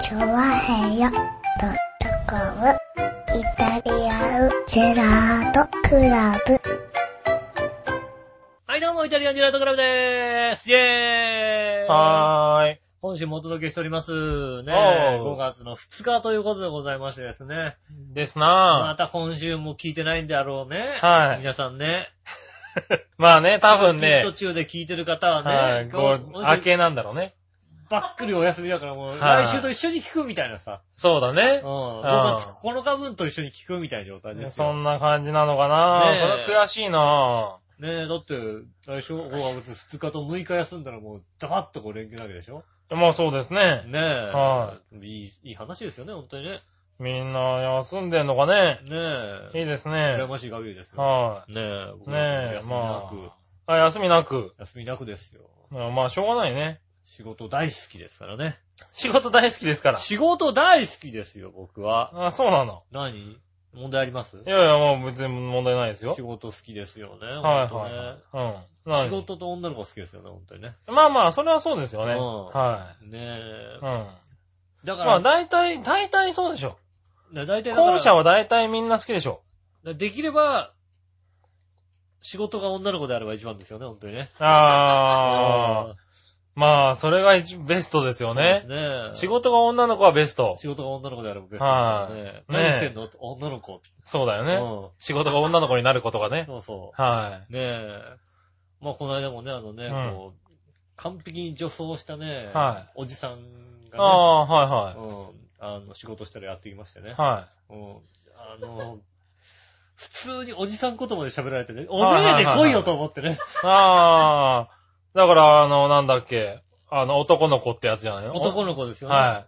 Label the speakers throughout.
Speaker 1: チョワヘヨドットコムイタリアンジェラートクラブ。
Speaker 2: はい、どうも、イタリアンジェラートクラブでーすイェーイ
Speaker 3: はーい。
Speaker 2: 今週もお届けしておりますね。
Speaker 3: おう
Speaker 2: 5月の2日ということでございましてですね。
Speaker 3: です
Speaker 2: ま
Speaker 3: な
Speaker 2: た今週も聞いてないんであろうね。
Speaker 3: はい
Speaker 2: 皆さんね。
Speaker 3: ぁ。まあね、多分
Speaker 2: 途
Speaker 3: ね、
Speaker 2: 中で聞いてる方は
Speaker 3: はい、
Speaker 2: ね、
Speaker 3: こう、明
Speaker 2: け
Speaker 3: けなんだろうね。
Speaker 2: ばっくりお休みだからもう、
Speaker 3: はい
Speaker 2: 来週と一緒に聞くみたいなさ。
Speaker 3: そうだ
Speaker 2: うん。。
Speaker 3: ね
Speaker 2: 5月9日分と一緒に聞くみたいな状態です
Speaker 3: そ
Speaker 2: よ。
Speaker 3: んな感じなのかな
Speaker 2: ねえ
Speaker 3: ぁ。それは悔しいな
Speaker 2: ねえ、だって、来週5月2日と6日休んだらもう、ダバッとこう連休なわけでしょ
Speaker 3: ぁ。まあそうですね。
Speaker 2: ねえ。
Speaker 3: はい
Speaker 2: いい、いい話ですよね、本当にね。
Speaker 3: みんな休んでんのかね。
Speaker 2: ねえ。
Speaker 3: いいです
Speaker 2: 羨
Speaker 3: ね。
Speaker 2: ましい限りですよ。
Speaker 3: は
Speaker 2: ねえ、僕
Speaker 3: い。
Speaker 2: は
Speaker 3: ねえ、
Speaker 2: 休みな
Speaker 3: ま
Speaker 2: く、
Speaker 3: あ。あ、休みなく。
Speaker 2: 休みなくですよ。
Speaker 3: まあしょうがないね。
Speaker 2: 仕事大好きですからね。
Speaker 3: 仕事大好きですから。
Speaker 2: 仕事大好きですよ、僕は。
Speaker 3: あ、そうなの。
Speaker 2: 何問題あります
Speaker 3: いやいや、もう別に問題ないですよ
Speaker 2: 仕。事好きですよね。
Speaker 3: はい
Speaker 2: 本当
Speaker 3: はい
Speaker 2: ね。
Speaker 3: はい。うん。
Speaker 2: 仕
Speaker 3: 何
Speaker 2: 事と女の子好きですよね、本当にね。
Speaker 3: まあまあ、それはそうですよね。
Speaker 2: うん
Speaker 3: は
Speaker 2: ねえ
Speaker 3: い。うん。。ま
Speaker 2: だから、
Speaker 3: あ大体、大体そうでしょ。
Speaker 2: ね大体だから
Speaker 3: 後者は大体みんな好きでしょ。
Speaker 2: できれば、仕事が女の子であれば一番ですよね、本当にね。
Speaker 3: あ
Speaker 2: あ。
Speaker 3: ー。まあ、それが一ベストですよ
Speaker 2: そうで
Speaker 3: ね
Speaker 2: す。ね。
Speaker 3: 仕事が女の子はベスト。
Speaker 2: 仕事が女の子であればベストですよね。
Speaker 3: はい
Speaker 2: 何してんの女の子。
Speaker 3: そうだよね。
Speaker 2: うん
Speaker 3: 仕事が女の子になることがね。
Speaker 2: そうそう。
Speaker 3: は
Speaker 2: ねえ。まあ、この間もね、あのね、
Speaker 3: うん
Speaker 2: こう、完璧に女装したね、
Speaker 3: は
Speaker 2: おじさん
Speaker 3: い。あ
Speaker 2: がね、
Speaker 3: あ、はいは
Speaker 2: うん、あの、仕事したらやってきましてね
Speaker 3: い。。は
Speaker 2: うん。あの、普通におじさん言葉で喋られてね、お
Speaker 3: はいは
Speaker 2: 姉
Speaker 3: いはい
Speaker 2: で
Speaker 3: はい
Speaker 2: 来いよと思ってね、
Speaker 3: い。ああ。だから、あの、なんだっけ。あの、男の子ってやつじゃないの
Speaker 2: 男の子ですよね。
Speaker 3: は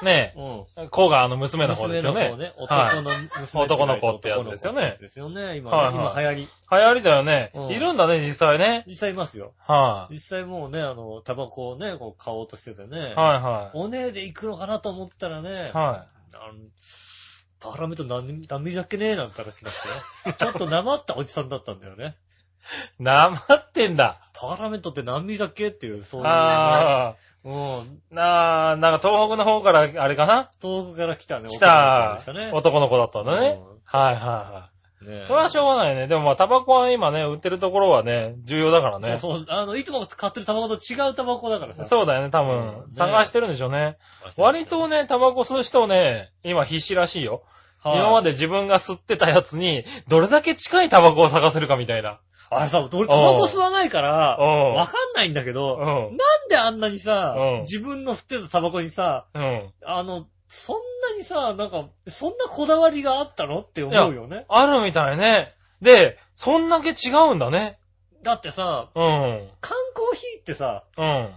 Speaker 3: い。ね
Speaker 2: うん。
Speaker 3: え。子があの、娘の方で
Speaker 2: 娘
Speaker 3: すよ
Speaker 2: の子を
Speaker 3: ね。
Speaker 2: ね、男の娘って書いて
Speaker 3: 男の子ってやつですよね
Speaker 2: 男の子ってやつですよね、今、
Speaker 3: はい
Speaker 2: 今
Speaker 3: はい
Speaker 2: 流行り。
Speaker 3: 流行りだよね
Speaker 2: うん。
Speaker 3: いるんだね、実際ね。
Speaker 2: 実際いますよ。
Speaker 3: はい。
Speaker 2: 実際もうね、あの、タバコをね、こう買おうとしててね、
Speaker 3: はいはい。
Speaker 2: お姉で行くのかなと思ったらね、
Speaker 3: は
Speaker 2: あの、パラメート何、何ミリだっけねえなんて話になってね。 ちょっと黙ったおじさんだったんだよね。
Speaker 3: い。なまってんだ。
Speaker 2: パラメートって何ミリだっけっていう、そういう、ね。
Speaker 3: ああ。
Speaker 2: うん。
Speaker 3: なあ、なんか東北の方から、あれかな
Speaker 2: 遠くから来たね、男の
Speaker 3: 来
Speaker 2: 子
Speaker 3: た
Speaker 2: でしたね。
Speaker 3: 男の子だったんだね
Speaker 2: うん。
Speaker 3: はいはいは
Speaker 2: ね
Speaker 3: い。それはしょうがないね。でもまあ、タバコは今ね、売ってるところはね、重要だからね。
Speaker 2: そうそう、あの、いつも買ってるタバコと違うタバコだからさ。
Speaker 3: そうだよね、多
Speaker 2: うん
Speaker 3: 分
Speaker 2: ね。
Speaker 3: 探してるんでしょうね。割とね、タバコ吸う人ね、今必死らしいよ。
Speaker 2: はい
Speaker 3: 今まで自分が吸ってたやつに、どれだけ近いタバコを探せるかみたいな。
Speaker 2: あれさ、俺タバコ吸わないから、
Speaker 3: うん
Speaker 2: わかんないんだけ
Speaker 3: う
Speaker 2: ど、
Speaker 3: ん。
Speaker 2: なんであんなにさ
Speaker 3: うん、
Speaker 2: 自分の吸ってたタバコにさ、
Speaker 3: うん。
Speaker 2: あの、そんなにさ、なんか、そんなこだわりがあったのって思うよね。
Speaker 3: あるみたいね。で、そんだけ違うんだね。
Speaker 2: だってさ、
Speaker 3: うん。
Speaker 2: 缶コーヒーってさ、
Speaker 3: うん。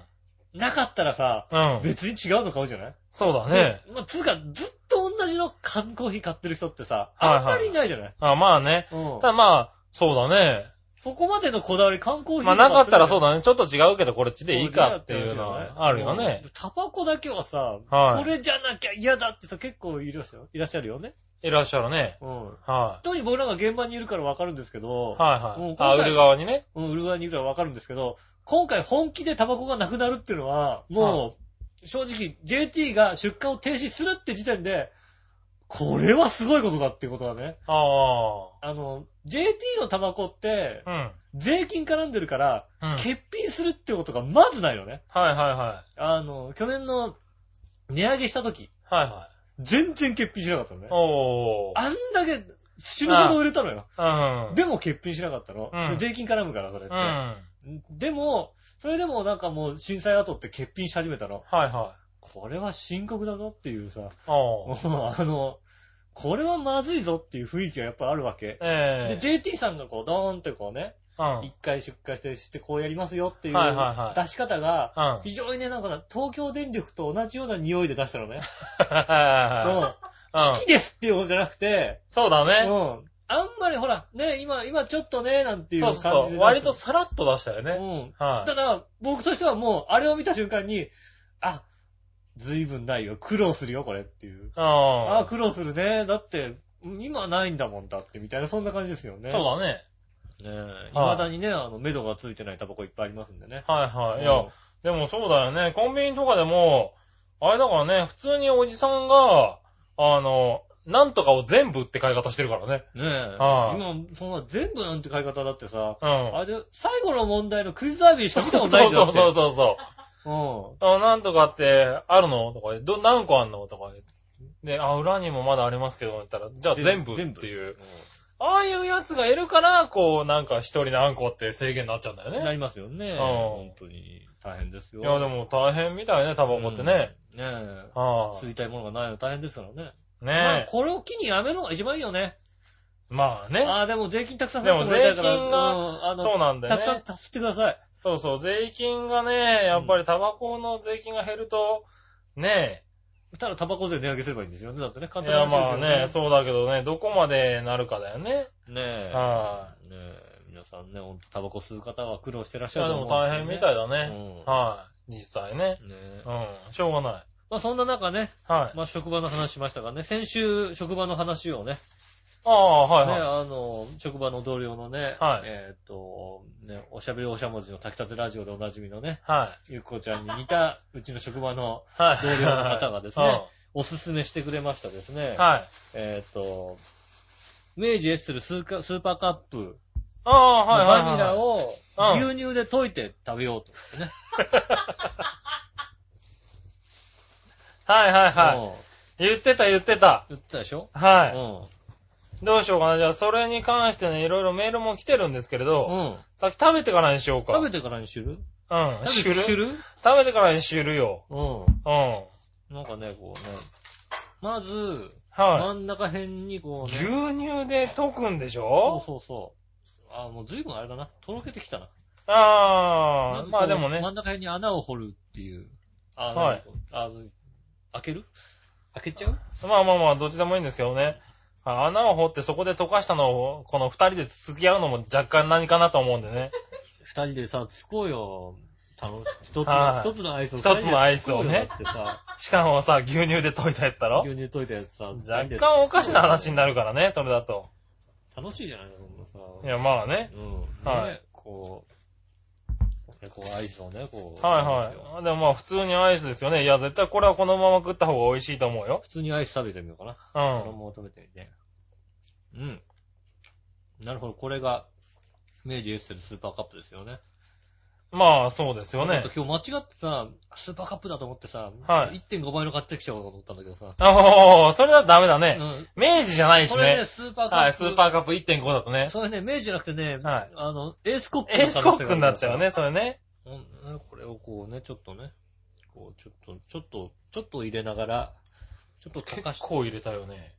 Speaker 2: なかったらさ、
Speaker 3: うん。
Speaker 2: 別に違うの買うじゃない
Speaker 3: そうだね。。
Speaker 2: まあ、つうか、ずっと同じの缶コーヒー買ってる人ってさ、
Speaker 3: はいはい
Speaker 2: あんまりいないじゃない
Speaker 3: あ、まあね。
Speaker 2: うん
Speaker 3: ただまあ、そうだね。
Speaker 2: そこまでのこだわり、缶コーヒー
Speaker 3: まあなかったらそう
Speaker 2: だ。
Speaker 3: だね。ちょっと違うけど、これっちでいいかっていうのはあるよね
Speaker 2: う。ん。タバコだけはさ、
Speaker 3: は
Speaker 2: こ
Speaker 3: い
Speaker 2: れじゃなきゃ嫌だってさ、結構いらっしゃるいらっしゃるよね。
Speaker 3: いらっしゃるね。
Speaker 2: うん。
Speaker 3: は
Speaker 2: 特に僕らが現場にいるからわかるんですけど、
Speaker 3: い。はいは
Speaker 2: もう
Speaker 3: い。
Speaker 2: 今
Speaker 3: あ、
Speaker 2: 回
Speaker 3: 売る側にね。
Speaker 2: うん、売る側にいるからわかるんですけど、今回本気でタバコがなくなるっていうのは、もう、正直 JT が出荷を停止するって時点で、これはすごいことだっていうことはね。
Speaker 3: あ
Speaker 2: あの、JT のタバコって、
Speaker 3: あ。うん。
Speaker 2: 税金絡んでるから、
Speaker 3: うん。はい
Speaker 2: 欠品するってことがまずないよね。
Speaker 3: はいは
Speaker 2: あの、去年の値上げした時、
Speaker 3: い。はいは
Speaker 2: 全然欠品しなかったのね
Speaker 3: い。。おー。
Speaker 2: あんだけ死ぬほど売れたのよ。
Speaker 3: うん。
Speaker 2: でも欠品しなかったの。
Speaker 3: うん
Speaker 2: で税金絡むから、それっ
Speaker 3: う
Speaker 2: て。
Speaker 3: ん。はい
Speaker 2: でも、それでもなんかもう震災後って欠品し始めたの。
Speaker 3: は
Speaker 2: これは深刻だぞっていうさ、
Speaker 3: い。お
Speaker 2: もう
Speaker 3: ー。
Speaker 2: あの、これはまずいぞっていう雰囲気がやっぱあるわけ。で、
Speaker 3: ええ。
Speaker 2: JT さんがこう、ドーンってこうね、
Speaker 3: うん。
Speaker 2: 一回出荷して、してこうやりますよっていう
Speaker 3: はいはいはい
Speaker 2: 出し方が、
Speaker 3: うん。
Speaker 2: 非常にね、なんかな東京電力と同じような匂いで出したのね。
Speaker 3: うん。
Speaker 2: うん。好きですっていうことじゃなくて、
Speaker 3: そうだ
Speaker 2: う
Speaker 3: ね。
Speaker 2: ん。あんまりほら、ね、今、今ちょっとね、なんていう
Speaker 3: そ
Speaker 2: 感
Speaker 3: う
Speaker 2: じで出し
Speaker 3: そ
Speaker 2: た。
Speaker 3: う。割とさらっと出したよね。
Speaker 2: うん。
Speaker 3: は
Speaker 2: ただ、僕としてはもう、あれを見た瞬間に、あ、随分ないよ。苦労するよ、これっていう。
Speaker 3: い。うん。
Speaker 2: あ、苦労するね。だって、今ないんだもんだって、みたいな、そんな感じですよね。
Speaker 3: そうだね。
Speaker 2: だ。ねえ。
Speaker 3: はい
Speaker 2: 未だにね、あの、目処がついてないタバコいっぱいありますんでね。
Speaker 3: はいはい。いや、でもそうだよね。コンビニとかでも、あれだからね、普通におじさんが、あの、なんとかを全部って買い方してるからね。
Speaker 2: ねえ。
Speaker 3: ああ
Speaker 2: 今、そんな全部なんて買い方だってさ、
Speaker 3: うん。
Speaker 2: あれで、最後の問題のクイズダービーしか見たことな
Speaker 3: そ
Speaker 2: いうじゃん。
Speaker 3: そうそう
Speaker 2: う
Speaker 3: そうそう。
Speaker 2: そ
Speaker 3: あ、なんとかって、あるのとかで、ど、何個あんのとかで。で、あ、裏にもまだありますけど、言ったら、じゃあ
Speaker 2: う。
Speaker 3: 全部っていう。。ああいうやつがいるから、こう、なんか一人何個って制限になっちゃうんだよ
Speaker 2: な
Speaker 3: ね。
Speaker 2: りますよね。
Speaker 3: ん
Speaker 2: 本当に。大変ですよ。
Speaker 3: いや、でも大変みたいね、タバ
Speaker 2: うん、
Speaker 3: コってね。
Speaker 2: ねえ。
Speaker 3: は
Speaker 2: 吸いたいものがないの大変ですからね。
Speaker 3: あ。
Speaker 2: まあ
Speaker 3: ねえ。
Speaker 2: これを機にやめるのが一番いいよね。
Speaker 3: まあね。
Speaker 2: ああ、でも税金たくさん払ってもらいたいから。
Speaker 3: でも税金が
Speaker 2: うんあの
Speaker 3: そうなんだよ
Speaker 2: た
Speaker 3: ね
Speaker 2: く。さん足してください。
Speaker 3: そうそう、税金がね、やっぱりタバコの税金が減ると、ね
Speaker 2: ただタバコ税値上げすればいいんですよね。だってね、
Speaker 3: え。
Speaker 2: 簡
Speaker 3: い
Speaker 2: 単な
Speaker 3: や、
Speaker 2: 話です
Speaker 3: まあ
Speaker 2: よ
Speaker 3: ね、そうだけどね、どこまでなるかだよね。
Speaker 2: ねえ。
Speaker 3: は
Speaker 2: ねえ、皆さんね、ほんとタバコ吸う方は苦労してらっし
Speaker 3: い
Speaker 2: ゃ
Speaker 3: や、
Speaker 2: る
Speaker 3: で
Speaker 2: と思
Speaker 3: も
Speaker 2: うんですよ、
Speaker 3: 大
Speaker 2: ね。
Speaker 3: 変みたいだね。
Speaker 2: ね。
Speaker 3: はい。実際ね。
Speaker 2: うん。ねえ。
Speaker 3: うん。しょうがない。
Speaker 2: まあそんな中ね、
Speaker 3: はい。
Speaker 2: まあ職場の話しましたがね、先週職場の話をね、
Speaker 3: ああ、はい
Speaker 2: ね、
Speaker 3: はい。
Speaker 2: あの、職場の同僚のね、
Speaker 3: はい
Speaker 2: えーっ、と、ね、おしゃべりおしゃもじの炊きたてラジオでおなじみのね、
Speaker 3: は
Speaker 2: ゆっこちゃんに似た、うちの職場の
Speaker 3: い。はい。
Speaker 2: 同僚の方がですね
Speaker 3: う
Speaker 2: おすすめしてくれましたですね、
Speaker 3: んはい。
Speaker 2: えーっ、と、明治エッセルスーカスーパーカップ、
Speaker 3: ああ、はいはいはい。
Speaker 2: バニラを
Speaker 3: うん
Speaker 2: 牛乳で溶いて食べようと。
Speaker 3: はいはいはい。
Speaker 2: うん
Speaker 3: 言ってた言ってた。
Speaker 2: 言ってたでしょ
Speaker 3: は
Speaker 2: うん。
Speaker 3: い。どうしようかな。じゃあ、それに関してね、いろいろメールも来てるんですけれど、
Speaker 2: うん。
Speaker 3: 先食べてからにしようか。
Speaker 2: 食べてからに知る
Speaker 3: うん。
Speaker 2: 食
Speaker 3: 知
Speaker 2: べ
Speaker 3: る
Speaker 2: て
Speaker 3: 食
Speaker 2: 知る
Speaker 3: べてからに知るよ。
Speaker 2: う
Speaker 3: うん。は
Speaker 2: ん。なんかね、こうね。まず、
Speaker 3: い。
Speaker 2: 真ん中辺にこう
Speaker 3: 牛
Speaker 2: ね。
Speaker 3: 乳で溶くんでし
Speaker 2: そう
Speaker 3: ょ
Speaker 2: そうそう。あ、もう随分あれだな。とろけてきたな。
Speaker 3: あ
Speaker 2: ずこ
Speaker 3: あ、
Speaker 2: う
Speaker 3: まあでもね
Speaker 2: 真。ん中辺に穴を掘るっていう。あの、
Speaker 3: はい
Speaker 2: あの、開ける開けちゃう
Speaker 3: まあまあまあ、どっちでもいいんですけどね。あ穴を掘ってそこで溶かしたのを、この二人で付き合うのも若干何かなと思うんで ね。
Speaker 2: 二人でさ、つこうよ。楽し一つ
Speaker 3: は
Speaker 2: の、
Speaker 3: い
Speaker 2: 一つのアイスを。
Speaker 3: 一つのアイスをね
Speaker 2: 二人でつこうよだって
Speaker 3: しかもさ、牛乳で溶いたやつだ
Speaker 2: さ、
Speaker 3: ろ
Speaker 2: 牛乳溶いたやつさ、
Speaker 3: 若干おかしな話になるからね、それだと。
Speaker 2: 楽しいじゃないの、そんなさ
Speaker 3: い。や、まあね。
Speaker 2: うん。
Speaker 3: はい
Speaker 2: ね。こう、ねこうアイスをね、こう。
Speaker 3: は
Speaker 2: あれ
Speaker 3: い
Speaker 2: ですよ
Speaker 3: はい。でもまあ普通にアイスですよね。いや、絶対これはこのまま食った方が美味しいと思うよ。
Speaker 2: 普通にアイス食べてみようかな。
Speaker 3: う
Speaker 2: これ
Speaker 3: ん。
Speaker 2: も食べてみて。うん。なるほど。これが、明治エッセルスーパーカップですよね。
Speaker 3: まあそうですよ
Speaker 2: なん
Speaker 3: ね
Speaker 2: か。今日間違ってさ、スーパーカップだと思ってさ、
Speaker 3: はい
Speaker 2: 1.5倍の買ってきちゃおうと思ったんだけどさ。
Speaker 3: ああ、それだとダメだ
Speaker 2: う
Speaker 3: ね。
Speaker 2: ん。
Speaker 3: 明治じゃないし
Speaker 2: これね、
Speaker 3: ね。
Speaker 2: スーパーカップ。
Speaker 3: はい、スーパーカップ1.5だとね。
Speaker 2: それね、明治じゃなくてね、
Speaker 3: はい
Speaker 2: あの、エースコック
Speaker 3: エー
Speaker 2: の
Speaker 3: ス
Speaker 2: 可
Speaker 3: コ
Speaker 2: 能性が
Speaker 3: ック
Speaker 2: ある
Speaker 3: になっちゃうね、それね。
Speaker 2: うんねこれをこうね、ちょっとね、こう、ちょっと、ちょっと、ちょっと入れながら、ちょっと溶かし
Speaker 3: 結
Speaker 2: て、
Speaker 3: 構入れたよね。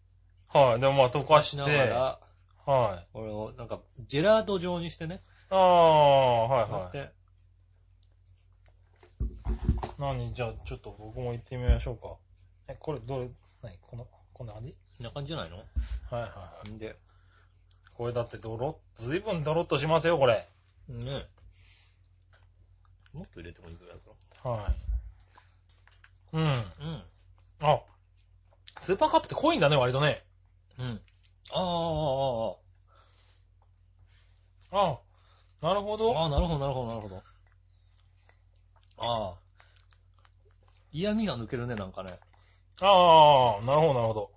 Speaker 3: はい、でもまあ溶かし
Speaker 2: な
Speaker 3: て。
Speaker 2: が
Speaker 3: はい。
Speaker 2: ら、
Speaker 3: あ
Speaker 2: これをなんか、ジェラート状にしてね、
Speaker 3: あー、はいはい。
Speaker 2: で
Speaker 3: 何じゃあちょっと僕も行ってみましょうか。え、これどれ、何この、こんな感じ
Speaker 2: こんな感じじゃないの
Speaker 3: はいはいはい。
Speaker 2: んで、
Speaker 3: これだってドロッ、ずいぶんドロッとしますよ、これ。
Speaker 2: ねもっと入れてもいいぐらいか
Speaker 3: はい。うん。
Speaker 2: な。
Speaker 3: あ、スーパーカップって濃いんだね、割とね。
Speaker 2: うん。うん。あ
Speaker 3: あなるほ
Speaker 2: あ、ああ、あ
Speaker 3: ど。
Speaker 2: あ、なるほど、なるほど、なるほど。ああ。嫌味が抜けるね、なんかね。
Speaker 3: ああ、なるほど、なるほど。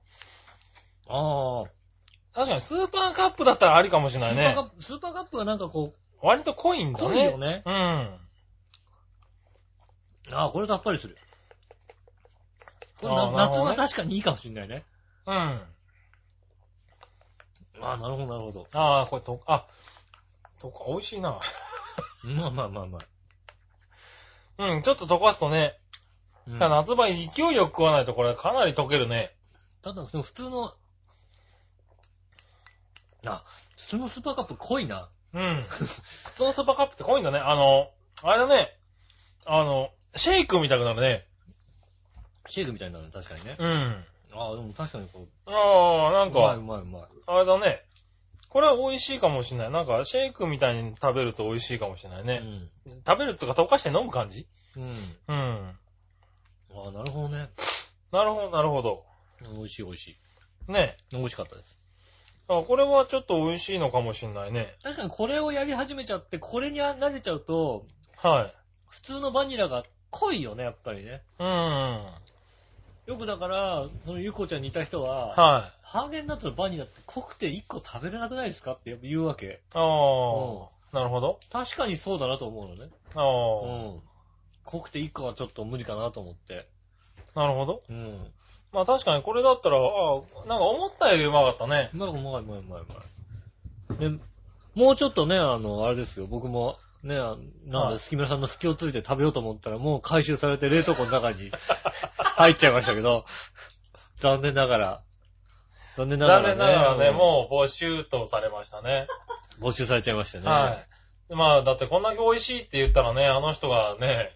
Speaker 2: ああ。
Speaker 3: 確かにスーパーカップだったらありかもしれな
Speaker 2: ス
Speaker 3: い
Speaker 2: ー
Speaker 3: ね
Speaker 2: パー。カップ、スーパーカップがなんかこう、
Speaker 3: 割と濃いんだね。
Speaker 2: 濃いよね。
Speaker 3: うん。
Speaker 2: ああ、これさっぱりする。これ
Speaker 3: あ
Speaker 2: な
Speaker 3: あなるほ
Speaker 2: 夏
Speaker 3: どね
Speaker 2: は確かにいいかもしんないね。
Speaker 3: うん。あ
Speaker 2: ああ、なるほど、なるほど。
Speaker 3: あ、これと、あ、とか、美味しいな。
Speaker 2: まあまあまあまあ。
Speaker 3: うん、ちょっと溶かすとね、
Speaker 2: うん
Speaker 3: 夏場勢いよく食わないとこれかなり溶けるね。
Speaker 2: ただ、でも普通の、あ、普通のスーパーカップ濃いな。
Speaker 3: う ん。普通のスーパーカップって濃いんだね。あの、あれだね、あの、シェイクみたくなるね。
Speaker 2: シェイクみたいになるね、確かにね。
Speaker 3: うん。
Speaker 2: ああ、でも確かにこう、
Speaker 3: ああ、なん
Speaker 2: うまい
Speaker 3: か
Speaker 2: う、まいうまい。
Speaker 3: あれだね。これは美味しいかもしれない。なんか、シェイクみたいに食べると美味しいかもしれないうね。
Speaker 2: ん。
Speaker 3: 食べるっていうか溶かして飲む感じ
Speaker 2: うん。
Speaker 3: うん。
Speaker 2: ああ、なるほどね。
Speaker 3: なるほど、なるほど。
Speaker 2: 美味しい美味しい。
Speaker 3: ね。
Speaker 2: 美味しかったです。
Speaker 3: あこれはちょっと美味しいのかもしれないね。
Speaker 2: 確かにこれをやり始めちゃって、これに慣れちゃうと、
Speaker 3: はい。
Speaker 2: 普通のバニラが濃いよね、やっぱりね。
Speaker 3: うん。
Speaker 2: よくだから、そのゆうこちゃんにいた人は、
Speaker 3: はい。
Speaker 2: ハーゲンダッツのバニラって濃くて1個食べれなくないですかってやっぱ言うわけ。
Speaker 3: ああ、なるほど。
Speaker 2: 確かにそうだなと思うのね。
Speaker 3: あ
Speaker 2: うん。濃くて1個はちょっと無理かなと思って。
Speaker 3: あ、なるほど。
Speaker 2: うん。
Speaker 3: まあ確かにこれだったら、ああ、なんか思ったよりうまかったね。
Speaker 2: うまいうまいうまいうまいうまい。で、もうちょっとね、あの、あれですよ、僕も、ね、あな
Speaker 3: は
Speaker 2: ん
Speaker 3: い
Speaker 2: で、隙間さんの隙をついて食べようと思ったら、もう回収されて冷凍庫の中に 入っちゃいましたけど、残念ながら、残念ながら
Speaker 3: 残
Speaker 2: ね、
Speaker 3: 念ながらね、もう募集とされましたね。
Speaker 2: う、募集されちゃいましたね。
Speaker 3: はい。まあだってこんだけ美味しいって言ったらね、あの人がね、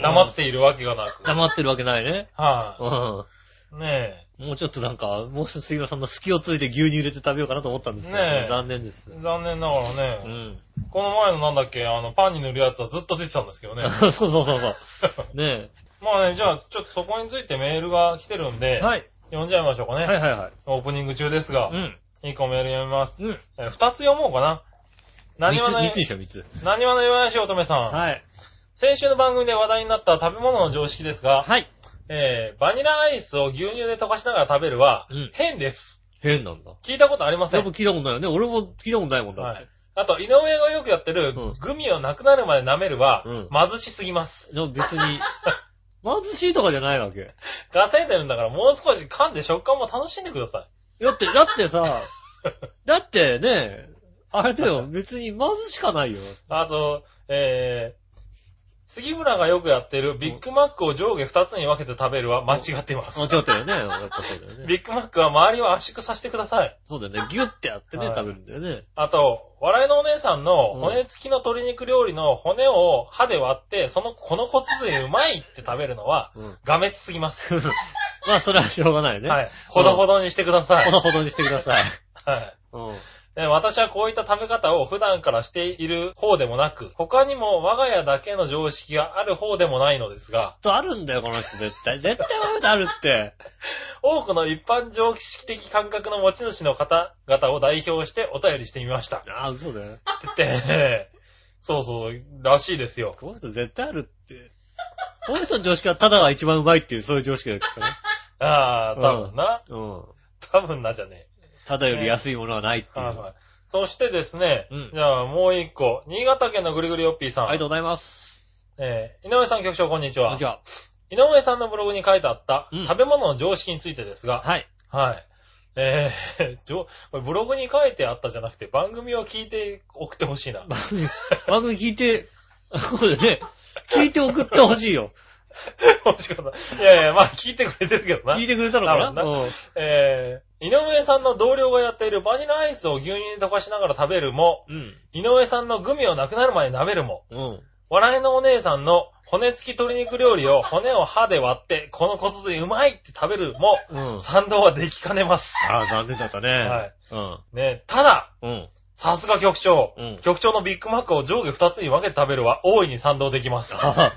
Speaker 3: 黙っているわけがなく。
Speaker 2: 黙ってるわけないね。
Speaker 3: は
Speaker 2: うん。
Speaker 3: い。ね
Speaker 2: もうちょっとなんか、もうちょっと杉村さんの隙をついて牛乳入れて食べようかなと思ったんですけど、
Speaker 3: ねえ
Speaker 2: 残念です。
Speaker 3: え。残念ながら
Speaker 2: う
Speaker 3: ね、
Speaker 2: ん。
Speaker 3: この前のなんだっけ、あの、パンに塗るやつはずっと出てたんですけ どね。
Speaker 2: そうそうそうそう。ね
Speaker 3: まあね、じゃあ、ちょっとそこについてメールが来てるん
Speaker 2: え。
Speaker 3: で、
Speaker 2: はい。
Speaker 3: 読んじゃいましょうかね。
Speaker 2: はいはいはい。
Speaker 3: オープニング中ですが
Speaker 2: う、ん。
Speaker 3: 一個メール読みます。
Speaker 2: うん。
Speaker 3: えー二つ読もうかな。何
Speaker 2: 三
Speaker 3: 話
Speaker 2: つ、
Speaker 3: の
Speaker 2: 三つに
Speaker 3: よ、
Speaker 2: しよう、三つ。
Speaker 3: 何話の弱々し乙女さん。
Speaker 2: はい。
Speaker 3: 先週の番組で話題になった食べ物の常識ですが、
Speaker 2: はい。
Speaker 3: えーバニラアイスを牛乳で溶かしながら食べるは
Speaker 2: うん、
Speaker 3: 変です。
Speaker 2: 変なんだ。
Speaker 3: 聞いたことありませ
Speaker 2: やっ
Speaker 3: ん
Speaker 2: ぱ。聞いたことないよね。俺も聞いたことないもんだ
Speaker 3: は
Speaker 2: って
Speaker 3: い。あと、井上がよくやってる
Speaker 2: うん、
Speaker 3: グミをなくなるまで舐めるは
Speaker 2: うん、
Speaker 3: 貧しすぎます。
Speaker 2: でも別に、貧しいとかじゃないわけ。
Speaker 3: 稼いでるんだから、もう少し噛んで食感も楽しんでくださ
Speaker 2: だって、だってさ、だってね、あれだよ、別に貧しかないよ。
Speaker 3: い。あと、えー、杉村がよくやってる、ビッグマックを上下2つに分けて食べるは間違っています。
Speaker 2: 間違ってるよね。やっぱそうだよ ね。
Speaker 3: ビッグマックは周りを圧縮させてください。
Speaker 2: そうだよね。ギュッてやってね、
Speaker 3: はい
Speaker 2: 食べるんだよね。
Speaker 3: あと、笑いのお姉さんの
Speaker 2: うん
Speaker 3: 骨付きの鶏肉料理の骨を歯で割って、その、この骨髄うまいって食べるのは、
Speaker 2: うん。
Speaker 3: がめつすぎます。
Speaker 2: まあ、それはしょうがないね。
Speaker 3: はい。ほどほどにしてください。
Speaker 2: ほどほどにしてください。
Speaker 3: はい。
Speaker 2: うん。
Speaker 3: えー私はこういった食べ方を普段からしている方でもなく、他にも我が家だけの常識がある方でもないのですが、
Speaker 2: とあるんだよ、この人絶対。絶対この人あるって。
Speaker 3: 多くの一般常識的感覚の持ち主の方々を代表してお便りしてみました。
Speaker 2: ああ、嘘だよ。
Speaker 3: って、 そうそう、らしいですよ。
Speaker 2: この人絶対あるって。この人の常識はただが一番うまいっていう、そういう常識だよ、きっとね。
Speaker 3: ああ、多分な。
Speaker 2: うん。
Speaker 3: 多分なじゃね
Speaker 2: ただより安いものはないって
Speaker 3: え。
Speaker 2: いう。
Speaker 3: はい
Speaker 2: あ
Speaker 3: はい。そしてですね、
Speaker 2: うん
Speaker 3: じゃあもう一個。新潟県のぐりぐりよっぴーさん。
Speaker 2: りがとうございます。
Speaker 3: えー井上さん局長こんにちは。
Speaker 2: じゃ
Speaker 3: 井上さんのブログに書いてあった、
Speaker 2: うん
Speaker 3: 食べ物の常識についてです
Speaker 2: あ、
Speaker 3: が、
Speaker 2: はい。
Speaker 3: はい。えー、 じょ、これブログに書いてあったじゃなくて、番組を聞いて送ってほし いな。
Speaker 2: 番組聞いて、 そうだよね。聞いて送ってほしいよ。
Speaker 3: もしかしたらいやいや、まあ聞いてくれてるけどな
Speaker 2: 聞い。てくれたのか
Speaker 3: な
Speaker 2: な
Speaker 3: る
Speaker 2: うん。
Speaker 3: えー、井上さんの同僚がやっているバニラアイスを牛乳に溶かしながら食べるも、
Speaker 2: うん。
Speaker 3: 井上さんのグミをなくなるまで舐めるも、
Speaker 2: うん。
Speaker 3: 笑いのお姉さんの骨付き鶏肉料理を骨を歯で割って、この骨髄うまいって食べるも、
Speaker 2: うん。
Speaker 3: 賛同はできかねます。
Speaker 2: ああ、残念だったね。
Speaker 3: はい。
Speaker 2: うん。
Speaker 3: ねただ、
Speaker 2: うん。
Speaker 3: さすが局長、
Speaker 2: うん
Speaker 3: 局長のビッグマックを上下2つに分けて食べるは大いに賛同で きます。
Speaker 2: あはは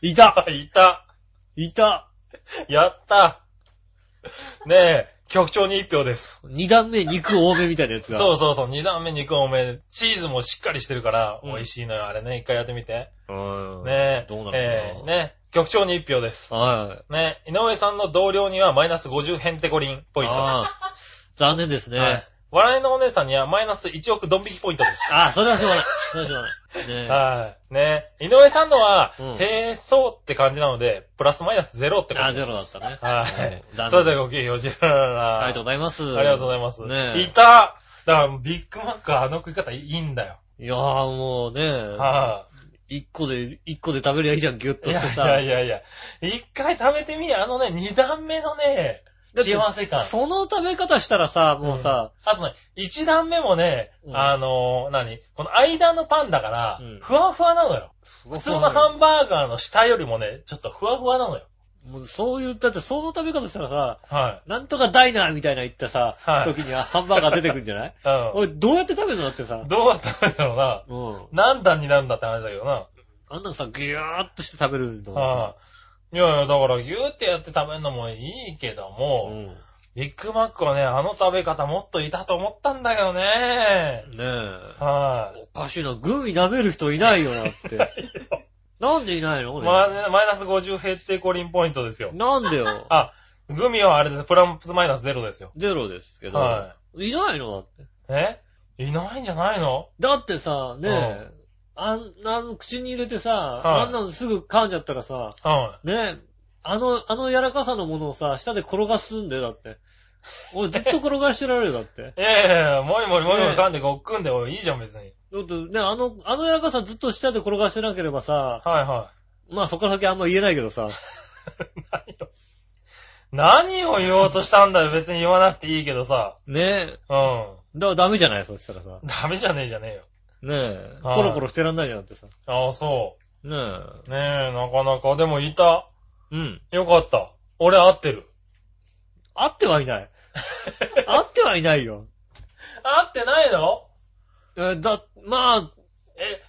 Speaker 2: いた
Speaker 3: いた。
Speaker 2: いた
Speaker 3: やった。ねえ、局長に1票です。
Speaker 2: 二段目肉多めみたいなやつが。
Speaker 3: そうそうそう、2段目肉多め。チーズもしっかりしてるから、
Speaker 2: うん
Speaker 3: 美味しいのよ、あれね。一回やってみて。
Speaker 2: うん。
Speaker 3: ねえ。
Speaker 2: どうなのかな
Speaker 3: ええねえ、局長に1票です。
Speaker 2: は
Speaker 3: ね、井上さんの同僚にはマイナス50ヘンテコリン
Speaker 2: い。
Speaker 3: ポイント。
Speaker 2: ああ残念ですね。
Speaker 3: はい笑いのお姉さんにはマイナス1億ドン引きポイントです。
Speaker 2: ああ、それはしょうがない。それはしょうがない。ね え。
Speaker 3: はい。ね。井上さんのは、
Speaker 2: うん
Speaker 3: へえ、そうって感じなので、プラスマイナスゼロってこ
Speaker 2: あ、
Speaker 3: とで
Speaker 2: ゼロだったね。
Speaker 3: はい
Speaker 2: うん。残
Speaker 3: それで
Speaker 2: 念
Speaker 3: はごきげんよう、ジェラララ。
Speaker 2: ありがとうございます。
Speaker 3: ありがとうございます。
Speaker 2: ね
Speaker 3: いただから、ビッグマックはあの食い方いいんだよ。
Speaker 2: え。いやーもうね、
Speaker 3: は
Speaker 2: 一個で、一個で食べりゃいいじゃん、ギュッ
Speaker 3: い。
Speaker 2: と
Speaker 3: い
Speaker 2: してさ。
Speaker 3: やいやいやいや。一回食べてみ、あのね、二段目のね、
Speaker 2: だって
Speaker 3: 幸せ感。
Speaker 2: その食べ方したらさ、もうさ、
Speaker 3: あとね、一段目もね、
Speaker 2: うん
Speaker 3: あのー何この間のパンだから
Speaker 2: うん、
Speaker 3: ふわふわなのよ。
Speaker 2: 普
Speaker 3: 普通のハンバーガーの下よりもね、ちょっとふわふわなのよ。
Speaker 2: もうそういう、だってその食べ方したらさ、
Speaker 3: は
Speaker 2: なんとかダイナーみたいな言ったさ、
Speaker 3: はい
Speaker 2: 時にはハンバーガー出てくるんじゃない
Speaker 3: い。
Speaker 2: 俺、どうやって食べるのだって
Speaker 3: う
Speaker 2: さ
Speaker 3: ん。、どうだったんだろうな。
Speaker 2: うん。
Speaker 3: 何段になるんだって話だけどな。
Speaker 2: あんなのさ、ギューっとして食べるのが
Speaker 3: はい。いやいや、だからギューってやって食べるのもいいけど
Speaker 2: さ。う
Speaker 3: も、
Speaker 2: ん。ね
Speaker 3: ビッグマックはね、あの食べ方もっといたと思ったんだけどね。
Speaker 2: え。
Speaker 3: は
Speaker 2: おかしいな、グミ舐める人いないよなって。なんでいないの俺
Speaker 3: マイマイナス50減ってコリンポイントですよ。
Speaker 2: なんでよ。
Speaker 3: あ、グミはあれです。プラスマイナスゼロですよ。
Speaker 2: ゼロですけど。。
Speaker 3: はい
Speaker 2: ないのだって。
Speaker 3: えいないんじゃないの
Speaker 2: だってさ、ねえ、あんなん、口に入れてさ、あんなのすぐ噛んじゃったらさ、
Speaker 3: は
Speaker 2: ねえ、あの、あの柔らかさのものをさ、舌で転がすんだよ、だって。俺ずっと転がしてられるよ、だって。
Speaker 3: い。いやいやいや、もりもりもりもり
Speaker 2: ね
Speaker 3: 噛んでごっくんでおいいいじゃん別に。
Speaker 2: だってね、あの、あの柔らかさずっと舌で転がしてなければさ、
Speaker 3: はいは
Speaker 2: まあそこから先あんま言えないけどさ、
Speaker 3: い。何を言おうとしたんだよ別に言わなくていいけどさ。
Speaker 2: ねえ、
Speaker 3: うん。
Speaker 2: だからダメじゃない、そしたらさ。
Speaker 3: ダメじゃねえじゃねえよ。
Speaker 2: ねえ、
Speaker 3: はい
Speaker 2: コロコロしてらんないじゃんだってさ。
Speaker 3: ああ、そ
Speaker 2: ねえ、
Speaker 3: う。ねえ、なかなか。でもいた。
Speaker 2: うん。
Speaker 3: よかった。俺合ってる。
Speaker 2: 合ってはい ない。合ってはいないよ。
Speaker 3: 合ってないの
Speaker 2: えーだ、まあ、
Speaker 3: え、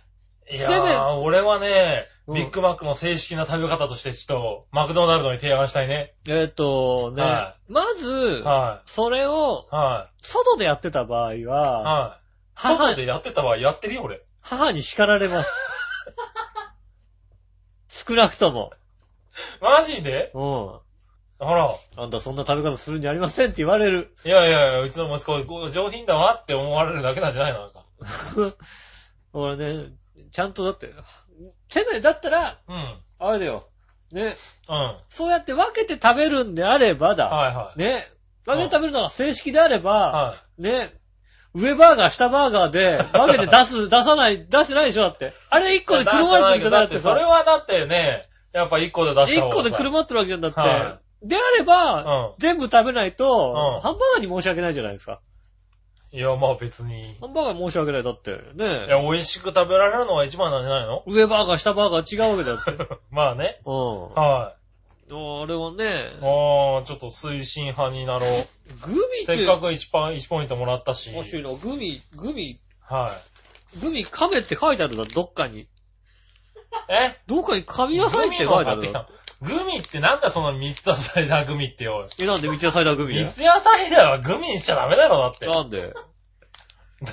Speaker 3: い
Speaker 2: せめ
Speaker 3: やー、俺はね、
Speaker 2: うん
Speaker 3: ビッグマックの正式な食べ方として、ちょっと、マクドナルドに提案したいね。
Speaker 2: えっ、とね、
Speaker 3: は
Speaker 2: まず、
Speaker 3: は
Speaker 2: それを
Speaker 3: い。は
Speaker 2: 外でやってた場合
Speaker 3: い。
Speaker 2: は、
Speaker 3: はい。
Speaker 2: 母
Speaker 3: 外でやってたわ、やってるよ、俺。
Speaker 2: 母に叱られ ます。少なくとも。
Speaker 3: マジで
Speaker 2: う
Speaker 3: ほら。
Speaker 2: ん。あんたそんな食べ方するんじゃありませんって言われる。
Speaker 3: いやいやいや、うちの息子、ご上品だわって思われるだけなんじゃないのなんか。
Speaker 2: 俺ね、ちゃんとだって、せめてだったら、
Speaker 3: うん。うん。
Speaker 2: あれだよ。ね、
Speaker 3: は
Speaker 2: そうやって分けて食べるんであれば
Speaker 3: い
Speaker 2: だ。
Speaker 3: はい。
Speaker 2: ね、分けて食べるのが正式であれば、
Speaker 3: は
Speaker 2: ね、上バーガー、下バーガーで、分けて出 す、出さない、出してないでしょだって。あれ1
Speaker 3: い。
Speaker 2: 個でくる
Speaker 3: 出し
Speaker 2: ま
Speaker 3: てな
Speaker 2: れて
Speaker 3: いけ
Speaker 2: る
Speaker 3: ど
Speaker 2: んだ
Speaker 3: だ
Speaker 2: っ
Speaker 3: ってて、
Speaker 2: さ
Speaker 3: それ。はだってね、やっぱ1個で出した方
Speaker 2: 1
Speaker 3: が。
Speaker 2: 個でくるまってるわけじゃんだって。
Speaker 3: は
Speaker 2: であれば、
Speaker 3: うん
Speaker 2: 全部食べないと、
Speaker 3: うん
Speaker 2: ハンバーガーに申し訳ないじゃないですか。
Speaker 3: いや、まあ別に。
Speaker 2: ハンバーガーに申し訳ない。だって、
Speaker 3: い
Speaker 2: ね
Speaker 3: や、美味しく食べられるのが一番なんじゃないの
Speaker 2: 上バーガー、下バーガー違うわけだって。
Speaker 3: まあね。
Speaker 2: う
Speaker 3: は
Speaker 2: ん。あれはね
Speaker 3: い。、ああ、ちょっと推進派になろう。
Speaker 2: グミって、
Speaker 3: せっかく1パン、1ポイントもらったし。
Speaker 2: 面白いの。グミ、グミ、
Speaker 3: は
Speaker 2: グミ噛めって書いてあるんだ、どっかに。
Speaker 3: い。え
Speaker 2: どっかに噛み
Speaker 3: グ
Speaker 2: なさいっ
Speaker 3: ミ
Speaker 2: て
Speaker 3: の
Speaker 2: 書
Speaker 3: を
Speaker 2: いてあ
Speaker 3: 買っ
Speaker 2: る
Speaker 3: て
Speaker 2: ん
Speaker 3: き
Speaker 2: だ
Speaker 3: た。の。グミってなんだその三つ野菜だグミっておい。
Speaker 2: え、なんで道野菜だ、グミ
Speaker 3: 三。つ野菜だはグミにしちゃダメだろだって。
Speaker 2: なんで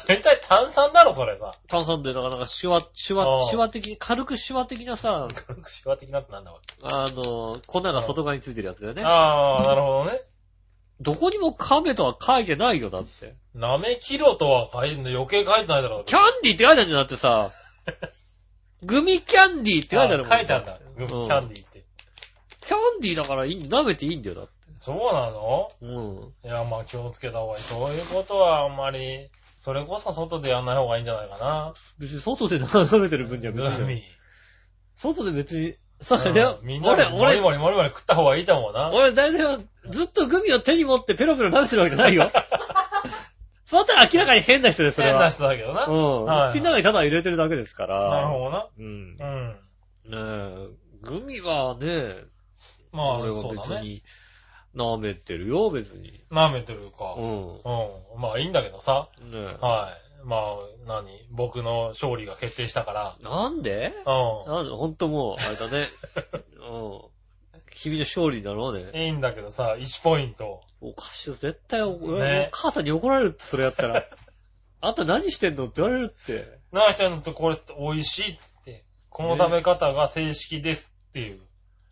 Speaker 3: だいたい炭酸だろ それさ。
Speaker 2: 炭酸でなかなかシワ、シワ
Speaker 3: あ、あ
Speaker 2: シワ的、軽くシワ的なさ、
Speaker 3: 軽くシワ的なってなんだこ
Speaker 2: あの、粉が外側についてるやつだよ
Speaker 3: れ。
Speaker 2: ね。
Speaker 3: ああ、なるほどね。
Speaker 2: どこにも亀とは書いてないよ、だって。
Speaker 3: 舐めきろとは書いてんの余計書いてないだろ。
Speaker 2: キャンディーって書いてあるじゃん、だってさ。グミキャンディーって書いてあるもん。
Speaker 3: 書いてあるんだ。グミ、キ
Speaker 2: うん
Speaker 3: ャンディーって。
Speaker 2: キャンディーだからいい、舐めていいんだよ、だって。
Speaker 3: そうなの
Speaker 2: うん。
Speaker 3: いや、まあ気をつけた方がいい。そういうことはあんまり、それこそ外でやんない方がいいんじゃないかな。
Speaker 2: 別に外で舐めてる分には別
Speaker 3: グ
Speaker 2: に。
Speaker 3: ミ。
Speaker 2: 外で別に、そうだよ
Speaker 3: う。んみんなで
Speaker 2: 俺、
Speaker 3: モリ
Speaker 2: 俺、
Speaker 3: モリモリモリ食った方がいいと思うな。
Speaker 2: 俺、大体はずっとグミを手に持ってペロペロ舐めてるわけじゃない よ。そうだったら明らかに変な人です、それ
Speaker 3: 変
Speaker 2: は。
Speaker 3: な人だけどな。
Speaker 2: うん。
Speaker 3: はい
Speaker 2: 口の中にただ入れてるだけですから。
Speaker 3: なるほどな。
Speaker 2: うん。ね
Speaker 3: うん。
Speaker 2: え、グミはね、
Speaker 3: まあ、
Speaker 2: 俺
Speaker 3: そ
Speaker 2: は
Speaker 3: う
Speaker 2: 別
Speaker 3: だね。
Speaker 2: に、舐めてるよ、別に。
Speaker 3: 舐めてるか。
Speaker 2: う。
Speaker 3: うんん。まあ、いいんだけどさ。
Speaker 2: ね
Speaker 3: はい。まあ、何僕の勝利が決定したから
Speaker 2: え。なんで。
Speaker 3: う
Speaker 2: なんで、ほんともう、あれだ ね。うん。君の勝利だろうね。
Speaker 3: ん。いいんだけどさ、1ポイント。
Speaker 2: おかしいよ、絶対、俺、
Speaker 3: ね
Speaker 2: 母さんに怒られるって、それやったら。 あんた何してんのって言われるって。
Speaker 3: なしてんのとこれ美味しいって。この食べ方が正式ですっていう。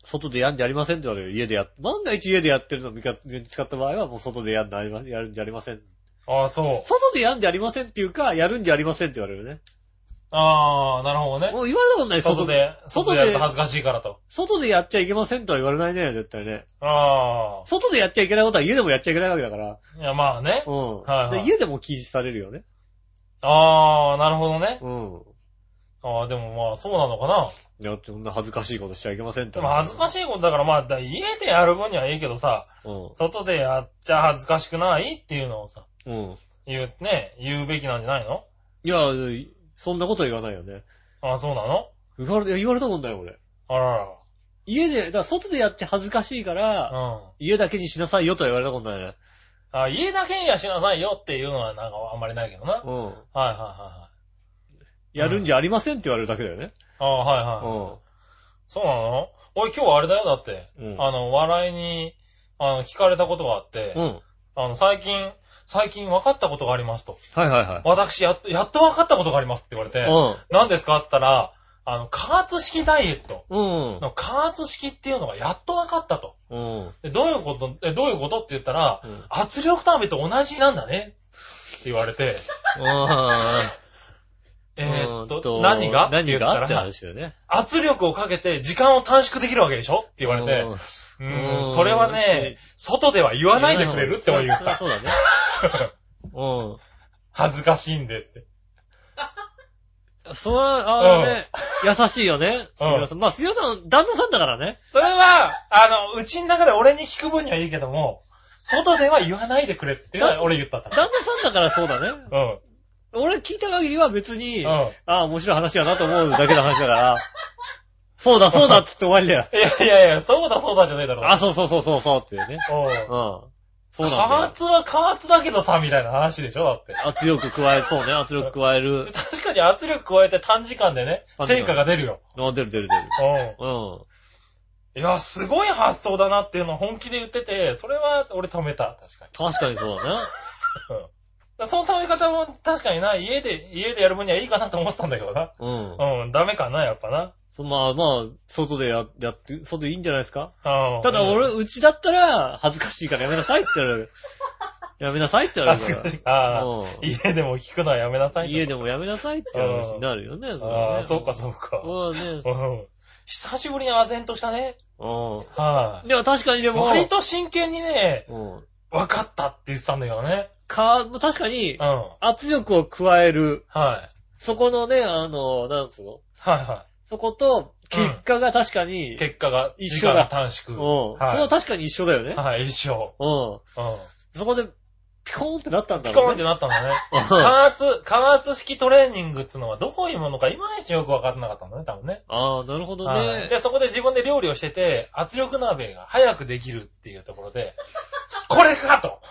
Speaker 2: 外でやんじゃありませんって言われる。家でやっ、万が一家でやってるのを見か見つかった場合は、もう外でやんじゃありまやるんじゃありません。
Speaker 3: ああ、そう。
Speaker 2: 外でやんじゃありませんっていうか、やるんじゃありませんって言われるね。
Speaker 3: ああ、なるほどね。
Speaker 2: もう言われたことない、
Speaker 3: 外
Speaker 2: 外で。
Speaker 3: で、外でやると恥ずかしいからと。
Speaker 2: 外でやっちゃいけませんとは言われないね、絶対ね。
Speaker 3: あ
Speaker 2: 外でやっちゃいけないことは家でもやっちゃいけないわけだから。
Speaker 3: あ。いや、まあね。
Speaker 2: うん。
Speaker 3: はいはい
Speaker 2: で家でも禁止されるよね。
Speaker 3: ああ、なるほどね。
Speaker 2: うん。
Speaker 3: ああ、でもまあ、そうなのかな。
Speaker 2: いや、そんな恥ずかしいことしちゃいけませんって。
Speaker 3: でも恥ずか
Speaker 2: しい。
Speaker 3: しいことだから、まあ、だ家でやる分にはいいけどさ、
Speaker 2: う
Speaker 3: 外でやっちゃ恥ずかしくないっていうのをさ、
Speaker 2: ん。うん。
Speaker 3: 言う、ね、言うべきなんじゃないの
Speaker 2: いや、そんなことは言わないよね。
Speaker 3: ああ、そうなの
Speaker 2: 言われ、いや言われたことない、俺。
Speaker 3: あら
Speaker 2: 家で、だから外でやっちゃ恥ずかしいから、
Speaker 3: ら。うん。
Speaker 2: 家だけにしなさいよとは言われたことないね。
Speaker 3: あ家だけにはしなさいよっていうのはなんかあんまりないけどな。はい
Speaker 2: うん。
Speaker 3: はいはいはい。
Speaker 2: やるんじゃありませんって言われるだけだよね。
Speaker 3: ああ、は
Speaker 2: う
Speaker 3: いはい。
Speaker 2: ん。
Speaker 3: そうなの俺今日あれだよ、だって。
Speaker 2: うん
Speaker 3: あの、笑いに、あの、聞かれたことがあって、
Speaker 2: うん。
Speaker 3: あの、最近、最近分かったことがありますと。
Speaker 2: はいはいはい。
Speaker 3: 私、やっと、やっと分かったことがありますって言われて、
Speaker 2: うん。
Speaker 3: 何ですかって言ったら、あの、加圧式ダイエット
Speaker 2: うん。
Speaker 3: の加圧式っていうのがやっと分かったと。
Speaker 2: うん。
Speaker 3: でどういうこと、え、どういうことって言ったら、
Speaker 2: うん
Speaker 3: 圧力鍋と同じなんだねって言われて、えーっ
Speaker 2: うん
Speaker 3: と、何がって
Speaker 2: 何
Speaker 3: 言った
Speaker 2: がって
Speaker 3: ら、
Speaker 2: 話だよね。
Speaker 3: 圧力をかけて時間を短縮できるわけでしょって言われて、
Speaker 2: うん
Speaker 3: う
Speaker 2: うん
Speaker 3: ん、それはね、外では言わないでくれるって俺言っ
Speaker 2: そりゃ
Speaker 3: た。
Speaker 2: そうだね。う
Speaker 3: 恥ずかしいんでって。
Speaker 2: ん。それは、あのね、優しいよね。
Speaker 3: うん
Speaker 2: 杉浦さん。まあ、杉浦さん、旦那さんだからね。
Speaker 3: それは、あの、うちの中で俺に聞く分にはいいけども、外では言わないでくれっていうのは俺言ったんだ。
Speaker 2: 旦那さんだからそうだね。
Speaker 3: うん。
Speaker 2: 俺聞いた限りは別に、
Speaker 3: うん。い
Speaker 2: ああ、面白い話やなと思うだけの話だから、そうだそうだって言って終わりだよ。
Speaker 3: やいやいや、そうだそうだじゃねえだろ。
Speaker 2: あ、そうそうそうそうそうっていうね。うん
Speaker 3: う。。
Speaker 2: そうな
Speaker 3: 加
Speaker 2: んだよ。
Speaker 3: 圧は加圧だけどさ、みたいな話でしょだって。
Speaker 2: 圧力加え、そうね、圧力加える。
Speaker 3: 確かに圧力加えて短時間でね、
Speaker 2: 短時間
Speaker 3: 成果が出るよ。
Speaker 2: あ、出る出る出る。う
Speaker 3: う
Speaker 2: ん。
Speaker 3: ん。いや、すごい発想だなっていうのを本気で言ってて、それは俺止めた。確かに。
Speaker 2: 確かにそうだね。
Speaker 3: だその食べ方も確かにな、家で、家でやる分にはいいかなと思ってたんだけどな。
Speaker 2: うん。
Speaker 3: うん、ダメかな、やっぱな。
Speaker 2: そまあまあ、外でややって、外でいいんじゃないですか
Speaker 3: うん
Speaker 2: ただ俺、
Speaker 3: うん
Speaker 2: うちだったら、恥ずかしいからやめなさいって言われ る。やめなさいって言われ
Speaker 3: 恥ず
Speaker 2: るか
Speaker 3: かしい。あ
Speaker 2: ら。
Speaker 3: あ、
Speaker 2: うん
Speaker 3: 家でも聞くのはやめなさいと。
Speaker 2: 家でもやめなさいって言われるになるよね、それは
Speaker 3: あ
Speaker 2: ね
Speaker 3: あ、そうか、そうか。
Speaker 2: そうだね。
Speaker 3: うん。久しぶりに唖然としたね。
Speaker 2: う
Speaker 3: は
Speaker 2: ん。でも確かにで
Speaker 3: い。
Speaker 2: も、
Speaker 3: 割と真剣にね、
Speaker 2: うん。
Speaker 3: 分かったって言ってたんだけどね。
Speaker 2: か、確かに
Speaker 3: う、ん。はい。
Speaker 2: 圧力を加える、
Speaker 3: はい
Speaker 2: そこのね、あの、なんつうの
Speaker 3: は
Speaker 2: そこと、結果が確かに、
Speaker 3: い。
Speaker 2: うん。
Speaker 3: 結果が、
Speaker 2: 一緒だ
Speaker 3: 時間が短
Speaker 2: そ
Speaker 3: 縮。
Speaker 2: こ
Speaker 3: はい
Speaker 2: は確かに一緒だよね。
Speaker 3: はい、一緒。
Speaker 2: うん。
Speaker 3: うん。
Speaker 2: そこで、ピコーンってなったんだ
Speaker 3: ピコ
Speaker 2: ろ
Speaker 3: ーン
Speaker 2: う
Speaker 3: って
Speaker 2: ね。
Speaker 3: なったんだね。
Speaker 2: ピコあ
Speaker 3: 加圧、加圧式トレーニングっつうのはどういうものかいまいちよく分かんなかったんだね、多分ね。
Speaker 2: あー、なるほど
Speaker 3: はい
Speaker 2: ね。
Speaker 3: で、そこで自分で料理をしてて、圧力鍋が早くできるっていうところで、 これかと。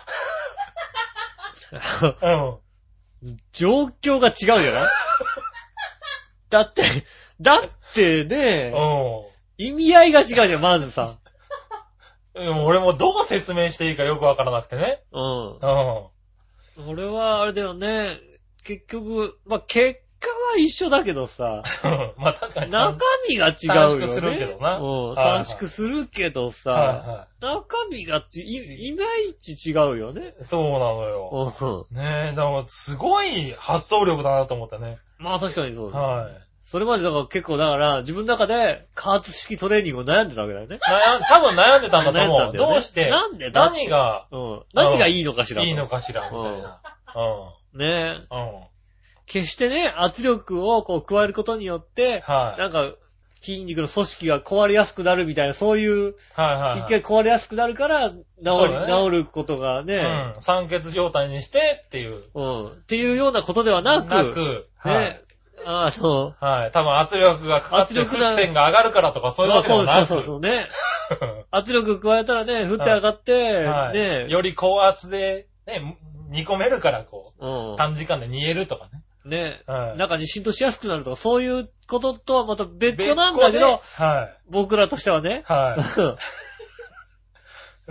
Speaker 3: うん。
Speaker 2: 状況が違うじゃないだって、だってね、
Speaker 3: うん。
Speaker 2: 意味合いが違うじゃん、まずさ。
Speaker 3: でも俺もどう説明していいかよくわからなくてね。
Speaker 2: うん。
Speaker 3: うん。
Speaker 2: 俺は、あれだよね、結局、まあ、結果は一緒だけど さ、
Speaker 3: まあ確かに。
Speaker 2: 中身が違うよ、ね。
Speaker 3: 短縮するけどな
Speaker 2: うん、
Speaker 3: はいは
Speaker 2: 短
Speaker 3: い
Speaker 2: 縮するけどさ、
Speaker 3: はいは
Speaker 2: 中身がち、い、いまいち違うよね。
Speaker 3: い。そうなのよ。
Speaker 2: うん。
Speaker 3: ねえ、だからすごい発想力だなと思ったね。
Speaker 2: まあ確かにそうだ。
Speaker 3: はい。
Speaker 2: それまでだから結構だから、自分の中で加圧式トレーニングを悩んでたわけだよね。
Speaker 3: 悩ん、多分悩んでたんだと
Speaker 2: 悩ん
Speaker 3: 思う。
Speaker 2: だよね
Speaker 3: どうして、
Speaker 2: なんでだって
Speaker 3: 何が
Speaker 2: うん。何がいいのかしらと
Speaker 3: いいのかしら、みたいな。
Speaker 2: ねえ。
Speaker 3: うん。うん。
Speaker 2: 決してね、圧力をこう加えることによって、
Speaker 3: はい。
Speaker 2: なんか、筋肉の組織が壊れやすくなるみたいな、そういう、
Speaker 3: はいはいはい。
Speaker 2: 一回壊れやすくなるから、治り、
Speaker 3: そうだね
Speaker 2: 治ることがね、
Speaker 3: うん。酸欠状態にしてっていう。
Speaker 2: うん。っていうようなことではなく、
Speaker 3: なく、はい
Speaker 2: ね。、あの、
Speaker 3: はい。多分圧力がかかっ
Speaker 2: 圧
Speaker 3: て
Speaker 2: 力
Speaker 3: 沸
Speaker 2: だ
Speaker 3: 点が上がるからとかそういう
Speaker 2: まあ
Speaker 3: わけで
Speaker 2: そ
Speaker 3: も
Speaker 2: う
Speaker 3: な
Speaker 2: そう
Speaker 3: く。
Speaker 2: そうそうね。圧力加えたらね、振って上がって、
Speaker 3: はい
Speaker 2: ね、
Speaker 3: より高圧で、ね、煮込めるからこう、
Speaker 2: う
Speaker 3: 短時間で煮えるとかね。
Speaker 2: ん。ね、
Speaker 3: はい。
Speaker 2: 中に浸透しやすくなるとか、そういうこととはまた別個
Speaker 3: 別個
Speaker 2: なんだけ
Speaker 3: で
Speaker 2: ど、
Speaker 3: は
Speaker 2: 僕らとしてはね
Speaker 3: い。、は
Speaker 2: うん
Speaker 3: い。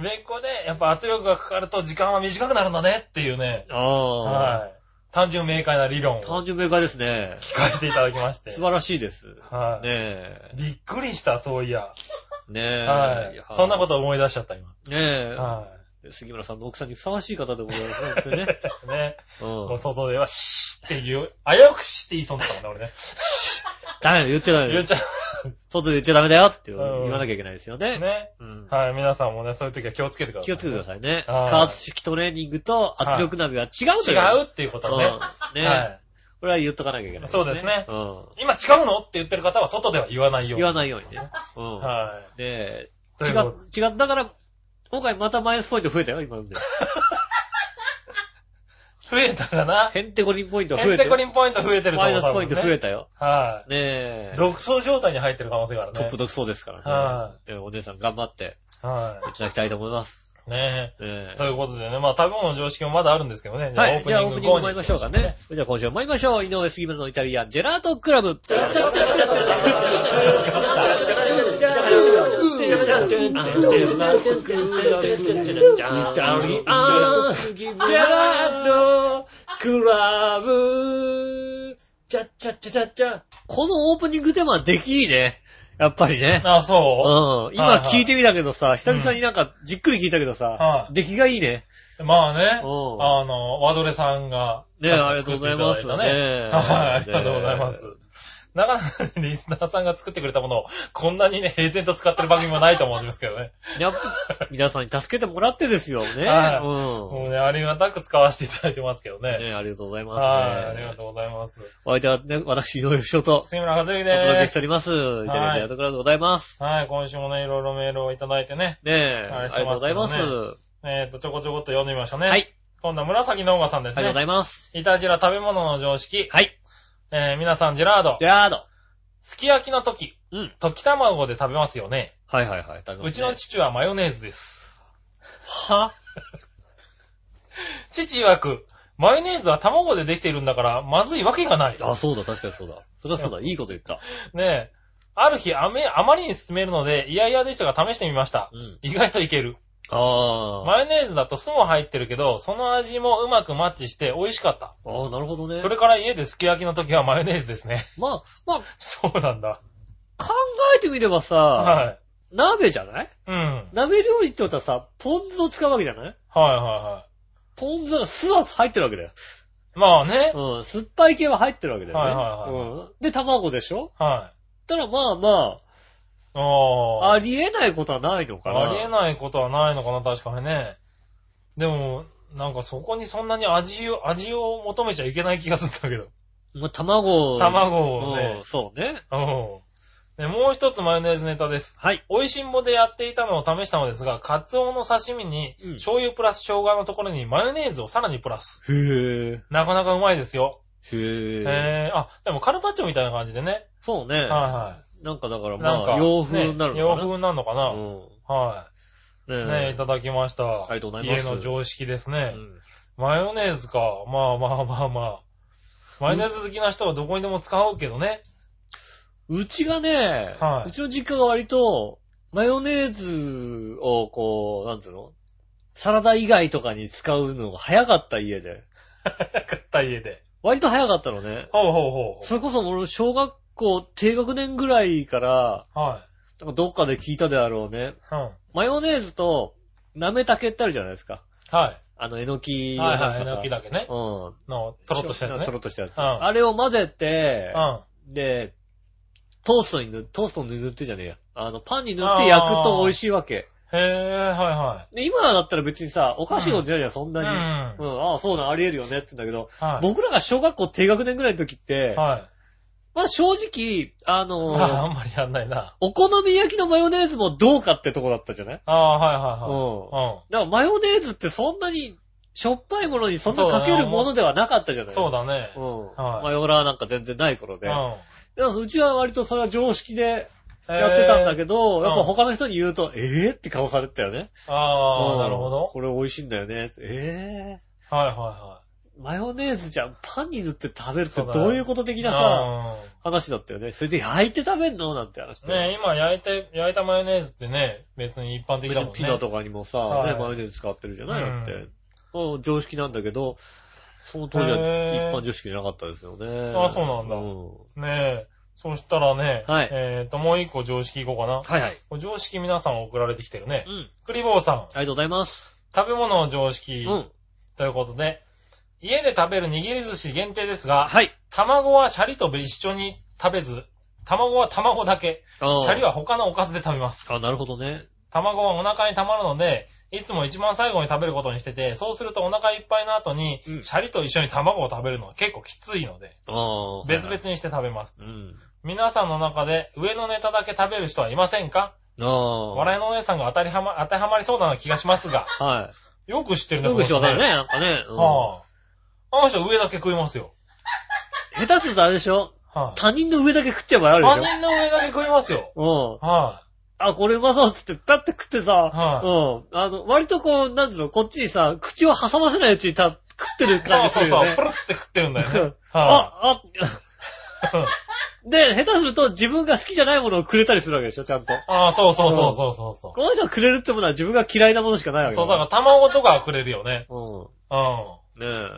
Speaker 3: 別個で、やっぱ圧力がかかると時間は短くなるんだねっていうね。
Speaker 2: ああ、
Speaker 3: はい。単純明快な理論を
Speaker 2: 単純明快ですね。
Speaker 3: 聞かせていただきま して。
Speaker 2: 素晴らしいです。ね
Speaker 3: はい。
Speaker 2: え。
Speaker 3: びっくりした、そういや。
Speaker 2: ねえ。。
Speaker 3: はい。そんなことと思い出しちゃった、今。
Speaker 2: ね
Speaker 3: は
Speaker 2: え。杉村さんの奥さんにふさわしい方でございますね。本当にね。
Speaker 3: い。ね。
Speaker 2: う。
Speaker 3: もうん外では、シーって言う。危うくシーって言いそうになったもんね、
Speaker 2: ダメだよ、言っちゃダメ
Speaker 3: 俺ね。
Speaker 2: だ
Speaker 3: 言っ
Speaker 2: よ。
Speaker 3: ちゃ
Speaker 2: 外で言っちゃダメだよって言
Speaker 3: うん
Speaker 2: わなきゃいけないですよね。
Speaker 3: う。ね。
Speaker 2: うん。
Speaker 3: はい。皆さんもね、そういう時は気をつけてください。
Speaker 2: 気をつけてくださいね。
Speaker 3: はい
Speaker 2: 加圧式トレーニングと圧力鍋は違うと
Speaker 3: 違う
Speaker 2: う
Speaker 3: っていうことね。
Speaker 2: うん。
Speaker 3: は
Speaker 2: ね
Speaker 3: い。
Speaker 2: これは言っとかなきゃいけない。
Speaker 3: そうですね
Speaker 2: うん。
Speaker 3: 今違うのって言ってる方は外では言わないように。
Speaker 2: 言わないようにね。うん。
Speaker 3: は
Speaker 2: で、
Speaker 3: い。
Speaker 2: 違
Speaker 3: というこ
Speaker 2: う、違う、だから、今回またマイナスポイント増えたよ、今 ので。
Speaker 3: とで増えたかな
Speaker 2: ヘンテコリンポイント増
Speaker 3: ヘ
Speaker 2: え
Speaker 3: ン
Speaker 2: て
Speaker 3: テコ
Speaker 2: る。
Speaker 3: リンポイント増えてると
Speaker 2: マイ
Speaker 3: 思う。
Speaker 2: ナスポイント増えたよ。
Speaker 3: た。は
Speaker 2: ねえ
Speaker 3: い。。独走状態に入ってる可能性があるね。
Speaker 2: トップ独走ですから
Speaker 3: は
Speaker 2: ね。でお姉さん頑張って
Speaker 3: はい
Speaker 2: ただきたいと思います。
Speaker 3: い。ね
Speaker 2: ね
Speaker 3: え。
Speaker 2: え
Speaker 3: ということでね、まあ食べ物の常識もまだあるんですけどね。
Speaker 2: はい、じゃあオープニング参
Speaker 3: 後
Speaker 2: り
Speaker 3: に
Speaker 2: ましょうかね。。じゃあ今週も参りましょう。井上杉村のイタリアンジェラートクラブ。ジェラートクラブちゃっちゃっちゃちゃっちゃ。このオープニングテーマできいいね。やっぱりね。
Speaker 3: あ、そう
Speaker 2: うん。
Speaker 3: は
Speaker 2: 今
Speaker 3: いはい
Speaker 2: 聞いてみたけどさ、久々になんかじっくり聞いたけどさ
Speaker 3: は、い
Speaker 2: 出来がいいね。
Speaker 3: まあ
Speaker 2: う
Speaker 3: ね、
Speaker 2: ん
Speaker 3: あの、ワドレさんが、
Speaker 2: ねありがとうございます
Speaker 3: 作ってただ
Speaker 2: ね
Speaker 3: たねはい、ありがとうございます。なかなかリスナーさんが作ってくれたものを、こんなにね、平然と使ってる番組もないと思うんですけどね。
Speaker 2: やっぱ皆さんに助けてもらってですよね。
Speaker 3: はい
Speaker 2: うん。
Speaker 3: もうね、ありがたく使わせていただいてますけどね。
Speaker 2: ねありがとうございますね。
Speaker 3: はい、ありがとうございます。
Speaker 2: お相手はね、私、井上翔と
Speaker 3: 杉村和之
Speaker 2: お届
Speaker 3: で
Speaker 2: けして
Speaker 3: す。
Speaker 2: おります。イタリアンでやってくれでございます。
Speaker 3: はい、今週もね、いろいろメールをいただいてね、
Speaker 2: ねえ、あ
Speaker 3: はい
Speaker 2: りがとうございます。
Speaker 3: してますけえっ、と、ちょこちょこっと読んでみましたね。
Speaker 2: はい。
Speaker 3: 今度は紫農家さんで
Speaker 2: あ
Speaker 3: す
Speaker 2: りがとうござ
Speaker 3: ね。
Speaker 2: います。
Speaker 3: イタジラ食べ物の常識。
Speaker 2: はい。
Speaker 3: えー、皆さん、ジェラード
Speaker 2: ジ。ェラード。
Speaker 3: すき焼きの時、
Speaker 2: うん。
Speaker 3: 溶き卵で食べますよね。
Speaker 2: はいはいはい。食べますね
Speaker 3: うちの父はマヨネーズです。
Speaker 2: は
Speaker 3: 父曰く、マヨネーズは卵でできているんだから、まずいわけがない。
Speaker 2: あ、そうだ、確かにそうだ。それはそうだ、いいこと言った。
Speaker 3: ねえ。ある日、あめ、あまりに進めるので、いやいやでしたが試してみました。
Speaker 2: うん。
Speaker 3: 意外といける。
Speaker 2: ああ。
Speaker 3: マヨネーズだと酢も入ってるけど、その味もうまくマッチして美味しかった。
Speaker 2: ああ、なるほどね。
Speaker 3: それから家ですき焼きの時はマヨネーズですね。
Speaker 2: まあ、まあ、
Speaker 3: そうなんだ。
Speaker 2: 考えてみればさ、
Speaker 3: はい。
Speaker 2: 鍋じゃない
Speaker 3: うん。はい
Speaker 2: 鍋料理ってことはさ、ポン酢を使うわけじゃない
Speaker 3: はいは
Speaker 2: ポン酢が酢は入ってるわけだよ。
Speaker 3: い。まあね。
Speaker 2: うん。酸っぱい系は入ってるわけだよね。
Speaker 3: はいはい
Speaker 2: うん。で、卵でしょ
Speaker 3: はい。
Speaker 2: たらまあま
Speaker 3: あ
Speaker 2: あ、
Speaker 3: あ。
Speaker 2: ありえないことはないのかな。
Speaker 3: ありえないことはないのかな、確かにね。でも、なんかそこにそんなに味を、味を求めちゃいけない気がするんだけど。
Speaker 2: まあ、卵を。
Speaker 3: 卵をね
Speaker 2: うん。そうね。
Speaker 3: うん。で、もう一つマヨネーズネタです。
Speaker 2: はい。
Speaker 3: 美味しんぼでやっていたのを試したのですが、カツオの刺身に
Speaker 2: うん
Speaker 3: 醤油プラス生姜のところにマヨネーズをさらにプラス。
Speaker 2: へぇ
Speaker 3: なかなかうまいですよ。
Speaker 2: ー。へぇー。
Speaker 3: へーあ、でもカルパッチョみたいな感じでね。
Speaker 2: そうね。
Speaker 3: は
Speaker 2: なんかだから
Speaker 3: いはい。なん
Speaker 2: ま
Speaker 3: か、
Speaker 2: あ、洋風になる
Speaker 3: ね
Speaker 2: の
Speaker 3: 洋
Speaker 2: かな。
Speaker 3: 風になるのかな。は
Speaker 2: 風。
Speaker 3: い。
Speaker 2: うん。
Speaker 3: ねいただきました。あ
Speaker 2: りがとうございます
Speaker 3: 家の常識です
Speaker 2: え
Speaker 3: ね
Speaker 2: う。ん
Speaker 3: マヨネーズか。まあまあまあまあ。マヨネーズ好きな人はどこにでも使うけどね。
Speaker 2: うちがね、
Speaker 3: はいう
Speaker 2: ちの実家が割と、マヨネーズをこう、なんつうのサラダ以外とかに使うのが早かった家で。
Speaker 3: なかった家で。
Speaker 2: 割と早かったのね。
Speaker 3: ほうほうほ
Speaker 2: それこそ俺、小学校低学年ぐらいから、
Speaker 3: う。は
Speaker 2: なんかどっかで聞いたであろうね。
Speaker 3: い。うん。
Speaker 2: マヨネーズと、なめたけってあるじゃないですか。
Speaker 3: は
Speaker 2: あの、えのき
Speaker 3: い。
Speaker 2: のな
Speaker 3: は
Speaker 2: んかさ
Speaker 3: いはい。えのきだけね。
Speaker 2: うん。
Speaker 3: の、とろっとしたやつね。
Speaker 2: とろっとしたやつ。
Speaker 3: うん
Speaker 2: あれを混ぜて、
Speaker 3: うん。
Speaker 2: で、トーストに塗、トーストに塗ってじゃねえや。あの、パンに塗って焼くと美味しいわけ。
Speaker 3: へえ、は
Speaker 2: で、今だったら別にさ、おかしいことじゃないじゃん、そん
Speaker 3: いはい。
Speaker 2: なに。
Speaker 3: う。
Speaker 2: うんん、ああ、そうなん、ありえるよねって言うんだけど、
Speaker 3: はい。
Speaker 2: 僕らが小学校低学年ぐらいの時って、
Speaker 3: は
Speaker 2: まあ正直、あ
Speaker 3: い。
Speaker 2: のー
Speaker 3: ああんまりやんないな。
Speaker 2: お好み焼きのマヨネーズもどうかってとこだったじゃない
Speaker 3: ああ、
Speaker 2: う
Speaker 3: は
Speaker 2: ん
Speaker 3: いはい。は
Speaker 2: だからマヨネーズってそんなに、しょっぱいものにそんなかけるものではなかったじゃ
Speaker 3: い。う。
Speaker 2: なんい
Speaker 3: そう
Speaker 2: だ。
Speaker 3: だね。
Speaker 2: う
Speaker 3: うん。
Speaker 2: ん。
Speaker 3: はい
Speaker 2: マヨラーなんか全然ない頃で。でもうちは割とそれは常識でや
Speaker 3: や
Speaker 2: ってたんだけど、
Speaker 3: へー
Speaker 2: やっぱ他の人に言うと、ええって顔されてたよね。
Speaker 3: あ
Speaker 2: う
Speaker 3: あ、
Speaker 2: ん
Speaker 3: なるほど。
Speaker 2: これ美味しいんだよね。ええ
Speaker 3: はいはいは
Speaker 2: マヨネーズじゃん、パンに塗って食べるって
Speaker 3: そうだ
Speaker 2: どういうこと的
Speaker 3: い。
Speaker 2: なさ、
Speaker 3: うん
Speaker 2: 話だったよね。それで焼いて食べんのなんて話
Speaker 3: ねえ
Speaker 2: ね。
Speaker 3: 今焼いて、焼いたマヨネーズってね、別に一般的だもんね。
Speaker 2: ピザとかにもさ、
Speaker 3: はい
Speaker 2: ね、マヨネーズ使ってるじゃないだっ
Speaker 3: う
Speaker 2: て。うん、常識なんだけど、その当時は
Speaker 3: へ
Speaker 2: 一
Speaker 3: ー
Speaker 2: 般常識じゃなかったですよね。
Speaker 3: あそうなんだねえ。そしたらね、
Speaker 2: はい
Speaker 3: えっ、と、もう一個常識いこうかな。
Speaker 2: はいはい。
Speaker 3: 常識皆さん送られてきてるね
Speaker 2: う。ん。
Speaker 3: クリボーさん、
Speaker 2: ありがとうございます。
Speaker 3: 食べ物の常
Speaker 2: う
Speaker 3: 識
Speaker 2: ん。
Speaker 3: ということで、家で食べる握り寿司限定ですが、
Speaker 2: はい。
Speaker 3: 卵はシャリと一緒に食べず、卵は卵だけ、
Speaker 2: シャ
Speaker 3: シャリは他のおかずで食べます。
Speaker 2: あ、なるほどね。
Speaker 3: 卵はお腹に溜まるので、いつも一番最後に食べることにしてて、そうするとお腹いっぱいの後に、
Speaker 2: うん
Speaker 3: シャリと一緒に卵を食べるのは結構きついので、
Speaker 2: ああ。
Speaker 3: 別々にして食べます。
Speaker 2: はいはい。うん。
Speaker 3: 皆さんの中で上のネタだけ食べる人はいませんか
Speaker 2: ああ。
Speaker 3: 笑いのお姉さんが当たりはま、当てはまりそうな気がしますが、
Speaker 2: は
Speaker 3: よく知ってる
Speaker 2: い。
Speaker 3: ね、
Speaker 2: よくしてわかるね、
Speaker 3: こ
Speaker 2: なんかね。うん
Speaker 3: の人ね。はあ。あの人上だけ食いますよ。
Speaker 2: 下手するとあれでしょ
Speaker 3: はい、
Speaker 2: 他人の上だけ食っちゃう場合あるでし
Speaker 3: 他人の上だけ食いますよ。
Speaker 2: ょうん。
Speaker 3: は
Speaker 2: あ、これうまそうっつって、だって食ってさ、
Speaker 3: はい
Speaker 2: うん。あの、割とこう、なんていうの、こっちにさ、口を挟ませないうちにた食ってる
Speaker 3: い、そ
Speaker 2: 感
Speaker 3: う
Speaker 2: じす
Speaker 3: そう
Speaker 2: る
Speaker 3: そ
Speaker 2: よ
Speaker 3: う、
Speaker 2: ね
Speaker 3: プ。ルって食ってるん だよね。はい、
Speaker 2: あ、あ、で、下手すると自分が好きじゃないものをくれたりするわけでしょ、ちゃんと。
Speaker 3: ああ、そうそうそうそうそうそう。
Speaker 2: この人がくれるってものは自分が嫌いなものしかないわけ
Speaker 3: そう、だから
Speaker 2: か
Speaker 3: 卵とかはくれるよね。
Speaker 2: ら。うん。
Speaker 3: うん。
Speaker 2: ね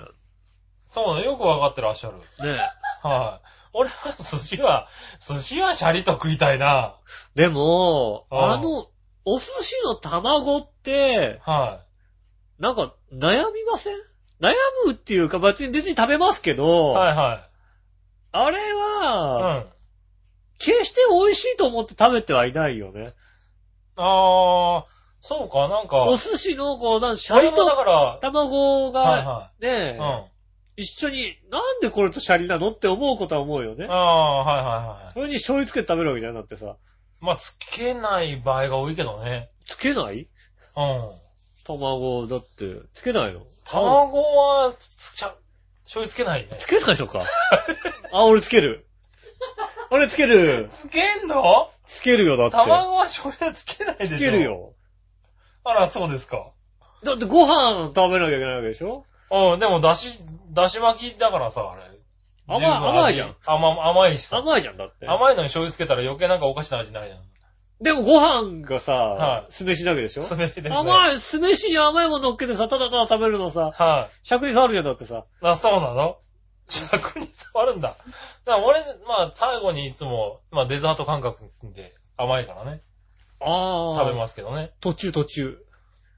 Speaker 3: そうだ、よくわかってらっしゃる。はい、
Speaker 2: え。ねえ。
Speaker 3: はい。俺は寿司は、寿司はシャリと食いたいな。
Speaker 2: でも、
Speaker 3: ああ
Speaker 2: あの、お寿司の卵って、
Speaker 3: は
Speaker 2: なんか悩みません悩むっていうか別に別に食べますけど、
Speaker 3: い。はいは
Speaker 2: あれ
Speaker 3: い。うん。
Speaker 2: は、
Speaker 3: あ
Speaker 2: 決して美味しいと思って食べてはいないよね。
Speaker 3: あー、そうか、なんか。
Speaker 2: お寿司のこう、なんシャ
Speaker 3: 割
Speaker 2: リ
Speaker 3: とだ
Speaker 2: と
Speaker 3: から、は
Speaker 2: 卵
Speaker 3: い
Speaker 2: が
Speaker 3: は
Speaker 2: ね
Speaker 3: い。うん。あ
Speaker 2: 一緒に、なんでこれとシャリなのって思うことは思うよね。
Speaker 3: あー、はいはいは
Speaker 2: それに醤油つけて食べるわけじゃなくてさ、
Speaker 3: い。まあ、つけない場合が多いけどね。
Speaker 2: つけない
Speaker 3: うん。
Speaker 2: 卵、だって、つけないの
Speaker 3: 卵は、つちゃ、醤油つけないね。
Speaker 2: つけるでしょう かあ、俺つける。俺つける。
Speaker 3: つけんの
Speaker 2: つけるよ、だって。
Speaker 3: 卵は醤油つけないでしょ。
Speaker 2: つける。よ。
Speaker 3: あら、そうですか。
Speaker 2: だってご飯食べなきゃいけないわけでしょ
Speaker 3: うん、でも、だし、だし巻きだからさ、あれ。
Speaker 2: 甘い
Speaker 3: 十分味
Speaker 2: 甘いじゃん。
Speaker 3: 甘、甘いしさ。
Speaker 2: 甘いじゃん、だって。
Speaker 3: 甘いのに醤油つけたら余計なんかおかしな味になるじゃん。
Speaker 2: でもご飯がさ、
Speaker 3: はい
Speaker 2: 酢飯なわけでしょ
Speaker 3: 酢飯ですね。い
Speaker 2: 甘い、酢飯に甘いもの乗っけてさ、ただただ食べるのさ、
Speaker 3: は
Speaker 2: 尺に触るじゃんだってさ。
Speaker 3: い。あ、そうなの尺に触るんだ。だから俺、まあ、最後にいつも、まあ、デザート感覚で甘いからね。
Speaker 2: あ
Speaker 3: 食べ
Speaker 2: 食べます。
Speaker 3: ますけどね。
Speaker 2: 途中途中。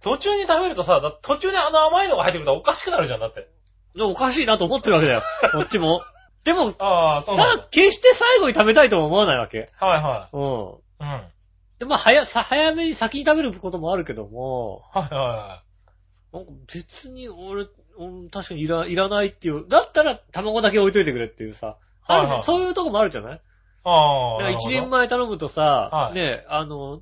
Speaker 3: 途中に食べるとさ、だ途中であの甘いのが入ってくるとおかしくなるじゃん、だって。
Speaker 2: でもおかしいなと思ってるわけ だよ。こっちも。でも、
Speaker 3: ああ、そうな
Speaker 2: た
Speaker 3: ん
Speaker 2: だ
Speaker 3: だ。
Speaker 2: 決して最後に食べたいとは思わないわけ。
Speaker 3: はいは
Speaker 2: うん。
Speaker 3: い。うん。はい
Speaker 2: で、まあ、早、さ早めに先に食べることもあるけども、
Speaker 3: はいは
Speaker 2: なんか別に俺、うん確かにいらいらないっていう。だったら卵だけ置いといてくれっていうさ。あるじゃん
Speaker 3: はいはい
Speaker 2: そういうとこもあるじゃない
Speaker 3: い。あ
Speaker 2: だ
Speaker 3: あ。
Speaker 2: から一人
Speaker 3: 前。
Speaker 2: 前頼むとさ
Speaker 3: は、い
Speaker 2: ね、あの、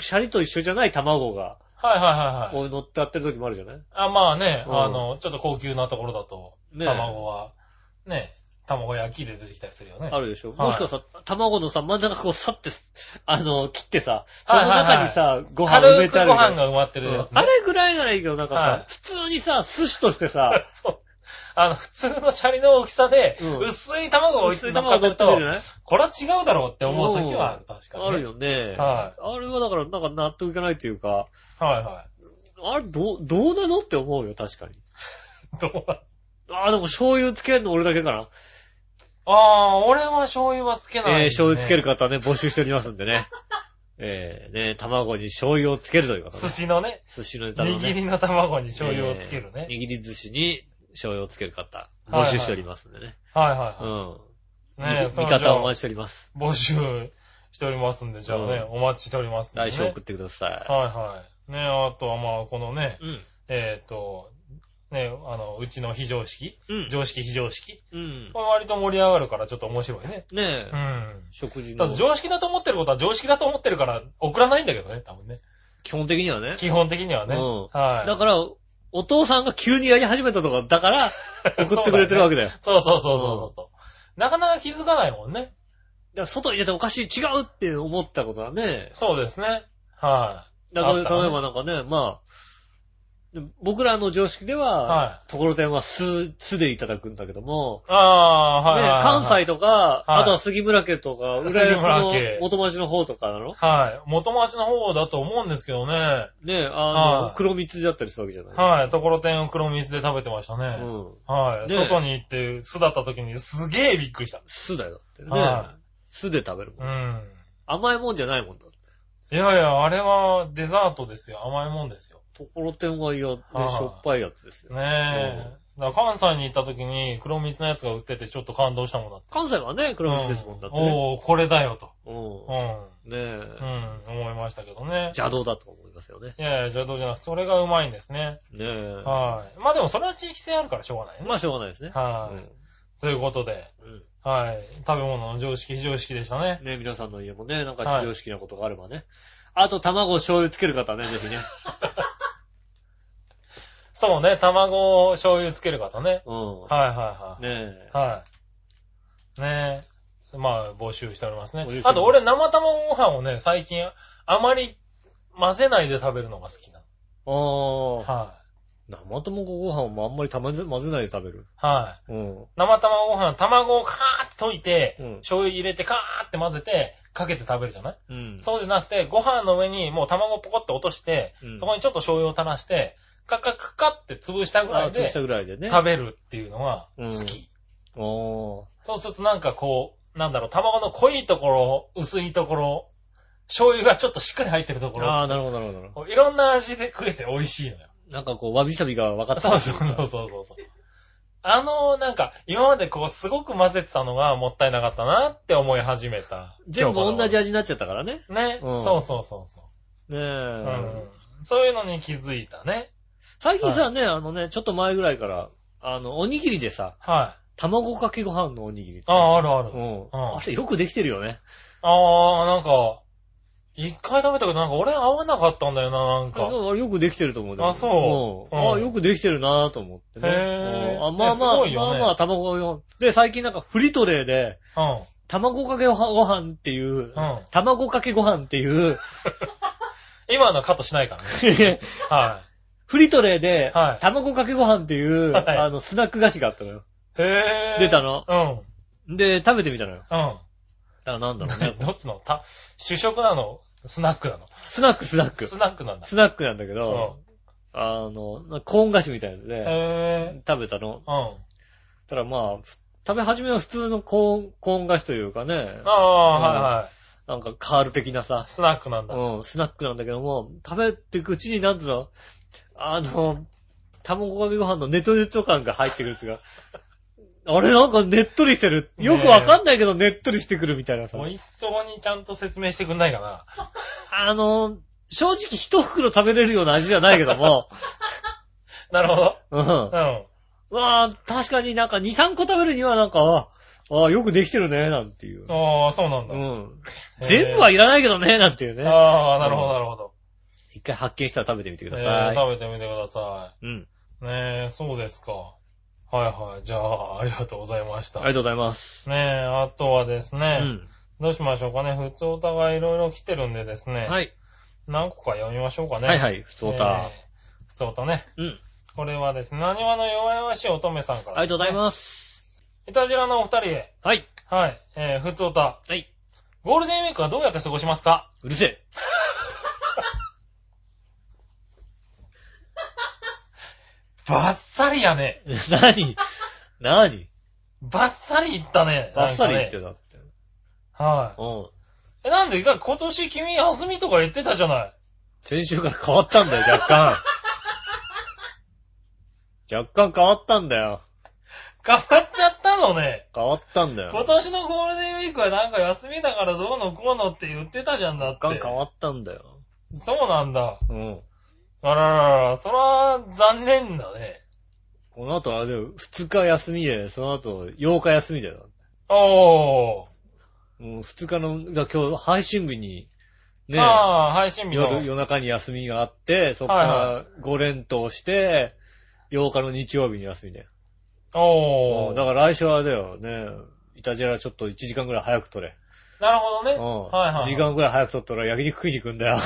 Speaker 2: シャリと一緒じゃない卵が、
Speaker 3: はいはいはいはい。
Speaker 2: こう乗ってあってる時もあるじゃない
Speaker 3: あ、まあね、
Speaker 2: うん
Speaker 3: あの、ちょっと高級なところだと、
Speaker 2: ね
Speaker 3: 卵は、ね、卵焼きで出てきたりするよね。
Speaker 2: あるでしょ、
Speaker 3: はい
Speaker 2: もしくはさ、卵のさ、真ん中こうさって、あの、切ってさ、そ
Speaker 3: はい
Speaker 2: の
Speaker 3: はいはい
Speaker 2: 中にさ、ご飯埋め
Speaker 3: 軽く
Speaker 2: て
Speaker 3: ご
Speaker 2: あるじゃん
Speaker 3: 飯が埋まってる
Speaker 2: う
Speaker 3: や
Speaker 2: ん
Speaker 3: つね。
Speaker 2: あれぐらいならいいけど、なんかさ、
Speaker 3: はい、
Speaker 2: 普通にさ、寿司としてさ
Speaker 3: そう。あの、普通のシャリの大きさで
Speaker 2: うん、
Speaker 3: 薄い卵を置い
Speaker 2: 薄
Speaker 3: て
Speaker 2: い
Speaker 3: 乗っか
Speaker 2: 卵
Speaker 3: って
Speaker 2: 取
Speaker 3: る
Speaker 2: ってみるじ
Speaker 3: と、
Speaker 2: ゃない
Speaker 3: これは違うだろうって思う時はある、確かに
Speaker 2: あ
Speaker 3: ね。
Speaker 2: るよね。
Speaker 3: は
Speaker 2: あれはだから、なんか納得いかないというか、
Speaker 3: はいは
Speaker 2: あれ、どう、どうなのって思うよ、確かに。
Speaker 3: い。どうだ
Speaker 2: ああ、でも醤油つけるの俺だけかな。
Speaker 3: ああー、俺は醤油はつけない、
Speaker 2: えー、醤油つける。方ね、募集しておりますんでね。 えー、ね、卵に醤油をつけるという方ね
Speaker 3: 寿司のね、
Speaker 2: 寿司のネタのね。
Speaker 3: 握りの卵に醤油をつけるね。
Speaker 2: えー握り寿司に醤油をつける方、
Speaker 3: はいは
Speaker 2: 募
Speaker 3: い
Speaker 2: 集しておりますんでね。
Speaker 3: はいは
Speaker 2: う
Speaker 3: い
Speaker 2: ん。
Speaker 3: はい。ね
Speaker 2: 見
Speaker 3: そ
Speaker 2: 見
Speaker 3: れじゃあ
Speaker 2: 方をお待ちしております。
Speaker 3: 募集しておりますんで、じゃあね、
Speaker 2: う
Speaker 3: お待ちしておりますんで、ね。
Speaker 2: 来週送ってくださ
Speaker 3: はいはい。ね、あとはまあ、このね
Speaker 2: い。、うん。
Speaker 3: えっ、と、ね、あの、うちの非常識、
Speaker 2: うん。
Speaker 3: 常識非常識。
Speaker 2: うん
Speaker 3: こ。れ割と盛り上がるからちょっと面白いね。
Speaker 2: ねえ
Speaker 3: う、ん。
Speaker 2: 食事
Speaker 3: た
Speaker 2: の
Speaker 3: だ。常識だと思ってることは常識だと思ってるから送らないんだけどね、多分ね。
Speaker 2: 基本的にはね。
Speaker 3: 基本的にはね。
Speaker 2: うん
Speaker 3: はい。
Speaker 2: だから、お父さんが急にやり始めたとか、だ から、送ってくれてるわけだよ。だ
Speaker 3: そうそうそうそうそうそう、なかなか気づかないもんね。
Speaker 2: から外入れておかしい、違うって思ったことはね。
Speaker 3: そうですね。は
Speaker 2: だから、
Speaker 3: あったね
Speaker 2: 例えばなんかね、まあ、で僕らの常識で
Speaker 3: い。
Speaker 2: は、
Speaker 3: は
Speaker 2: ところてんは酢、酢でいただくんだけども、
Speaker 3: い。ああ、はいはい
Speaker 2: ね
Speaker 3: はい、
Speaker 2: 関西とか、
Speaker 3: はい
Speaker 2: あとは杉村家とか、浦
Speaker 3: 杉
Speaker 2: 安の
Speaker 3: 村家
Speaker 2: 元町の方とかなの
Speaker 3: はい。元町の方だと思うんですけどね。
Speaker 2: ねえ、あ
Speaker 3: は
Speaker 2: の、
Speaker 3: い
Speaker 2: 黒蜜だったりするわけじゃない
Speaker 3: はい。ところてんを黒蜜で食べてましたね。
Speaker 2: うん。
Speaker 3: はい。
Speaker 2: ね
Speaker 3: 外に行って酢だった時にすげえびっくりした。
Speaker 2: 酢だよ、だって
Speaker 3: は
Speaker 2: ね。酢で食べるも。
Speaker 3: うんん。
Speaker 2: 甘いもんじゃないもんだ。
Speaker 3: いやいや、あれはデザートですよ。甘いもんですよ。
Speaker 2: ところてんは嫌で、し
Speaker 3: はい
Speaker 2: ょっぱいやつですよ。
Speaker 3: ねえ。だから関西に行った時に黒蜜のやつが売っててちょっと感動したもんだって。
Speaker 2: 関西はね、黒蜜ですもんだってね。
Speaker 3: おおーこれだよと。
Speaker 2: う。
Speaker 3: うんん。
Speaker 2: ねえ
Speaker 3: う、ん、思いましたけどね。
Speaker 2: 邪道だと思いますよね。
Speaker 3: いやいや、邪道じゃなくて、それがうまいんですね。
Speaker 2: ねえ。
Speaker 3: はい。まあでもそれは地域性あるからしょうがないね。
Speaker 2: まあ、しょうがないですね。
Speaker 3: は
Speaker 2: う
Speaker 3: い
Speaker 2: ん。
Speaker 3: ということで、
Speaker 2: うん
Speaker 3: はい。食べ物の常識、非常識でしたね。
Speaker 2: ねえ、皆さんの家もね、なんか非常識なことがあればね。あと、卵を醤油つける方ね、ぜひね。
Speaker 3: そうね、卵を醤油つける方ね。
Speaker 2: う
Speaker 3: はいはいは
Speaker 2: ん。
Speaker 3: い。
Speaker 2: ねえ。
Speaker 3: はい。ねえ。まあ、募集しておりますね
Speaker 2: 募集しておりま。す
Speaker 3: あと、俺、生卵ご飯をね、最近、あまり混ぜないで食べるのが好きなの。
Speaker 2: ああ。
Speaker 3: は
Speaker 2: 生卵ご飯もあんまりたまぜ混ぜないで食べる。
Speaker 3: い。はい。
Speaker 2: うん。
Speaker 3: 生卵ご飯、卵をカーって溶いて、
Speaker 2: うん
Speaker 3: 醤油入れてカーって混ぜて、かけて食べるじゃない
Speaker 2: うん。
Speaker 3: そうでなくて、ご飯の上にもう卵をポコって落として、
Speaker 2: うん
Speaker 3: そこにちょっと醤油を垂らして、カッカッカッカッって潰したぐらい
Speaker 2: あ潰
Speaker 3: で
Speaker 2: したぐらいでね。
Speaker 3: 食べるっていうのが好き。
Speaker 2: おー。
Speaker 3: そうするとなんかこう、なんだろう、卵の濃いところ、薄いところ、醤油がちょっとしっかり入ってるところ、
Speaker 2: ああ、なるほど、なるほどなるほ
Speaker 3: いろんな味で食えて美味しいのよ。
Speaker 2: ど。なんかこう、わびさびが分かった。
Speaker 3: そうそうそうそうそうそう。あの、なんか、今までこう、すごく混ぜてたのがもったいなかったなって思い始めた。
Speaker 2: 全部同じ
Speaker 3: ね。
Speaker 2: 味になっちゃったからね。うん
Speaker 3: そうそうそうそ
Speaker 2: ねえ、
Speaker 3: う、うん。そういうのに気づいたね。
Speaker 2: 最近さ、ね、あのね、ちょっと前ぐらいから、あの、おにぎりでさ、
Speaker 3: はい。
Speaker 2: 卵かけご飯のおにぎり。
Speaker 3: ああ、あるある。
Speaker 2: うん。
Speaker 3: ん
Speaker 2: あれよくできてるよね。
Speaker 3: ああ、なんか、一回食べたけど、なんか俺合わなかったんだよな、なん
Speaker 2: あれ
Speaker 3: か。
Speaker 2: あれよくできてると思う。でも
Speaker 3: あそう
Speaker 2: うん
Speaker 3: うん
Speaker 2: ああ、よくできてるなぁと思ってね。
Speaker 3: へー
Speaker 2: うんあ、まあ
Speaker 3: ねす
Speaker 2: まあ、
Speaker 3: ごい
Speaker 2: ま
Speaker 3: よ
Speaker 2: あ
Speaker 3: ね
Speaker 2: まあ、卵かけご飯。で、最近なんかフリトレーで、
Speaker 3: うん。
Speaker 2: 卵かけご飯っていう、
Speaker 3: うん
Speaker 2: 卵かけご飯っていう、
Speaker 3: 今のはカットしないからね。は
Speaker 2: フリトレーで、
Speaker 3: はい
Speaker 2: 卵かけご飯っていう、
Speaker 3: はい
Speaker 2: あの、スナック菓子があったのよ。
Speaker 3: い。へぇー。
Speaker 2: 出たの
Speaker 3: うん。
Speaker 2: で、食べてみたのよ。
Speaker 3: うん。
Speaker 2: あなんだろう ね。
Speaker 3: どっちのた主食なのスナックなの
Speaker 2: スナック、スナック。
Speaker 3: スナックなんだ。
Speaker 2: スナックなんだけ
Speaker 3: う
Speaker 2: ど、あの、なコーン菓子みたいなの
Speaker 3: ん。
Speaker 2: で、
Speaker 3: へ
Speaker 2: 食べたの。
Speaker 3: ぇー。うん。
Speaker 2: ただまあ、ふ食べ始めは普通のコーン、コーン菓子というかね、
Speaker 3: ああ、はいはい。
Speaker 2: なんかカール的なさ、
Speaker 3: スナックなんだ。うん。
Speaker 2: うん、スナックなんだけども、食べていくうちになんつうの、あの、卵かけご飯のネトネト感が入ってくるやつが、あれなんかねっとりしてる。よくわかんないけどねっとりしてくるみたいなさ。
Speaker 3: 美味しそうにちゃんと説明してくんないかな。
Speaker 2: あの、正直一袋食べれるような味じゃないけども、
Speaker 3: なるほど。
Speaker 2: うん。
Speaker 3: うん。
Speaker 2: わあ、確かになんか2、3個食べるにはなんか、ああ、よくできてるね、なんていう。
Speaker 3: ああ、そうなんだ。
Speaker 2: うん。
Speaker 3: へー
Speaker 2: 全部はいらないけどね、なんていうね。
Speaker 3: ああ、なるほど、なるほど。
Speaker 2: 一回発見したら食べてみてくだ
Speaker 3: え
Speaker 2: さ
Speaker 3: ー
Speaker 2: い。
Speaker 3: 食べてみてくださ
Speaker 2: うん。
Speaker 3: い。ねえ、そうですか。はいはい。じゃあ、ありがとうございまし
Speaker 2: あ
Speaker 3: た。
Speaker 2: りがとうございます。
Speaker 3: ねえ、あとはです
Speaker 2: う
Speaker 3: ね、
Speaker 2: ん。
Speaker 3: どうしましょうかね。普通お互いいろいろ来てるんでですね、
Speaker 2: はい。
Speaker 3: 何個か読みましょうかね。。
Speaker 2: はいはいい、普通た。
Speaker 3: 普通おたね。
Speaker 2: うん。
Speaker 3: これはですね、何話の弱々しい乙女さんから、
Speaker 2: ありがとうござい
Speaker 3: すね。
Speaker 2: ます。
Speaker 3: いたじらのお二人へ。
Speaker 2: はい。
Speaker 3: はい。えー、普通おた。
Speaker 2: はい。
Speaker 3: ゴールデンウィークはどうやって過ごしますか
Speaker 2: うるせえ。
Speaker 3: バッサリやね。
Speaker 2: 何何
Speaker 3: バッサリ言ったね。
Speaker 2: バッサリ言って
Speaker 3: る。
Speaker 2: たって。
Speaker 3: はい。
Speaker 2: うん。
Speaker 3: え、なんでだから今年君休みとか言ってたじゃない。
Speaker 2: 先週から変わったんだよ、若干。 若干変わったんだよ。
Speaker 3: 変わっちゃったのね。
Speaker 2: 変わったんだよ。
Speaker 3: 今年のゴールデンウィークはなんか休みだからどうのこうのって言ってたじゃんだって。
Speaker 2: 若干変わったんだよ。
Speaker 3: そうなんだ。
Speaker 2: うん。
Speaker 3: あらららら、そら、残念だね。
Speaker 2: この後あれだよ、2日休みで、その後8日休みだよ。
Speaker 3: おー。
Speaker 2: もう2日の、だから今日配信日に、ね、
Speaker 3: ああ、配信日の。
Speaker 2: 夜、夜中に休みがあって、そこから5連投して、8日の日曜日に休みだよ。
Speaker 3: お
Speaker 2: う
Speaker 3: ー。
Speaker 2: んだから来週はあれだよ、ね、イタジェラちょっと1時間ぐらい早く取れ。
Speaker 3: なるほどね。
Speaker 2: うん。
Speaker 3: はいはい。
Speaker 2: 1時。間ぐらい早く取ったら焼肉食いに行くんだよ。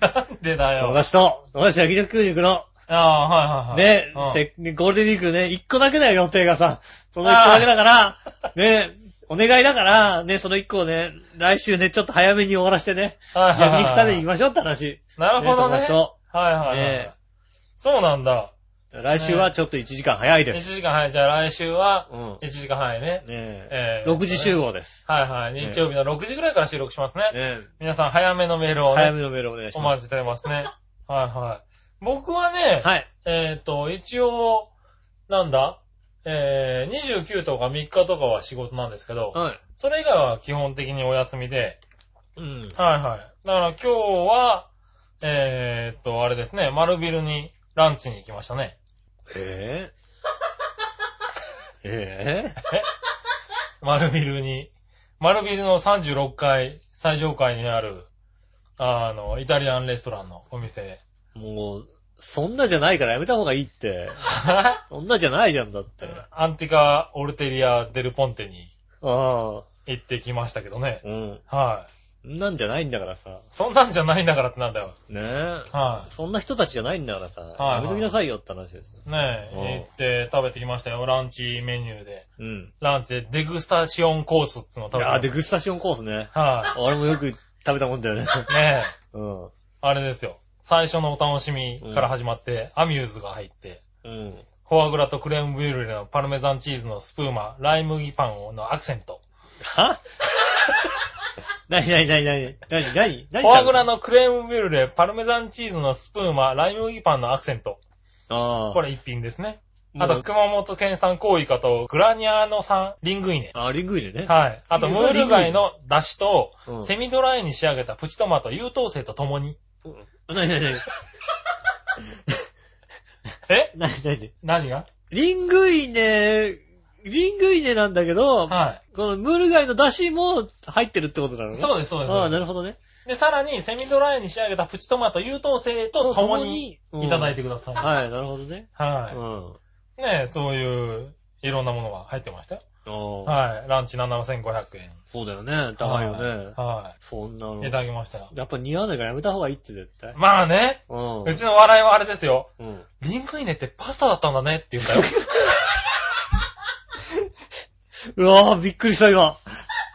Speaker 3: なんでだ
Speaker 2: 友
Speaker 3: よ。
Speaker 2: 達と、友達と焼肉食いに行くの。
Speaker 3: ああ、はいはい
Speaker 2: ね
Speaker 3: はい。、
Speaker 2: せっゴールデンウィークね、1個だけだよ、予定がさ。その1個だけだから、ね、お願いだから、ね、その1個をね、来週ね、ちょっと早めに終わらしてね、
Speaker 3: うんはいはい
Speaker 2: 焼
Speaker 3: はい
Speaker 2: 肉食べに行きましょうって話。
Speaker 3: なるほどね。
Speaker 2: ね
Speaker 3: はい
Speaker 2: 友
Speaker 3: はいはい、
Speaker 2: ね
Speaker 3: そうなんだ。
Speaker 2: 達と来週はちょっと1時間早いで
Speaker 3: 1
Speaker 2: す。
Speaker 3: 時間早い。じゃあ来週は
Speaker 2: う、ん。
Speaker 3: 1時間早いね。
Speaker 2: ね
Speaker 3: えー
Speaker 2: 6時集合です。
Speaker 3: はいはい。
Speaker 2: ね
Speaker 3: 日曜日の6時ぐらいから収録しますね。
Speaker 2: ね
Speaker 3: 皆さん早めのメールを
Speaker 2: 早
Speaker 3: ね、
Speaker 2: めのメールお願いし
Speaker 3: お
Speaker 2: ま
Speaker 3: 待ちしておりま すね。はいはい。僕はね
Speaker 2: す。、はい。
Speaker 3: えっ、と、一応、なんだ、えー、29とか3日とかは仕事なんですけど、
Speaker 2: はい。
Speaker 3: それ以外は基本的にお休みで、
Speaker 2: うん。
Speaker 3: はいはい。だから今日は、えっ、と、あれですね、丸ビルにランチに行きましたね。
Speaker 2: えぇ、えぇ、
Speaker 3: 丸ビルに、丸ビルの36階、最上階にある、あの、イタリアンレストランのお店。
Speaker 2: もう、そんなじゃないからやめた方がいいっ て。そんなじゃないじゃんだって。
Speaker 3: アンティカ・オルテリア・デル・ポンテに
Speaker 2: ああ。
Speaker 3: 行ってきましたけどね。
Speaker 2: うん。
Speaker 3: はい。
Speaker 2: なんじゃないんだからさ。
Speaker 3: そんなんじゃないんだからってなんだよ。
Speaker 2: ねえ。
Speaker 3: は
Speaker 2: そんな人たちじゃないんだからさ。
Speaker 3: いはい
Speaker 2: やめときなさいよって話ですよ。
Speaker 3: い。ねえ、行って食べてきましたよ。ランチメニューで。
Speaker 2: うん。
Speaker 3: ランチでデグスタシオンコースっていうのを食べてきま
Speaker 2: あ、
Speaker 3: し
Speaker 2: デグスタションコースね。
Speaker 3: た。は
Speaker 2: 俺もよく食べたもんだよ ね。
Speaker 3: い。ねえ、
Speaker 2: うん。
Speaker 3: あれですよ。最初のお楽しみから始まって、アミューズが入って、
Speaker 2: うん。
Speaker 3: フォアグラとクレームブリュレのパルメザンチーズのスプーマ、ライ麦パンのアクセント。
Speaker 2: はなになになになになになに
Speaker 3: フ
Speaker 2: なに
Speaker 3: ォアグラのクレームブリュレ、パルメザンチーズのスプーマ、ライ麦パンのアクセント。
Speaker 2: ああ。
Speaker 3: これ一品ですね。
Speaker 2: もう、
Speaker 3: あと、熊本県産コウイカとグラニャーノ産リングイネ。
Speaker 2: あ、リングイネね。
Speaker 3: はい。あと、ムール貝の出汁と
Speaker 2: うん、
Speaker 3: セミドライに仕上げたプチトマト優等生と共に。
Speaker 2: い。なになにな に
Speaker 3: え
Speaker 2: なになに
Speaker 3: 何が
Speaker 2: リングイネ、リングイネなんだけど、
Speaker 3: は
Speaker 2: このムール貝の出汁も入ってるってことなの
Speaker 3: い。
Speaker 2: ね。
Speaker 3: そうです、そうです。
Speaker 2: ああ、なるほどね。
Speaker 3: で、さらに、セミドライに仕上げたプチトマト優等生と共にいただいてください。
Speaker 2: うんはい、なるほどね。う
Speaker 3: は
Speaker 2: ん。
Speaker 3: い。ねえそういう、いろんなものが入ってましたよ。
Speaker 2: ああ、
Speaker 3: はい。ランチ7500円。
Speaker 2: そうだよね。高いよね。
Speaker 3: は
Speaker 2: そんなの
Speaker 3: い。い。ただきましたよ。
Speaker 2: やっぱ似合わないからやめた方がいいって絶対。
Speaker 3: まあね、
Speaker 2: うん。
Speaker 3: うちの笑いはあれですよ。
Speaker 2: うん。
Speaker 3: リングイネってパスタだったんだねって言った よ。
Speaker 2: うわぁ、びっくりした、今。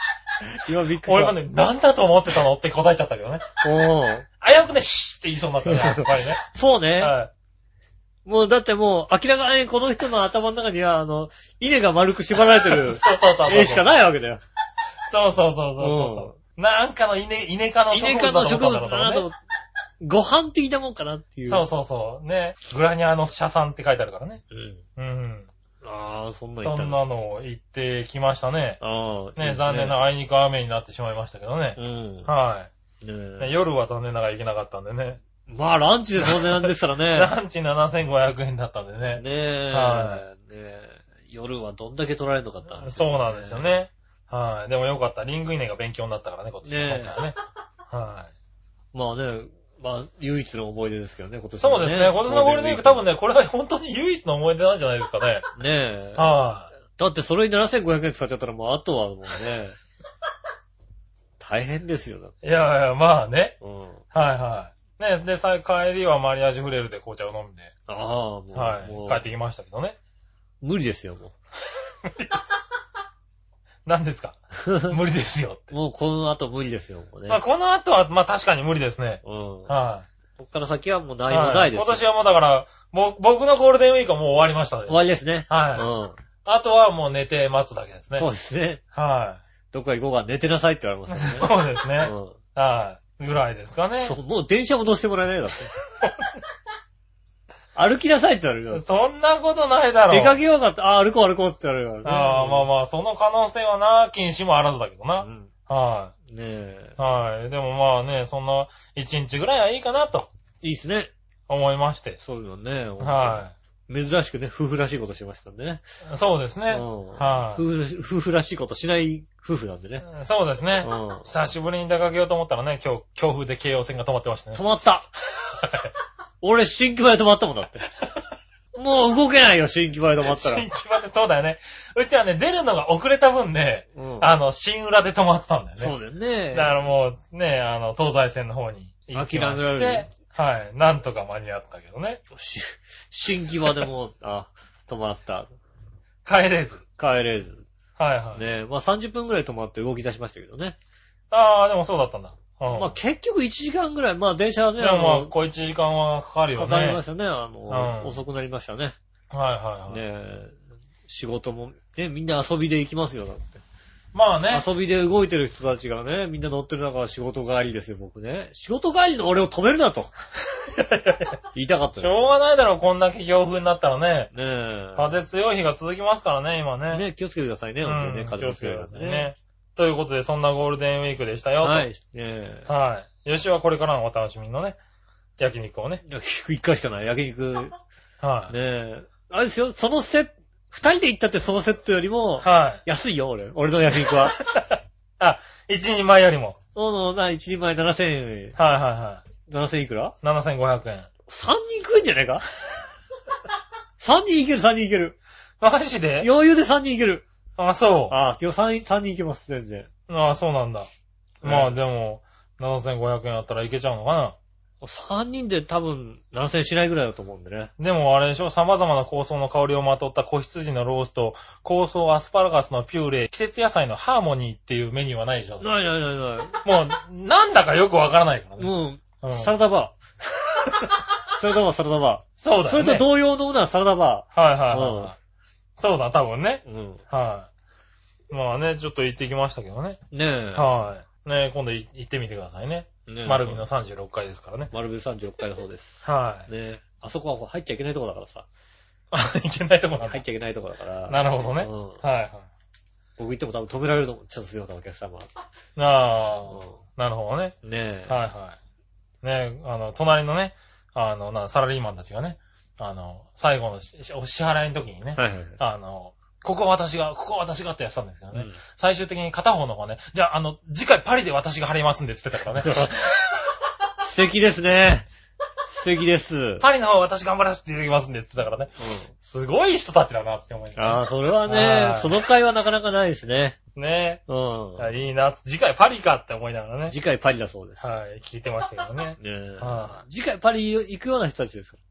Speaker 2: 今びっくりし
Speaker 3: 俺
Speaker 2: た。
Speaker 3: はね、なんだと思ってたのって答えちゃったけどね。
Speaker 2: うん。
Speaker 3: 危うくね、シーって言いそうになったね、やっぱりね。
Speaker 2: そうね。
Speaker 3: は
Speaker 2: もうだってもう、明らかにこの人の頭の中には、あの、稲が丸く縛られて
Speaker 3: い。
Speaker 2: る
Speaker 3: そうそうそうそう。
Speaker 2: 絵しかないわけだよ。
Speaker 3: そうそうそうそうそう。なんかのイネ、イネ科の植
Speaker 2: 稲
Speaker 3: 物
Speaker 2: 科
Speaker 3: だと
Speaker 2: の
Speaker 3: 思った
Speaker 2: 植
Speaker 3: んだ
Speaker 2: 物
Speaker 3: ろ
Speaker 2: だ
Speaker 3: うけ
Speaker 2: な
Speaker 3: どね
Speaker 2: と。ご飯的なもんかなっていう。
Speaker 3: そうそうそう。ね。グラニャーの社さんって書いてあるからね。
Speaker 2: うん。
Speaker 3: うん。
Speaker 2: ああ、そんなん言
Speaker 3: そ
Speaker 2: った
Speaker 3: ん
Speaker 2: の。
Speaker 3: なのを言ってきましたね。
Speaker 2: ああ。いい
Speaker 3: ね、
Speaker 2: です
Speaker 3: 残念な。がらあいにく雨になってしまいましたけどね
Speaker 2: う。ん。
Speaker 3: は
Speaker 2: ね
Speaker 3: い、
Speaker 2: え
Speaker 3: ね夜は残念ながら行けなかったんでね。
Speaker 2: まあ、ランチでその値段ですから ね。
Speaker 3: ランチ7500円だったんで
Speaker 2: ね
Speaker 3: ね。
Speaker 2: え。
Speaker 3: は
Speaker 2: ねえ。夜はどんだけ取られなかったんです
Speaker 3: そうなんですよ。ね。はい、でもよかった。リングイネが勉強になったからね、今年。
Speaker 2: ねえ
Speaker 3: 今回はねはい、
Speaker 2: まあね、まあ、唯一の思い出ですけどね、今年の
Speaker 3: そうですね。今年のゴールデンウィーク多分ね、これは本当に唯一の思い出なんじゃないですかね。
Speaker 2: ねえ。
Speaker 3: は
Speaker 2: だってそれに7500円使っちゃったらもうあとは もうね、大変ですよ。だって
Speaker 3: い、いやいや、まあね。
Speaker 2: うん。
Speaker 3: はいはい。ね、で、さ帰りはマリアージュフレールで紅茶を飲んで、
Speaker 2: ああ、もう、
Speaker 3: は
Speaker 2: も
Speaker 3: い。
Speaker 2: う
Speaker 3: 帰ってきましたけどね。
Speaker 2: 無理ですよ、も
Speaker 3: 何で すか無理ですよって
Speaker 2: う。。もうこの後無理ですよ、もうね。
Speaker 3: まあ、この後は、まあ、確かに無理ですね。
Speaker 2: うん。
Speaker 3: は
Speaker 2: こっから先はもう
Speaker 3: い。
Speaker 2: 何もないですよ。
Speaker 3: は今年はもうだから、もう僕のゴールデンウィークはもう終わりましたね。
Speaker 2: 終わりですね。
Speaker 3: はい。
Speaker 2: う
Speaker 3: あとはもう寝て待つだけです
Speaker 2: ん。
Speaker 3: ね
Speaker 2: そう。ですね。
Speaker 3: は
Speaker 2: どっか行こうか、寝てなさいって言われま
Speaker 3: い。
Speaker 2: すよね。
Speaker 3: そうですね。はい。ぐらいですか
Speaker 2: うん
Speaker 3: ね。
Speaker 2: そう。もう電車もどうしてもらえないだって。 歩きなさいって言われるよ。
Speaker 3: そんなことないだろう。
Speaker 2: 出かけようかって、ああ、歩こう歩こうって言われるからね。
Speaker 3: ああ、まあまあ、その可能性はな、禁止もあらずだけど
Speaker 2: う
Speaker 3: な。
Speaker 2: ん。
Speaker 3: は
Speaker 2: ねえ
Speaker 3: い。。はい。でもまあね、そんな、一日ぐらいはいいかな、と
Speaker 2: いいっすね。
Speaker 3: 思いまして。
Speaker 2: そういうのね。。
Speaker 3: はい
Speaker 2: 珍しくね、夫婦らしいことしましたんでね。
Speaker 3: い。そうですね。
Speaker 2: うん
Speaker 3: はい
Speaker 2: 夫。婦らし夫婦らしいことしない夫婦なんでね。
Speaker 3: そうです
Speaker 2: う
Speaker 3: ね。
Speaker 2: ん。
Speaker 3: 久しぶりに出かけようと思ったらね、今日、強風で京王線が止まってましたね
Speaker 2: 止。ま った俺、新規場で止まったもんだって。もう動けないよ、新規場で止まったら
Speaker 3: 新。木場で、そうだよね。うちはね、出るのが遅れた分ね、
Speaker 2: うん。
Speaker 3: あの、新浦で止まってたんだよね。
Speaker 2: そうだよね
Speaker 3: だ。からもう、ね、あの、東西線の方に行きま
Speaker 2: 諦
Speaker 3: し
Speaker 2: められる
Speaker 3: て、はい。なんとか間に合ったけどね。
Speaker 2: し新規場でもう、あ、止まった。
Speaker 3: 帰れず。
Speaker 2: 帰れず。
Speaker 3: はいはい。
Speaker 2: ねまあ30分くらい止まって動き出しましたけどね。
Speaker 3: ああ、でもそうだったんだ。うん。
Speaker 2: まあ結局1時間くらい、まあ電車はね、
Speaker 3: でもまあ、
Speaker 2: の
Speaker 3: 小1時間はかかるよね。
Speaker 2: かかりましたね。あ
Speaker 3: う
Speaker 2: の、
Speaker 3: ん
Speaker 2: 遅くなりましたね。
Speaker 3: はいはいはい。
Speaker 2: ねえ、仕事も、ね、みんな遊びで行きますよ、だって。
Speaker 3: まあね。
Speaker 2: 遊びで動いてる人たちがね、みんな乗ってる中は仕事帰りですよ、僕ね。仕事帰りの俺を止めるな と。言いたかった
Speaker 3: し
Speaker 2: よ。
Speaker 3: ょうがないだろ、こんだけ強風になったらね。
Speaker 2: ね
Speaker 3: 風強い日が続きますからね、今
Speaker 2: え。
Speaker 3: ね。
Speaker 2: ね気をつけてくださいね、本当にね、
Speaker 3: うん、気
Speaker 2: 風
Speaker 3: を
Speaker 2: も
Speaker 3: つけ
Speaker 2: 強
Speaker 3: て
Speaker 2: い
Speaker 3: く
Speaker 2: か
Speaker 3: ださ
Speaker 2: らね。
Speaker 3: いね。ということで、そんなゴールデンウィークでしたよ。
Speaker 2: はい。ねえ
Speaker 3: と。。はい。よしはこれからのお楽しみのね、焼肉をね。
Speaker 2: 焼肉一回しかない、焼肉。ね
Speaker 3: はい。
Speaker 2: え。あれですよ、そのセット、二人で行ったってそのセットよりも、
Speaker 3: は
Speaker 2: 安いよ、俺。俺の焼 肉は。
Speaker 3: い。一人前よりも。
Speaker 2: うん、な、一人前7000円、
Speaker 3: はいは
Speaker 2: 7000いくら
Speaker 3: いはい。7500円。
Speaker 2: 三人食えんじゃねえか 三人いける、三人いける。
Speaker 3: マジで
Speaker 2: 余裕で三人いける。
Speaker 3: あ、そう。
Speaker 2: ああ、今日三人、三人いけます、全然。
Speaker 3: ああ、そうなんだ。
Speaker 2: うん
Speaker 3: まあでも、7500円あったらいけちゃうのかな。
Speaker 2: 三人で多分、7000しないぐらいだと思うんでね。
Speaker 3: でもあれでしょ、様々な香草の香りをまとった子羊のロースト、香草アスパラガスのピューレ、季節野菜のハーモニーっていうメニューはないでしょ。も
Speaker 2: ないないないな
Speaker 3: う、なんだかよくわからないから
Speaker 2: い。
Speaker 3: ね。
Speaker 2: もう、
Speaker 3: う ん
Speaker 2: サラダバー。それともサラダバ
Speaker 3: そう
Speaker 2: ー。
Speaker 3: だ
Speaker 2: そ
Speaker 3: よね。
Speaker 2: れと同様のものはサラダバ
Speaker 3: はいはいはい
Speaker 2: うん
Speaker 3: はい。そうだ、多分ね。
Speaker 2: ー。うん。
Speaker 3: はい。まあね、ちょっと行ってきましたけどね。
Speaker 2: ねえ。
Speaker 3: はい。ね今度い行ってみてくださいね。
Speaker 2: ねえ
Speaker 3: 丸見の。36階ですからね。
Speaker 2: 丸ビル36階の方です。
Speaker 3: はい。
Speaker 2: ねえ。あそこはこう入っちゃいけないとこだからさ。
Speaker 3: あ、い けないとこなん
Speaker 2: 入っ
Speaker 3: だ。
Speaker 2: ちゃいけないとこだから。
Speaker 3: なるほどね。
Speaker 2: うん
Speaker 3: はいはい。
Speaker 2: 僕行っても多分止められると思う。ちょっとすいません、お客様。
Speaker 3: ああ、なるほどね。
Speaker 2: うんねえ。
Speaker 3: はいはい。ねあの、隣のね、あの、なサラリーマンたちがね、あの、最後のししお支払いの時にね、
Speaker 2: はいはいはい。
Speaker 3: あの、ここは私が、ここは私がってやってたんですけどね、
Speaker 2: うん
Speaker 3: 最終的に片方の方がね、じゃあ、あの、次回パリで私が払いますんでって言ってた からね、
Speaker 2: 素敵ですね。素敵です。うん。
Speaker 3: パリの方は私頑張らせていただきますんでって言ってたからね、すごい人たちだなって思いました
Speaker 2: ああ、それは
Speaker 3: は
Speaker 2: ね
Speaker 3: い、
Speaker 2: その会はなかなかないですね。
Speaker 3: ね
Speaker 2: う
Speaker 3: え
Speaker 2: ん。
Speaker 3: あいいな、次回パリかって思いながらね、
Speaker 2: 次回パリだそうです。
Speaker 3: はい、聞いてましたけどね。
Speaker 2: ねえ
Speaker 3: は
Speaker 2: 次回パリ行くような人たちですから。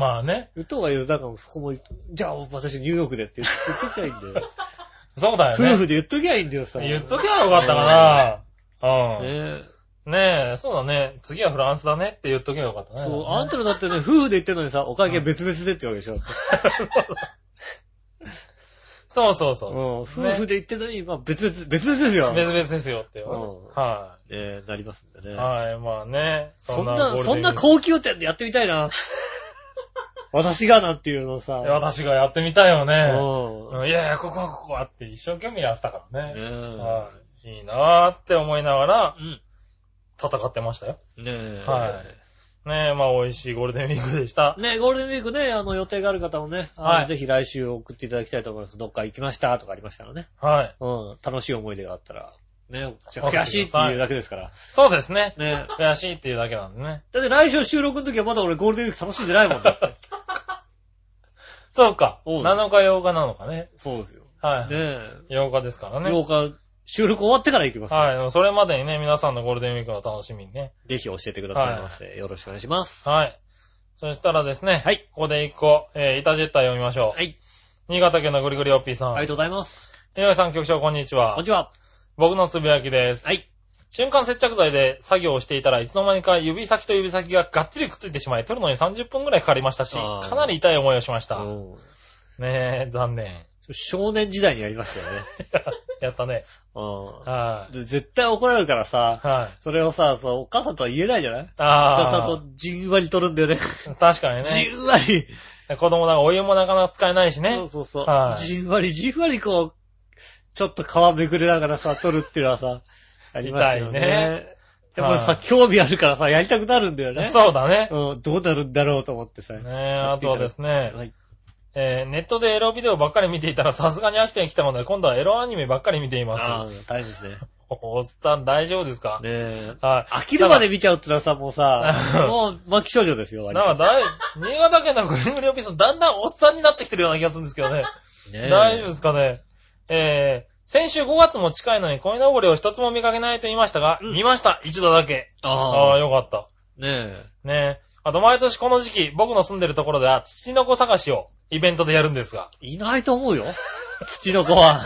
Speaker 3: まあね、
Speaker 2: 言った方がいいよ。だからそこも、じゃあ私ニューヨークでって言っ言っときゃいいんだよ。
Speaker 3: そうだよね。
Speaker 2: 夫婦で言っときゃいいんだよ、さ。
Speaker 3: 言っときゃよかったかな。うん。
Speaker 2: ねえ。
Speaker 3: ねえ、そうだね。次はフランスだねって言っとけばよかったね。
Speaker 2: そう、あんたらだってね、夫婦で言ってんのにさ、お会計別々でってわけでしょ。、
Speaker 3: そうそうそううんそう。
Speaker 2: 夫婦で言ってんのに、まあ別々、別々ですよ。
Speaker 3: 別
Speaker 2: ね
Speaker 3: 々ですよって。
Speaker 2: うん
Speaker 3: は
Speaker 2: え、なりますんで
Speaker 3: い。
Speaker 2: ね。
Speaker 3: はい、まあね。
Speaker 2: そんな、そんな
Speaker 3: こ
Speaker 2: 高級店でやってみたい な。私がなんていうのをさ。
Speaker 3: 私がやってみたいよね。
Speaker 2: う
Speaker 3: うんいやいや、ここはここはって一生懸命やってたから
Speaker 2: ん。
Speaker 3: ね。
Speaker 2: ね
Speaker 3: はい。いいなーって思いながら
Speaker 2: え。うん。
Speaker 3: 戦ってましたよ。
Speaker 2: ねえ。
Speaker 3: はねえ、まあ美味しいゴールデンウィークでした。
Speaker 2: ねえ、ゴールデンウィークね、あの、予定がある方もね、あの
Speaker 3: はい
Speaker 2: ぜひ来週送っていただきたいと思います。どっか行きましたとかありましたらね。
Speaker 3: はい。
Speaker 2: うん。楽しい思い出があったら。ねえ、
Speaker 3: 送ってく
Speaker 2: 悔
Speaker 3: ださ
Speaker 2: し
Speaker 3: い
Speaker 2: いっていうだけですから。
Speaker 3: そうですね。
Speaker 2: ねえ。
Speaker 3: 悔しいっていうだけなんでね。
Speaker 2: だって来週収録の時はまだ俺ゴールデンウィーク楽しんでないもんだって。
Speaker 3: そうか。
Speaker 2: うん
Speaker 3: 7日8日なのかね。
Speaker 2: そうですよ。
Speaker 3: はい。
Speaker 2: ねえ。
Speaker 3: 8日ですからね。
Speaker 2: 8日、収録終わってから行きますから。
Speaker 3: はい。それまでにね、皆さんのゴールデンウィークの楽しみにね。
Speaker 2: ぜひ教えてくださいませ。よろしくお願いします。
Speaker 3: はい。そしたらですね。はい。ここで一個、えー、イタジェッター読みましょう。
Speaker 2: はい。
Speaker 3: 新潟県のぐりぐりおっぴーさん。
Speaker 2: ありがとうございます。
Speaker 3: 井上さん、局長、こんにちは。
Speaker 2: こんにちは。
Speaker 3: 僕のつぶやきです。
Speaker 2: はい。
Speaker 3: 瞬間接着剤で作業をしていたらいつの間にか指先と指先ががっちりくっついてしまい、取るのに30分くらいかかりましたし、
Speaker 2: あー
Speaker 3: かなり痛い思いをしました。
Speaker 2: うん
Speaker 3: ねえ、残念。
Speaker 2: 少年時代にやりましたよね。
Speaker 3: やったね。
Speaker 2: う
Speaker 3: は
Speaker 2: ん。で絶対怒られるから
Speaker 3: い。
Speaker 2: さ、
Speaker 3: はい。
Speaker 2: それをさ、そうお母さんとは言えないじゃないお母さん
Speaker 3: あ
Speaker 2: とじんわり取るんだよね。
Speaker 3: あ、確かに
Speaker 2: じ
Speaker 3: ね。
Speaker 2: んわり。
Speaker 3: 子供なんかお湯もなかなか使えないし
Speaker 2: そう
Speaker 3: ね。
Speaker 2: そうそう
Speaker 3: は。い
Speaker 2: じんわり、じんわりこう、ちょっと皮めくれながらさ、取るっていうのはさ、ありますよ
Speaker 3: 痛い
Speaker 2: ね。やっぱり
Speaker 3: は
Speaker 2: さ、
Speaker 3: い
Speaker 2: 興味あるからさ、やりたくなるんだよね。
Speaker 3: そうだね。
Speaker 2: うん、どうなるんだろうと思ってさ。
Speaker 3: ねえ、あとはですね、
Speaker 2: はい。
Speaker 3: えーネットでエロビデオばっかり見ていたらさすがに飽きてきたので、今度はエロアニメばっかり見てい
Speaker 2: あ
Speaker 3: ま
Speaker 2: あ
Speaker 3: す。、
Speaker 2: 大変 ですね。ね
Speaker 3: おっさん大丈夫ですか、
Speaker 2: え。
Speaker 3: は、
Speaker 2: 飽きるまで見ちゃうってのはさ、もうさもう末期症状ですよ、
Speaker 3: い。
Speaker 2: 割と
Speaker 3: なんかだい、新潟県のグリグリオピーさん、だんだんおっさんになってきてるような気がするんですけどね。
Speaker 2: ねえ
Speaker 3: 大丈夫ですかねえー先週5月も近いのに恋のぼりを一つも見かけないと言いましたが、
Speaker 2: うん
Speaker 3: 見ました。一度だけ。ああ、
Speaker 2: ああ、
Speaker 3: よかった。
Speaker 2: ねえ。
Speaker 3: ねえ。あと毎年この時期、僕の住んでるところでは、土の子探しをイベントでやるんですが、
Speaker 2: いないと思うよ。 土の子は。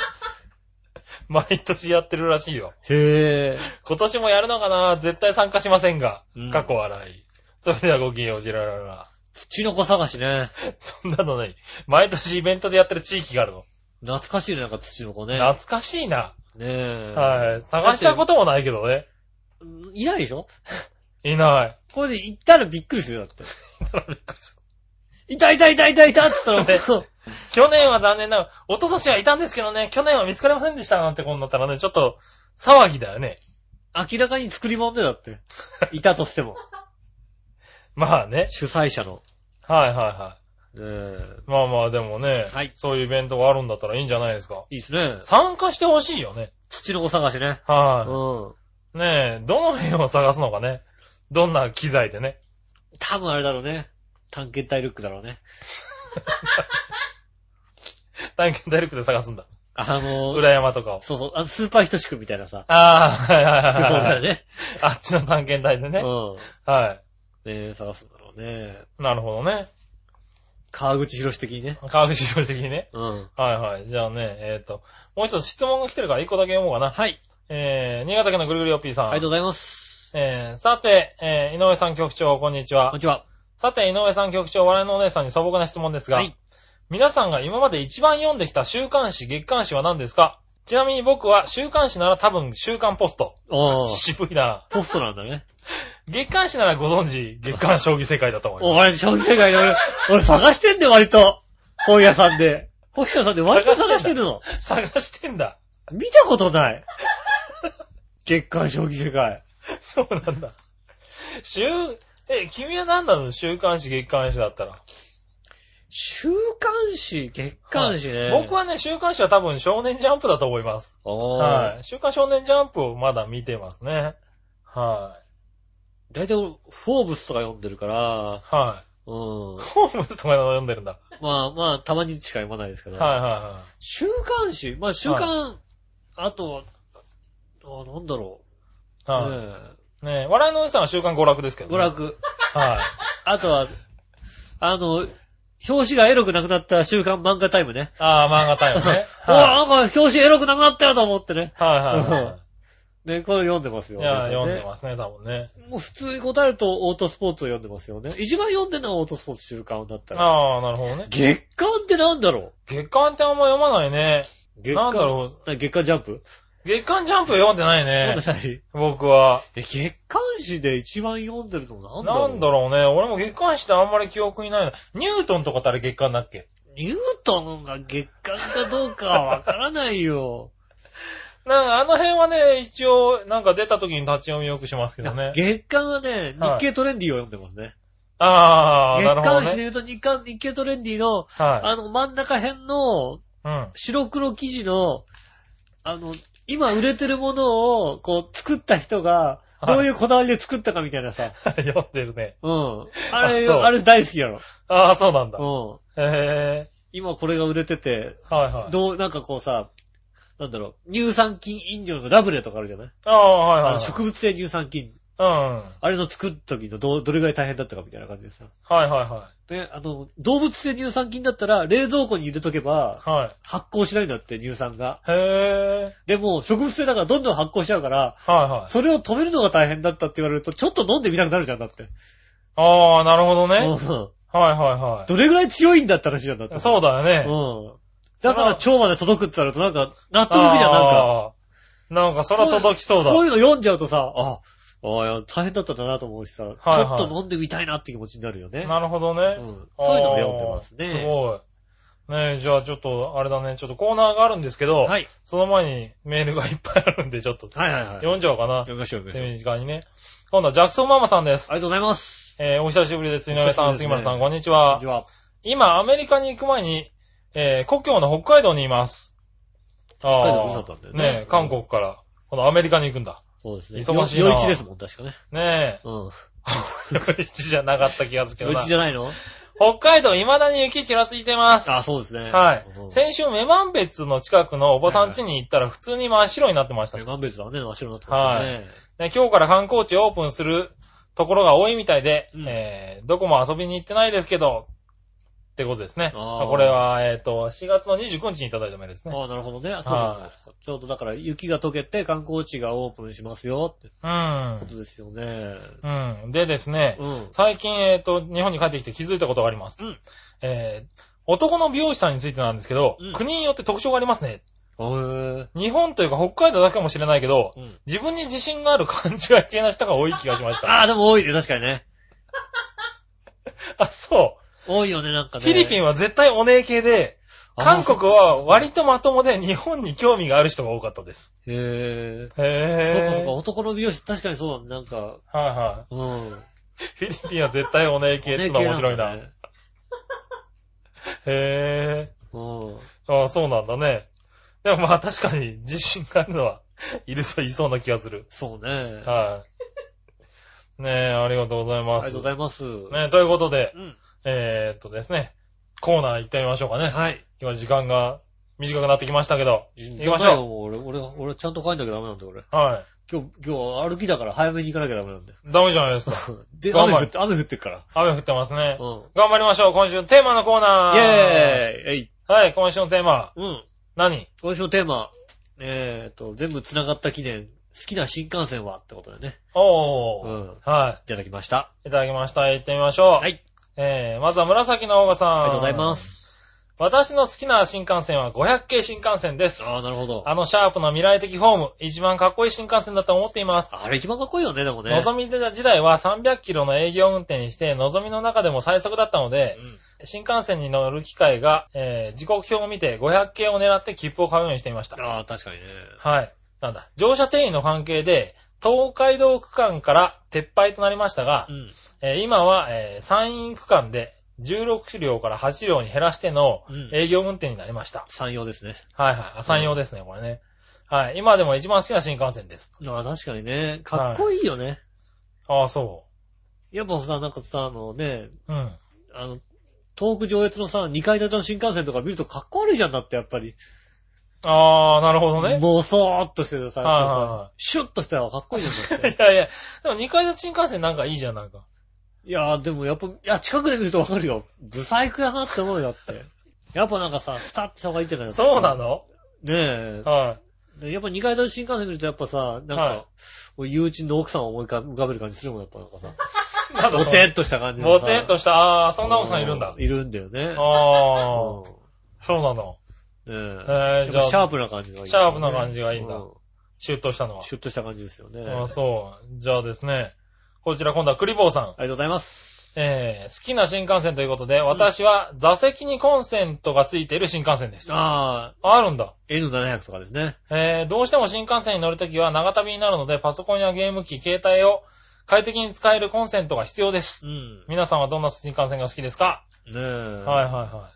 Speaker 3: 毎年やってるらしいよ。
Speaker 2: へえ。
Speaker 3: 今年もやるのかな絶対参加しませんが
Speaker 2: うん。
Speaker 3: 過去笑い。それではごきげんよう、じららら
Speaker 2: 土の子探しね。
Speaker 3: ら。そんなのない。毎年イベントでやってる地域があるの。
Speaker 2: 懐かしいね、なんか土の子ね。
Speaker 3: 懐かしいな。
Speaker 2: ねえ。
Speaker 3: はい。探したこともないけど
Speaker 2: う
Speaker 3: ね。
Speaker 2: んいないでしょ
Speaker 3: いない。
Speaker 2: これで行ったらびっくりするよ、だって。
Speaker 3: だからびっくりした
Speaker 2: いたいたいたいたいたって言 ったら、
Speaker 3: ね
Speaker 2: そう
Speaker 3: 去年は残念ながら、一昨年はいたんですけどね、去年は見つかりませんでしたなんてことになったらね、ちょっと騒ぎだよね。
Speaker 2: 明らかに作り物だよ、だって。いたとして も。
Speaker 3: まあね。
Speaker 2: 主催者の。
Speaker 3: はいはいは
Speaker 2: ねえ。
Speaker 3: い。まあまあでもね、
Speaker 2: はい
Speaker 3: そういうイベントがあるんだったらいいんじゃないですか。
Speaker 2: いいですね。
Speaker 3: 参加してほしいよね。
Speaker 2: 土の子探しね。う
Speaker 3: はい、
Speaker 2: ん。
Speaker 3: ねえ、どの辺を探すのかね。どんな機材でね。
Speaker 2: 多分あれだろうね。探検隊ルックだろうね。
Speaker 3: 探検隊ルックで探すんだ。
Speaker 2: あの、
Speaker 3: 裏山とかを。
Speaker 2: そうそう、あのスーパーひとしくみたいなさ。
Speaker 3: ああ、はいはい
Speaker 2: そう
Speaker 3: はいはい
Speaker 2: だ
Speaker 3: は
Speaker 2: よ
Speaker 3: い。
Speaker 2: ね。
Speaker 3: あっちの探検隊で
Speaker 2: う
Speaker 3: ね。
Speaker 2: ん。
Speaker 3: は
Speaker 2: ねえ、探すんだろうね。
Speaker 3: い。なるほどね。
Speaker 2: 川口博士的にね。
Speaker 3: 川口上的にね。
Speaker 2: うん。
Speaker 3: はいはい。じゃあね、えっ、と、もう一つ質問が来てるから一個だけ読もうかな。
Speaker 2: はい。
Speaker 3: えー、新潟県のぐるぐるよっぴーさん。
Speaker 2: ありがとうございます。
Speaker 3: えー、さて、えー、井上さん局長、こんにち
Speaker 2: こん
Speaker 3: は
Speaker 2: に。ちは。
Speaker 3: さて、井上さん局長、笑いのお姉さんに素朴な質問ですが、
Speaker 2: はい
Speaker 3: 皆さんが今まで一番読んできた週刊誌、月刊誌は何ですかちなみに僕は週刊誌なら多分週刊ポスト。
Speaker 2: ああ。
Speaker 3: 渋いな。
Speaker 2: ポストなんだね。
Speaker 3: 月刊誌ならご存知、月刊将棋世界だと思います。
Speaker 2: お前、将棋世界で俺、俺探してんだよ、割と。本屋さんで。本屋さんで割と探してるの。
Speaker 3: 探してんだ。
Speaker 2: 見たことない。月刊将棋世界。
Speaker 3: そうなんだ。週、え、君は何なの週刊誌、月刊誌だったら。
Speaker 2: 週刊誌、月刊誌ね。
Speaker 3: はい僕はね、週刊誌は多分少年ジャンプだと思います。
Speaker 2: は。
Speaker 3: はい。週刊少年ジャンプをまだ見てますね。はい
Speaker 2: 大体俺、フォーブスとか読んでるから
Speaker 3: い。、は
Speaker 2: うん
Speaker 3: い。。ホームズとかの読んでるんだ。
Speaker 2: まあまあ、たまにしか読まないですけ
Speaker 3: は
Speaker 2: ど。
Speaker 3: いはいは
Speaker 2: 週刊誌まあ週刊、あとは、あなんだろ。
Speaker 3: いうはい。
Speaker 2: ね
Speaker 3: ねえ、笑いのおじさんは週刊娯楽ですけ
Speaker 2: え
Speaker 3: ど、ね。
Speaker 2: 娯。楽。
Speaker 3: はい。
Speaker 2: あとは、あの、表紙がエロくなくなった週刊漫画タイムね。
Speaker 3: ああ、漫画タイ ムね。
Speaker 2: お
Speaker 3: はい。
Speaker 2: なんか表紙エロくなくなったよと思ってね。
Speaker 3: はいはいは
Speaker 2: ね、これ読んでます
Speaker 3: い。
Speaker 2: よ。
Speaker 3: いや、
Speaker 2: 皆さ
Speaker 3: 読
Speaker 2: ね
Speaker 3: んでますね、多分ね。
Speaker 2: もう普通に答えるとオートスポーツを読んでますよね。一番読んでるのはオートスポーツ週刊だったら。
Speaker 3: ああ、なるほどね。
Speaker 2: 月刊ってなんだろ
Speaker 3: 月刊ってあんま読まないね。
Speaker 2: う月
Speaker 3: なんだ
Speaker 2: 刊。
Speaker 3: ろ
Speaker 2: な月刊ジャンプ
Speaker 3: う。月刊ジャンプ読んでないね
Speaker 2: 読ん。でない
Speaker 3: 僕は。
Speaker 2: え月刊誌で一番読んでるのなんだろ
Speaker 3: な
Speaker 2: うん
Speaker 3: だろうね。俺も月刊誌ってあんまり記憶にないな。ニュートンとかってあれ月刊だっけ
Speaker 2: ニュートンが月刊かどうかはわからない よ。
Speaker 3: なんかあの辺はね、一応、なんか出た時に立ち読みよくしますけどね。
Speaker 2: 月刊はね、日
Speaker 3: はい
Speaker 2: 経トレンディを読んでますね。
Speaker 3: ああ、なる
Speaker 2: 月
Speaker 3: ほど
Speaker 2: 刊誌で言
Speaker 3: ね。
Speaker 2: うと日刊日経トレンディの、
Speaker 3: は
Speaker 2: あの真ん中辺の
Speaker 3: い。うん。
Speaker 2: 白黒記事の、あの、今売れてるものを、こう、作った人が、
Speaker 3: はい
Speaker 2: どういうこだわりで作ったかみたいなさ。
Speaker 3: 読んで るね。
Speaker 2: うん。あれ、
Speaker 3: あそう
Speaker 2: あれ大好きやろ。
Speaker 3: ああ、そうなんだ。
Speaker 2: うん。
Speaker 3: へえ。
Speaker 2: 今これが売れてて、
Speaker 3: はいはい。
Speaker 2: どう、なんかこうさ、なんだろう、乳酸菌飲料のラブレとかあるじゃない
Speaker 3: ああ、はい
Speaker 2: あ
Speaker 3: はい
Speaker 2: の
Speaker 3: はい。
Speaker 2: 植物性乳酸菌。
Speaker 3: うん。は
Speaker 2: あれの作る時のどう、どれぐらい大変だったかみたいな感じでさ。
Speaker 3: いはいは
Speaker 2: で、あの、動物性乳酸菌だったら、冷蔵庫に入れとけば、
Speaker 3: い。はい。
Speaker 2: 発酵しないんだって、乳酸が。
Speaker 3: へえ。
Speaker 2: でも、植物性だからどんどん発酵しちゃうから、
Speaker 3: はいはい。
Speaker 2: それを止めるのが大変だったって言われると、ちょっと飲んでみたくなるじゃん、だって。
Speaker 3: ああ、なるほどね。
Speaker 2: う
Speaker 3: はい
Speaker 2: ん
Speaker 3: はい
Speaker 2: どれぐらい強いんだったらしいじゃん、だって。
Speaker 3: そうだよね。
Speaker 2: うん。だから腸まで届くってなると、なんか、納得いくじゃん、なんか。
Speaker 3: あーなんか、そら届きそうだ。
Speaker 2: そう
Speaker 3: う
Speaker 2: いうの読んじゃうとさ、あ、あいや大変だったんだなと思うしさ、
Speaker 3: はい
Speaker 2: ちょっと飲んでみたいなって気持ちになるよね。
Speaker 3: なるほどね
Speaker 2: う。ん、そういうのを読んでます
Speaker 3: あ
Speaker 2: ね。
Speaker 3: ーすごい。ねえ、じゃあちょっと、あれだね、ちょっとコーナーがあるんですけど、
Speaker 2: はい。
Speaker 3: その前にメールがいっぱいあるんで、ちょっと、
Speaker 2: はいはいはい。
Speaker 3: 読んじゃおうかな。
Speaker 2: 読みましょう、読みま
Speaker 3: 手
Speaker 2: しょう。
Speaker 3: 短にね。今度はジャクソンママさんです。
Speaker 2: ありがとうございます。
Speaker 3: えーお久しぶりです。井上さ
Speaker 2: お
Speaker 3: ん、
Speaker 2: 久しぶりで
Speaker 3: 杉
Speaker 2: すね
Speaker 3: 村さん、こんにち
Speaker 2: こん
Speaker 3: は
Speaker 2: にち。は。
Speaker 3: 今、アメリカに行く前に、えー故郷の北海道にいます。あ
Speaker 2: 海道ふ
Speaker 3: あ
Speaker 2: るさとなんだよね
Speaker 3: ねえ、韓国から、このアメリカに行くんだ。
Speaker 2: そうですね。
Speaker 3: 忙しいな
Speaker 2: よ一ですもん、確かね。
Speaker 3: ね
Speaker 2: うん。よ
Speaker 3: え、一じゃなかった気がするけどな
Speaker 2: 一じ。ゃないの
Speaker 3: 北海道、未だに雪ちらついてます。
Speaker 2: あ、そうですね。
Speaker 3: はい
Speaker 2: うん。
Speaker 3: 先週、メマン別の近くのおばさん家に行ったら普通に真っ白になってました
Speaker 2: メ
Speaker 3: し、
Speaker 2: マンベルだね、真っ白になってますね。
Speaker 3: ね今日から観光地オープンするところが多いみたいで、
Speaker 2: うん
Speaker 3: えーどこも遊びに行ってないですけど、ってことですね。
Speaker 2: あー
Speaker 3: これは、えっ、と、4月の29日にいただいたメールですね。
Speaker 2: ああ、なるほどね。そうなん
Speaker 3: は
Speaker 2: ですかちょうどだから雪が溶けて観光地がオープンしますよって
Speaker 3: うん
Speaker 2: こ。とですよね。
Speaker 3: うん。でですね、
Speaker 2: うん。
Speaker 3: 最近、えっ、と、日本に帰ってきて気づいたことがあります。
Speaker 2: うん
Speaker 3: えー男の美容師さんについてなんですけど、
Speaker 2: うん
Speaker 3: 国によって特徴がありますね。
Speaker 2: へえ。
Speaker 3: 日本というか北海道だけかもしれないけど、
Speaker 2: うん
Speaker 3: 自分に自信がある感じが系な人が多い気がしました。
Speaker 2: ああ、でも多いね、確かにね。
Speaker 3: あ、そ
Speaker 2: 多いよね、なんか
Speaker 3: う。
Speaker 2: ね。
Speaker 3: フィリピ
Speaker 2: ン、
Speaker 3: ンは絶対お姉系で、韓国は割とまともで日本に興味がある人が多かったです。
Speaker 2: へえ。そう
Speaker 3: へぇー。
Speaker 2: かそうか、男の美容師、確かにそうだね、なんか。
Speaker 3: はいは
Speaker 2: うん。
Speaker 3: い。フィリピンは絶対お姉系ってのは 面白いな。
Speaker 2: ね
Speaker 3: へ
Speaker 2: うん。
Speaker 3: ぇー。あそうなんだね。でもまあ確かに自信があるのは、いるそう、いそうな気がする。
Speaker 2: そうね。あ
Speaker 3: はい。ねえ、ありがとうござい
Speaker 2: り
Speaker 3: ま
Speaker 2: がと
Speaker 3: す。
Speaker 2: うございます。
Speaker 3: ねえ、ということで、
Speaker 2: うん。
Speaker 3: えー、っとですね、コーナー行ってみましょうかね。
Speaker 2: はい。
Speaker 3: 今時間が短くなってきましたけど、行きまし
Speaker 2: じゃあ
Speaker 3: ょ
Speaker 2: もう俺、俺、俺ちゃんと帰んなきゃダメなんだよ、俺。
Speaker 3: う。は
Speaker 2: 今日、今日歩きだから早めに行かなきゃダメなんだよ。
Speaker 3: い。ダメじゃないですか。
Speaker 2: で、
Speaker 3: 頑
Speaker 2: 雨
Speaker 3: 張
Speaker 2: 降
Speaker 3: れ
Speaker 2: って、雨降ってっから。
Speaker 3: 雨降ってますね
Speaker 2: う。ん。
Speaker 3: 頑張りましょう。今週のテーマのコーナ
Speaker 2: イェーイ
Speaker 3: ー。
Speaker 2: えい。
Speaker 3: ーイ。はい、今週のテーマ。
Speaker 2: うん。
Speaker 3: 何
Speaker 2: 今週のテーマ、えーと、全部繋がった記念、きな新幹線はってことでね、
Speaker 3: おー。
Speaker 2: うん
Speaker 3: はい
Speaker 2: ただきました。
Speaker 3: い。いただきました。行ってみましょう。
Speaker 2: はい。
Speaker 3: えー、まずは紫のオーガさん。。
Speaker 2: ありがとうございますす。
Speaker 3: 私の好きな新幹線は500系新幹線です。
Speaker 2: ああ、なるほど。
Speaker 3: あのシャープの未来的ホーム、一番かっこいい新幹線だと思っています。
Speaker 2: あれ一番かっこいいよね、でもね。
Speaker 3: のぞみ出た時代は300キロの営業運転にして、のぞみの中でも最速だったので
Speaker 2: う、ん
Speaker 3: 新幹線に乗る機会が、えー時刻表を見て500系を狙って切符を買うようにしていました。
Speaker 2: ああ、確かにね。
Speaker 3: はい。なんだ。乗車定員の関係で、東海道区間から撤廃となりましたが
Speaker 2: う、ん。
Speaker 3: えー今は、えー山陰区間で16両から8両に減らしての
Speaker 2: うん
Speaker 3: 営業運転になりました。
Speaker 2: 山陽ですね。
Speaker 3: はいはいあ。山陽ですね、これね。はい。今でも一番好きな新幹線です。
Speaker 2: ああ、確かにね。かっこいいよね。
Speaker 3: ああ、そ
Speaker 2: やっぱさ、なんかさ、あのね、
Speaker 3: う。うん。
Speaker 2: あの、遠く上越のさ、2階建ての新幹線とか見るとかっこ悪いじゃんだって、やっぱり。
Speaker 3: ああ、なるほどね。
Speaker 2: もうそーっとしててさ、やっぱり
Speaker 3: はいはいは
Speaker 2: さシュッとしたらかっこいいじゃんだっ
Speaker 3: いやいや、でも2階建て新幹線なんかいいじゃん、なんか。
Speaker 2: て。いやー、でもやっぱ、いや、近くで見るとわかるよ。ブサイクやなって思うよ、だって。やっぱなんかさ、スタッとした方がいいんじゃない
Speaker 3: そうなの
Speaker 2: ねえ。
Speaker 3: は
Speaker 2: でやっぱ2階建て新幹線見るとやっぱさ、なんか、
Speaker 3: はい
Speaker 2: 俺友人の奥さんを思い浮か浮かべる感じするもん、やっぱなんかさ。
Speaker 3: い。なんだ
Speaker 2: ボテッとした感じ
Speaker 3: ボテっと
Speaker 2: し
Speaker 3: した、ああ、そんなお子さんいるんだ。
Speaker 2: いるんだよね。
Speaker 3: ああ、
Speaker 2: うん
Speaker 3: そうなの。
Speaker 2: ね
Speaker 3: えー
Speaker 2: え。
Speaker 3: じゃあ
Speaker 2: シャープな感じがいいですよね、
Speaker 3: シャープな感じがいいんだ
Speaker 2: う
Speaker 3: シュッとしたのは。
Speaker 2: シュッとした感じですよね。
Speaker 3: ああ、そう。じゃあですね。こちら今度はクリボーさん。
Speaker 2: ありがとうございます。
Speaker 3: えー、好きな新幹線ということで、私は座席にコンセントがついている新幹線です。あ
Speaker 2: ああ、
Speaker 3: るんだ。
Speaker 2: N700 とかですね。
Speaker 3: えー、どうしても新幹線に乗るときは長旅になるので、パソコンやゲーム機、携帯を快適に使えるコンセントが必要です。
Speaker 2: うん。ね
Speaker 3: 皆さんはどんな新幹線が好きですか、
Speaker 2: え。
Speaker 3: はい
Speaker 2: は
Speaker 3: はいは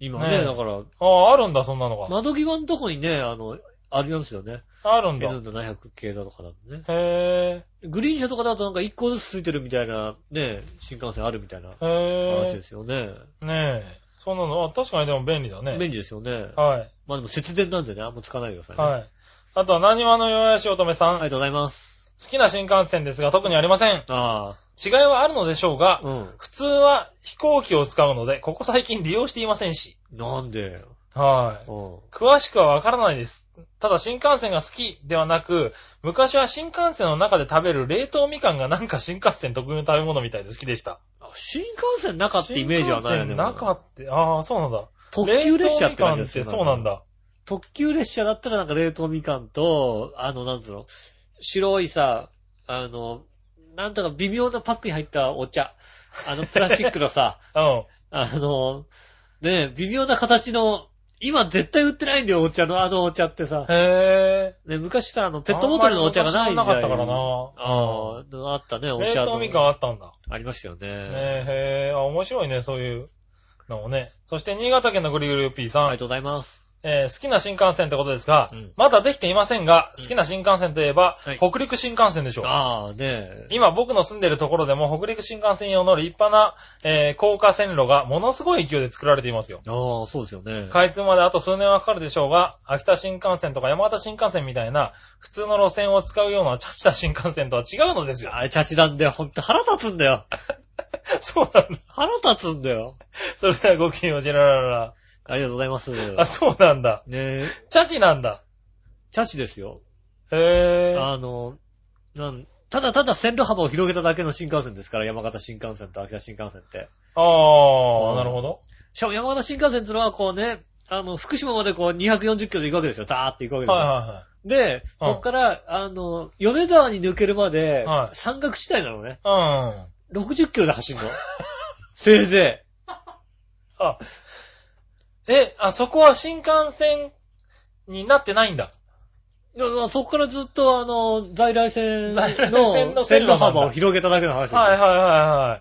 Speaker 3: い。
Speaker 2: い。今ね、
Speaker 3: ねえ
Speaker 2: だから、
Speaker 3: ああ、あるんだ、そんなのが。
Speaker 2: 窓際のとこにね、あの、ありますよね。
Speaker 3: あるんだ。
Speaker 2: N700 系だとかだとね。
Speaker 3: へ
Speaker 2: グリーン車とかだとなんか1個ずつついてるみたいな、ね、新幹線あるみたいな
Speaker 3: ぇー。へ
Speaker 2: 話
Speaker 3: ぇ
Speaker 2: ですよね。
Speaker 3: ー。ねえ。そんなの、あ確かにでも便利だね。
Speaker 2: 便利ですよね。
Speaker 3: はい。
Speaker 2: まあでも節電なんでね、あんま使わないでくださいね。
Speaker 3: はい。あとは、何話のよやしおとめさ
Speaker 2: あり
Speaker 3: ん。好
Speaker 2: がとうございます。
Speaker 3: きな新幹線ですが、特にありません。
Speaker 2: あ
Speaker 3: 違いはあるのでしょうが
Speaker 2: あ、、うん。
Speaker 3: 普通は飛行機を使うので、ここ最近利用していませんし。
Speaker 2: なんで
Speaker 3: は
Speaker 2: う
Speaker 3: い。
Speaker 2: ん。
Speaker 3: 詳しくはわからないです。ただ新幹線が好きではなく、昔は新幹線の中で食べる冷凍みかんがなんか新幹線特有の食べ物みたいで好きでした。
Speaker 2: あ新幹線なかってイメージはないよね。
Speaker 3: 新幹線中って、ああ、そうなんだ。
Speaker 2: 特急列車って感じで
Speaker 3: 冷凍みかんっ
Speaker 2: す
Speaker 3: て
Speaker 2: よ
Speaker 3: そうなん。だ。
Speaker 2: 特急列車だったらなんか冷凍みかんと、あの、なんつうの、白いさ、あの、なんとか微妙なパックに入ったお茶。あの、プラスチックの さ、
Speaker 3: うん。
Speaker 2: あの、ねえ、微妙な形の、今絶対売ってないんだよ、お茶の、あのお茶ってさ。
Speaker 3: へえ。
Speaker 2: ね、昔さ、あの、ペットボトルのお茶がない
Speaker 3: あん
Speaker 2: 時
Speaker 3: ま
Speaker 2: 代
Speaker 3: り昔はなかったからな。
Speaker 2: ああ、あったね、お
Speaker 3: 冷
Speaker 2: 茶の
Speaker 3: 凍みかんあったんだ。
Speaker 2: ありましたよね。
Speaker 3: ねえ、へえ。あ、面白いね、そういうのもね。そして、新潟県のぐりぐり P さん。
Speaker 2: ありがとうございます。
Speaker 3: えー好きな新幹線ってことですが、
Speaker 2: うん
Speaker 3: まだできていませんが、好きな新幹線といえば、
Speaker 2: はい
Speaker 3: 北陸新幹線でしょう。
Speaker 2: ああ、ねえ。
Speaker 3: 今僕の住んでるところでも北陸新幹線用の立派な、えー高架線路がものすごい勢いで作られていますよ。
Speaker 2: ああ、そうですよね。
Speaker 3: 開通まであと数年はかかるでしょうが、秋田新幹線とか山形新幹線みたいな普通の路線を使うようなチャチタ新幹線とは違うのですよ。
Speaker 2: あれ、茶師なんだよ。ほんと腹立つんだよ。
Speaker 3: そうなんだ。
Speaker 2: 腹立つんだよ。
Speaker 3: それではごきげんよう、ジェラララ
Speaker 2: ありがとうございます。
Speaker 3: ラ。あ、
Speaker 2: ね
Speaker 3: そうなんだ。
Speaker 2: え、
Speaker 3: チャチなんだ。
Speaker 2: 茶師ですよ。
Speaker 3: へぇー。
Speaker 2: あの、なん、ただただ線路幅を広げただけの新幹線ですから、山形新幹線と秋田新幹線って。
Speaker 3: あー、なるほど。
Speaker 2: しかも山形新幹線ってのはこうね、あの、福島までこう240キロで行くわけですよ。ザーって行くわけですよ。
Speaker 3: はいは
Speaker 2: で、
Speaker 3: うん
Speaker 2: そっから、あの、米沢に抜けるまで、
Speaker 3: はい
Speaker 2: 山岳地帯なのね。
Speaker 3: いはい。うん。
Speaker 2: 60キロで走るの。せいぜ
Speaker 3: あ、え、あそこは新幹線になってないんだ。
Speaker 2: い。でまあそこからずっと、あの、在来線
Speaker 3: 在来線
Speaker 2: の
Speaker 3: の
Speaker 2: 線
Speaker 3: 線路なんだ
Speaker 2: 路幅を広げただけの話。
Speaker 3: はいはいはいは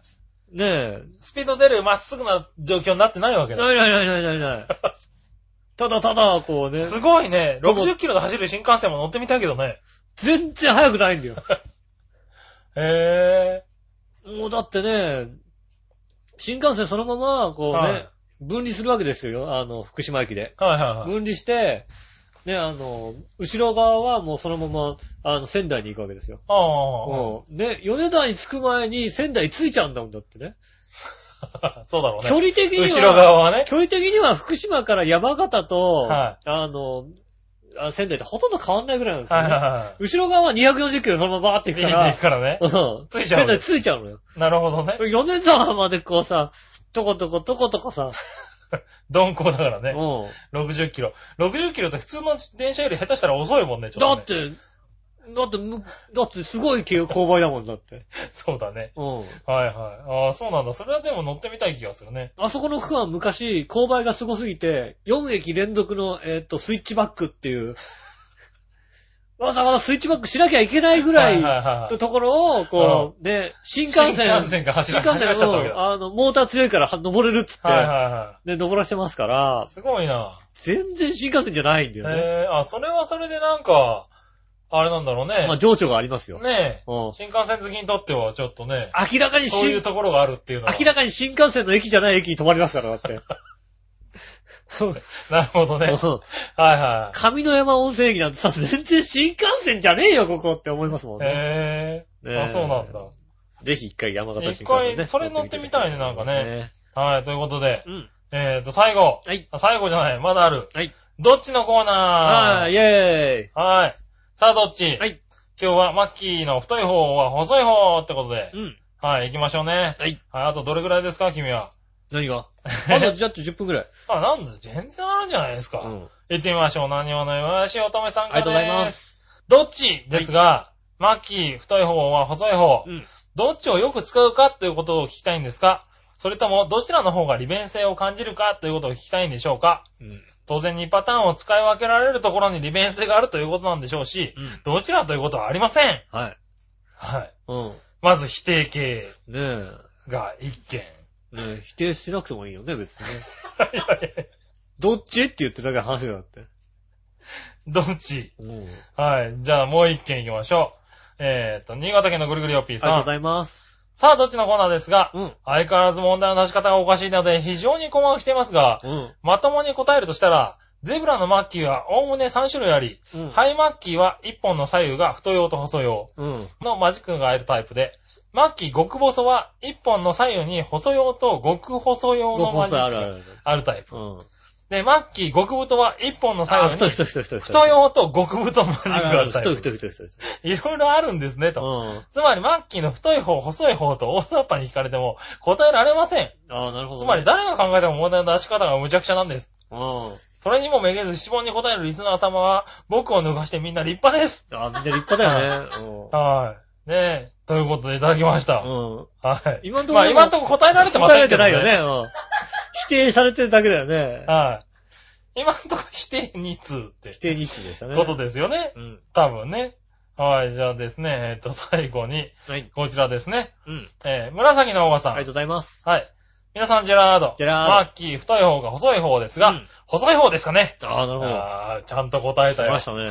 Speaker 3: い。
Speaker 2: い。ねえ。
Speaker 3: スピード出るまっすぐな状況になってないわけだ。
Speaker 2: ないないないないないない。ただただ、こうね、
Speaker 3: すごいね。
Speaker 2: どこ
Speaker 3: 60キロで走る新幹線も乗ってみたいけどね。
Speaker 2: 全然速くないんだよ。
Speaker 3: へ
Speaker 2: もうだってね、新幹線そのまま、こうね、
Speaker 3: はい
Speaker 2: 分離するわけですよ、あの、福島駅で。
Speaker 3: ぇー。はいはいはい。
Speaker 2: 分離して、ね、あの、後ろ側はもうそのまま、あの、仙台に行くわけですよ。
Speaker 3: ああ
Speaker 2: うん。ね、米田に着く前に仙台着いちゃうんだもんだってね。
Speaker 3: ああ、 そうだろう
Speaker 2: 距
Speaker 3: ね。
Speaker 2: 離的には、
Speaker 3: 後ろ側はね。
Speaker 2: 距離的には福島から山形と、
Speaker 3: は
Speaker 2: あの、あ仙台ってほとんど変わんないぐらいなんですよ、
Speaker 3: はい
Speaker 2: ね。
Speaker 3: はいは
Speaker 2: 後ろ側は240キロそのままバーって
Speaker 3: い。
Speaker 2: 行
Speaker 3: ピ
Speaker 2: くか
Speaker 3: ーってい
Speaker 2: ら
Speaker 3: く、からね。
Speaker 2: うん。
Speaker 3: ついちゃう
Speaker 2: 仙台ついちゃうのよ。
Speaker 3: なるほどね。
Speaker 2: 米沢までこうさ、とことことことこさ、
Speaker 3: 鈍行だから
Speaker 2: う
Speaker 3: ね。
Speaker 2: ん。
Speaker 3: 60キロ。60キロって普通の電車より下手したら遅いもんね、ちょっ
Speaker 2: だ
Speaker 3: と、ね。
Speaker 2: って、だってむ、だってすごい勾配だもんだって。
Speaker 3: そうだね。
Speaker 2: うん。
Speaker 3: はいはい。ああ、そうなんだ。それはでも乗ってみたい気がするね。
Speaker 2: あそこの区間は昔、勾配がすごすぎて、4駅連続の、えーっ、と、スイッチバックっていう、わざわざスイッチバックしなきゃいけないぐら
Speaker 3: はい
Speaker 2: い、
Speaker 3: はいはい
Speaker 2: ところを、こう、ね、新幹線、
Speaker 3: 新幹線が走ら
Speaker 2: 新幹線
Speaker 3: 走らしちゃったわけだ
Speaker 2: うんあの、モーター強いからは登れるっつって、
Speaker 3: はいはいは
Speaker 2: で、登らしてますから
Speaker 3: い。、すごいな。
Speaker 2: 全然新幹線じゃないんだよね。
Speaker 3: へえ、あ、それはそれでなんか、あれなんだろうね。
Speaker 2: まあ、情緒がありますよ。
Speaker 3: ねえ、
Speaker 2: うん。
Speaker 3: 新幹線好きにとってはちょっとね、
Speaker 2: 明らかに
Speaker 3: そうい
Speaker 2: 新
Speaker 3: うところがあるっていうのは。
Speaker 2: 明らかに新幹線の駅じゃない駅に止まりますから、だ って。
Speaker 3: なるほどね。
Speaker 2: うん
Speaker 3: はいは
Speaker 2: 上の山温泉駅なんてさ、全然新幹線じゃねえよ、ここって思いますもん
Speaker 3: い。
Speaker 2: ね。
Speaker 3: へえ。
Speaker 2: ねえ
Speaker 3: あ、そうなんだ。
Speaker 2: ぜひ一回山形新幹線、ね。
Speaker 3: 一回それ乗ってみたいねなんかね。はい、ということで、
Speaker 2: うん。
Speaker 3: えーと、最後。
Speaker 2: はい。
Speaker 3: あ最後じゃない、まだある。
Speaker 2: はい。
Speaker 3: どっちのコー
Speaker 2: あ
Speaker 3: ナ
Speaker 2: あ、
Speaker 3: ー
Speaker 2: イェ
Speaker 3: はい。さあ、どっち
Speaker 2: ーイ。はい。
Speaker 3: 今日はマッキーの太い方は細い方ってことで
Speaker 2: う。ん。
Speaker 3: はい、行きましょうね。
Speaker 2: はい。
Speaker 3: はい、あとどれぐらいですか、君は。
Speaker 2: 何 がまだじゃっと10分ぐらい。
Speaker 3: あ、なんだ、全然あるんじゃないです
Speaker 2: う
Speaker 3: か。
Speaker 2: ん。
Speaker 3: 行ってみましょう。何話のよしおとめさん
Speaker 2: あり
Speaker 3: から
Speaker 2: が
Speaker 3: で
Speaker 2: と
Speaker 3: す。
Speaker 2: うございま。す。
Speaker 3: どっちですが、マッキー、太い方は細い方、
Speaker 2: うん。
Speaker 3: どっちをよく使うかということを聞きたいんですかそれとも、どちらの方が利便性を感じるかということを聞きたいんでしょうか
Speaker 2: うん。
Speaker 3: 当然2パターンを使い分けられるところに利便性があるということなんでしょうし、
Speaker 2: うん。
Speaker 3: どちらということはありません。
Speaker 2: はい。
Speaker 3: はい。
Speaker 2: うん。
Speaker 3: まず否定形
Speaker 2: ねえ。
Speaker 3: が1件。
Speaker 2: ねえ、否定しなくてもいいよね、別にね。
Speaker 3: いやいや
Speaker 2: どっちって言ってるだけの話だって。
Speaker 3: どっち
Speaker 2: うん。
Speaker 3: はい。じゃあもう1件行きましょう。えーと、新潟県のぐるぐるよっぴー
Speaker 2: ありがとう
Speaker 3: さ
Speaker 2: ござ
Speaker 3: ん。
Speaker 2: います。
Speaker 3: さあ、どっちのコーナーですが、
Speaker 2: うん。
Speaker 3: 相変わらず問題の出し方がおかしいので、非常に困惑していますが、
Speaker 2: うん。
Speaker 3: まともに答えるとしたら、ゼブラのマッキーはおおむね3種類あり、
Speaker 2: うん。い。
Speaker 3: ハイマッキーは1本の左右が太用と細用
Speaker 2: うん。
Speaker 3: のマジックがあるタイプで、マッキー極細は1本の左右に細用と極細用の
Speaker 2: ご
Speaker 3: マ
Speaker 2: 飯
Speaker 3: ジックが
Speaker 2: あるある
Speaker 3: あるタイプ。
Speaker 2: ある。うん。
Speaker 3: で、マッキー極太は1本の左
Speaker 2: あ、
Speaker 3: 右
Speaker 2: 太い
Speaker 3: に
Speaker 2: 太い太い太い。
Speaker 3: 太用と極太マジック
Speaker 2: ある
Speaker 3: が
Speaker 2: あ
Speaker 3: あ
Speaker 2: る。
Speaker 3: るタイ
Speaker 2: 太い
Speaker 3: プ。
Speaker 2: 太い太い太い。
Speaker 3: いろいろあるんですね、と。
Speaker 2: うん。
Speaker 3: つまり、マッキーの太い方、細い方と大雑把に引かれても答えられません。
Speaker 2: ああ、なるほど。
Speaker 3: つまり、、誰が考えても問題の出し方が無茶苦茶なんです。
Speaker 2: うん。あ
Speaker 3: それにもめげず質問に答えるリスナー様は、僕を抜かしてみんな立派です。
Speaker 2: あ、みんな立派だよね。うん。
Speaker 3: はい。ねえ。ということでいただきました。
Speaker 2: うん。
Speaker 3: はい。
Speaker 2: 今んとこ
Speaker 3: まあ今んとこ答えられてません
Speaker 2: れ
Speaker 3: け
Speaker 2: て
Speaker 3: ど
Speaker 2: な
Speaker 3: ね。
Speaker 2: いよね。うん。否定されてるだけだよね。
Speaker 3: はい。今んとこ否定2通って
Speaker 2: 否定日記でしたね。
Speaker 3: ことですよね。
Speaker 2: うん。
Speaker 3: 多分ね。はい。じゃあですね、えっと、最後に、
Speaker 2: はい。
Speaker 3: こちらですね。
Speaker 2: うん。
Speaker 3: えー、紫のオガさ
Speaker 2: あ
Speaker 3: ん。
Speaker 2: りがとうございます。
Speaker 3: はい。皆さん、ジェラード。
Speaker 2: ジェラード
Speaker 3: マッキー、太い方が細い方ですが、
Speaker 2: うん
Speaker 3: 細い方ですかね。
Speaker 2: ああ、なるほど。
Speaker 3: ああ、ちゃんと答えた
Speaker 2: 出
Speaker 3: よ
Speaker 2: まし。たね。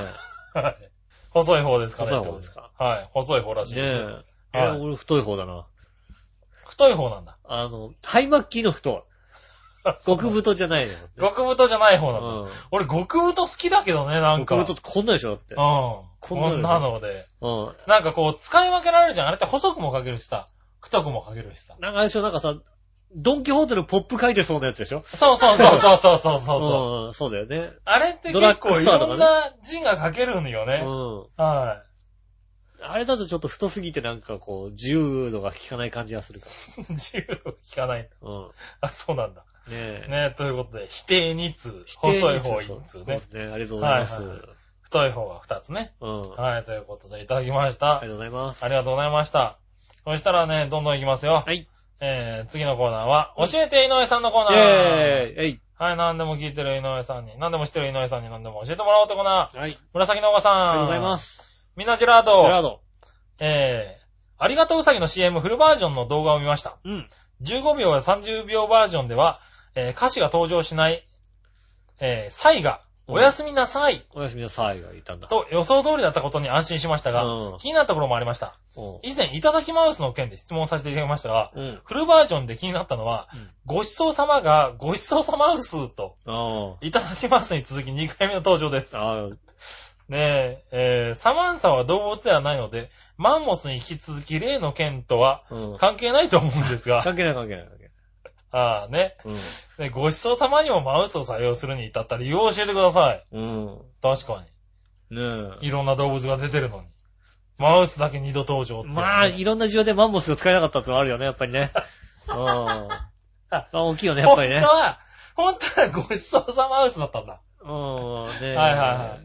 Speaker 3: はい 細い方ですかね。
Speaker 2: 細い方ですか。
Speaker 3: はい。細い方らしい
Speaker 2: ね
Speaker 3: ですね。
Speaker 2: え。え
Speaker 3: はい
Speaker 2: 俺太い方だな。
Speaker 3: 太い方なんだ。
Speaker 2: あの、ハイマッキーの 太い。極太じゃないよ。
Speaker 3: 極太じゃない方
Speaker 2: う
Speaker 3: なんだ。
Speaker 2: ん。
Speaker 3: 俺、極太好きだけどね、なんか。
Speaker 2: 極太ってこんなでしょだって
Speaker 3: うん。。こ
Speaker 2: こんなの
Speaker 3: んなので。
Speaker 2: うん。
Speaker 3: なんかこう、使い分けられるじゃん。あれって細くもかけるしさ、太くもかけるしさ。
Speaker 2: なんかあれでしょ、なんかさ、ドンキホーテのポップ書いてそうなやつでしょ
Speaker 3: そうそうそうそうそうそうそうそう。
Speaker 2: うん、そうだよね。
Speaker 3: あれって
Speaker 2: ドラ
Speaker 3: 結
Speaker 2: ッ
Speaker 3: 構
Speaker 2: グス
Speaker 3: い
Speaker 2: トアと
Speaker 3: ろ
Speaker 2: かね
Speaker 3: んな字が書けるんよね。
Speaker 2: う
Speaker 3: は
Speaker 2: ん。あれだとちょっと太すぎてなんかこう、自由度が効かない感じがするか
Speaker 3: い。自由を聞かない。
Speaker 2: ら。うん。
Speaker 3: あ、そうなんだ。
Speaker 2: ねえ。
Speaker 3: ねということで、否定2通、
Speaker 2: 否定に
Speaker 3: 細い方
Speaker 2: そう
Speaker 3: 1
Speaker 2: そ
Speaker 3: 通
Speaker 2: う
Speaker 3: ね
Speaker 2: そ、うですね。ありがとうございます。
Speaker 3: は
Speaker 2: う
Speaker 3: い
Speaker 2: ん。
Speaker 3: はい太い方が2つね。
Speaker 2: あ
Speaker 3: はい、ということで、いただきまし
Speaker 2: りが
Speaker 3: た
Speaker 2: と。うございます。
Speaker 3: ありがとうございました。そしたらね、どんどんいきますよ。
Speaker 2: はい。
Speaker 3: えー、次のコーナーは、教えて井上さんのコーナー。
Speaker 2: イェーイえい
Speaker 3: はい、何でも聞いてる井上さんに、何でも知ってる井上さんに何でも教えてもらおうってコーナー。
Speaker 2: はい。
Speaker 3: 紫のおばさん。
Speaker 2: ありがとうございます。
Speaker 3: みんなジェラー
Speaker 2: ジ
Speaker 3: ド。
Speaker 2: ェラード。
Speaker 3: えー、ありがとううさぎの CM フルバージョンの動画を見ました。
Speaker 2: うん。
Speaker 3: 15秒や30秒バージョンでは、えー歌詞が登場しない、えー、サイが、
Speaker 2: うん
Speaker 3: おやすみなさい、
Speaker 2: おやすみなさいがいたんだ。
Speaker 3: と予想通りだったことに安心しましたが、
Speaker 2: うん
Speaker 3: 気になるところもありました。
Speaker 2: うん
Speaker 3: 以前、いただきマウスの件で質問させていただきましたが、
Speaker 2: うん。
Speaker 3: フルバージョンで気になったのは、
Speaker 2: うん
Speaker 3: ごちそうさまが、ごちそうさまウスと、
Speaker 2: あ
Speaker 3: いただきマウスに続き2回目の登場です
Speaker 2: あ。。ああ。
Speaker 3: ねえ、えーサマンサは動物ではないので、マンモスに引き続き例の件とは
Speaker 2: うん。
Speaker 3: 関係ないと思う んですが、
Speaker 2: 関係ない関係ない関係ない。
Speaker 3: ああね、
Speaker 2: うん。
Speaker 3: ねごちそうさまにもマウスを採用するに至った理由を教えてください。
Speaker 2: うん。
Speaker 3: 確かに。
Speaker 2: ね
Speaker 3: いろんな動物が出てるのに。マウスだけ二度登場っていうね、
Speaker 2: まあ、いろんな事情でマンモスが使えなかったってのはあるよね、やっぱりね。うん。 まあ、大きいよね、やっぱりね。
Speaker 3: 本当は、本当はごちそうさマウスだったんだ。
Speaker 2: うん。ね。
Speaker 3: はいはいは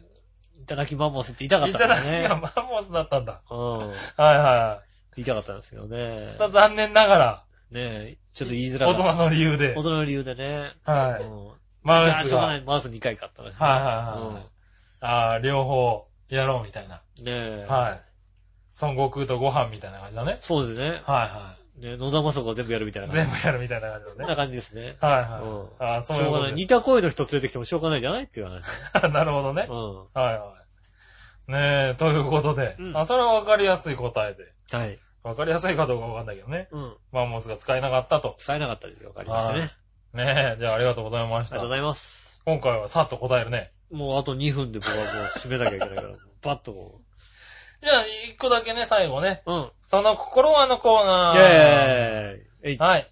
Speaker 3: い
Speaker 2: いただきマンモスって言いたかっ
Speaker 3: い
Speaker 2: た
Speaker 3: た
Speaker 2: ん
Speaker 3: だ
Speaker 2: だ
Speaker 3: き
Speaker 2: ね。
Speaker 3: がマンモスだったんだ。
Speaker 2: うん。
Speaker 3: はいは
Speaker 2: 言いたかったんですけどね
Speaker 3: い。。ただ残念なが
Speaker 2: ねえ、ちょっと言いづ
Speaker 3: ら、
Speaker 2: ら
Speaker 3: 大
Speaker 2: かった。
Speaker 3: 人の理由で
Speaker 2: 大。人の理由でね。う
Speaker 3: はい。
Speaker 2: ん。
Speaker 3: マウ
Speaker 2: じゃあ、
Speaker 3: ス
Speaker 2: しょう
Speaker 3: が。
Speaker 2: が
Speaker 3: は
Speaker 2: ないい。マウス2回買ったね。
Speaker 3: はいはい。ああ、両方やろうみたいな。
Speaker 2: うん。ねえ。
Speaker 3: はい。孫悟空とご飯みたいな感じだね。
Speaker 2: そうですね。
Speaker 3: はいは
Speaker 2: ね野田まさ子が全部やるみたい
Speaker 3: い。
Speaker 2: な
Speaker 3: 全
Speaker 2: 感
Speaker 3: 部やるみたいな感じ
Speaker 2: じ。
Speaker 3: だ
Speaker 2: な
Speaker 3: ね。
Speaker 2: 感じですね。
Speaker 3: はい
Speaker 2: うん
Speaker 3: はい。ああ、
Speaker 2: し
Speaker 3: そうい
Speaker 2: ょ
Speaker 3: う
Speaker 2: う
Speaker 3: こ
Speaker 2: が
Speaker 3: と
Speaker 2: ない。
Speaker 3: で
Speaker 2: 似た声の人連れてきてもしょうがないじゃないっていう 話。
Speaker 3: すなるほどね
Speaker 2: う。ん。
Speaker 3: はいはい。ねえ、ということで。
Speaker 2: うん
Speaker 3: あ、それはわかりやすい答えで。
Speaker 2: はい。
Speaker 3: わかりやすいかどうかわかんないけどね。
Speaker 2: うん。
Speaker 3: マンモスが使えなかったと。
Speaker 2: 使えなかったですよ。わかりましたね。
Speaker 3: は
Speaker 2: あ
Speaker 3: いねえ、じゃあありがとうございまし
Speaker 2: りが
Speaker 3: た
Speaker 2: とうご。ざいます。
Speaker 3: 今回はさっと答えるね。
Speaker 2: もうあと2分で僕はもう締めなきゃいけない から、バッとこ
Speaker 3: じゃあ、一個だけね、最後ね。
Speaker 2: う。うん。
Speaker 3: その心はのコーナ
Speaker 2: イェー
Speaker 3: ー。
Speaker 2: イえい。は
Speaker 3: はい。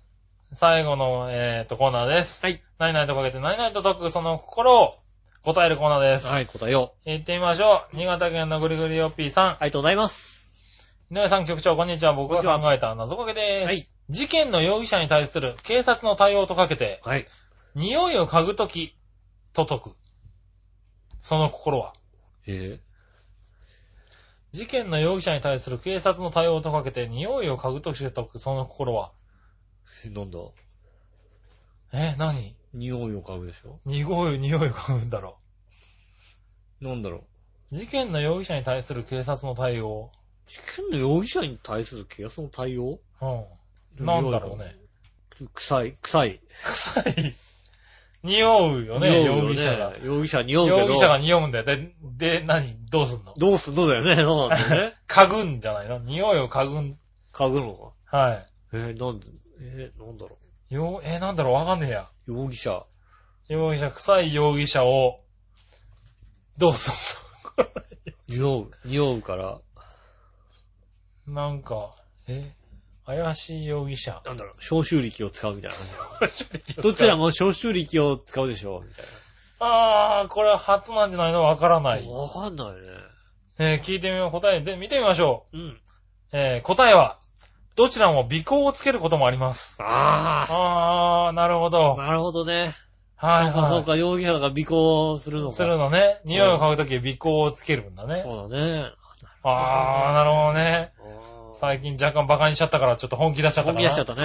Speaker 3: 最後の、えっ、と、コーナーです。
Speaker 2: い。
Speaker 3: 何々とかけて何々と解く、その心を答えるコーナーです。
Speaker 2: はい、答えよ
Speaker 3: 行ってみましょう。新潟県のぐりぐりよっぴーさ
Speaker 2: う。。
Speaker 3: ん
Speaker 2: ありがとうございます。
Speaker 3: 井上さん局長、こんにちは。僕が考えた謎かけです。
Speaker 2: はい。
Speaker 3: 事件の容疑者に対する警察の対応とかけて、
Speaker 2: はい。
Speaker 3: 匂いを嗅ぐとき、と解く。その心は。
Speaker 2: え
Speaker 3: 事件の容疑者に対する警察の対応とかけて、匂いを嗅ぐときと解く、その心は。
Speaker 2: ー、なんだ
Speaker 3: え、何
Speaker 2: 匂いを嗅ぐでしょ
Speaker 3: 匂い、匂いを嗅ぐんだろ
Speaker 2: なんだろ
Speaker 3: う。事件の容疑者に対する警察の対応。
Speaker 2: う事件の容疑者に対する警察の対応
Speaker 3: うん。なんだろうね。
Speaker 2: 臭い、臭い。
Speaker 3: 臭い。匂うよね、
Speaker 2: 匂うよ
Speaker 3: 容疑者が。。
Speaker 2: 容疑者匂うけど。
Speaker 3: 容疑者が匂うんだよ。で、で、何どうすんの
Speaker 2: どうすんのだよ ね。そうなんだよね。
Speaker 3: 嗅ぐんじゃないの匂いを嗅ぐん。
Speaker 2: 嗅ぐのか。
Speaker 3: はい。
Speaker 2: えー、なんで、えー、なんだろ
Speaker 3: よ、えー、なんだろう、わかんねえや。
Speaker 2: う。容疑者。
Speaker 3: 容疑者、臭い容疑者を、どうすん
Speaker 2: 匂う、匂うから、
Speaker 3: のなんか、え、怪しい容疑者。
Speaker 2: なんだろう、消臭力を使うみたいな感じ。どちらも消臭力を使うでしょうみたい
Speaker 3: あー、これは初なんじゃないのわからな。
Speaker 2: ないわかんないね。
Speaker 3: えー、聞いてみよう。答えで、見てみましょう。
Speaker 2: うん。
Speaker 3: えー、答えは、どちらも尾行をつけることもあります。
Speaker 2: あ
Speaker 3: あー、なるほど。
Speaker 2: あ。
Speaker 3: はい、
Speaker 2: なるほどね。
Speaker 3: は
Speaker 2: そう
Speaker 3: い。
Speaker 2: かそうか、容疑者が尾行するのか。
Speaker 3: するのね。匂いを嗅ぐとき尾行をつけるんだね。
Speaker 2: そうだね。
Speaker 3: あー、なるほどね。
Speaker 2: あ
Speaker 3: 最近若干バカにしちゃったからちょっと本気出しち
Speaker 2: ー
Speaker 3: ゃったか
Speaker 2: 本
Speaker 3: ら。
Speaker 2: 気出しちゃっ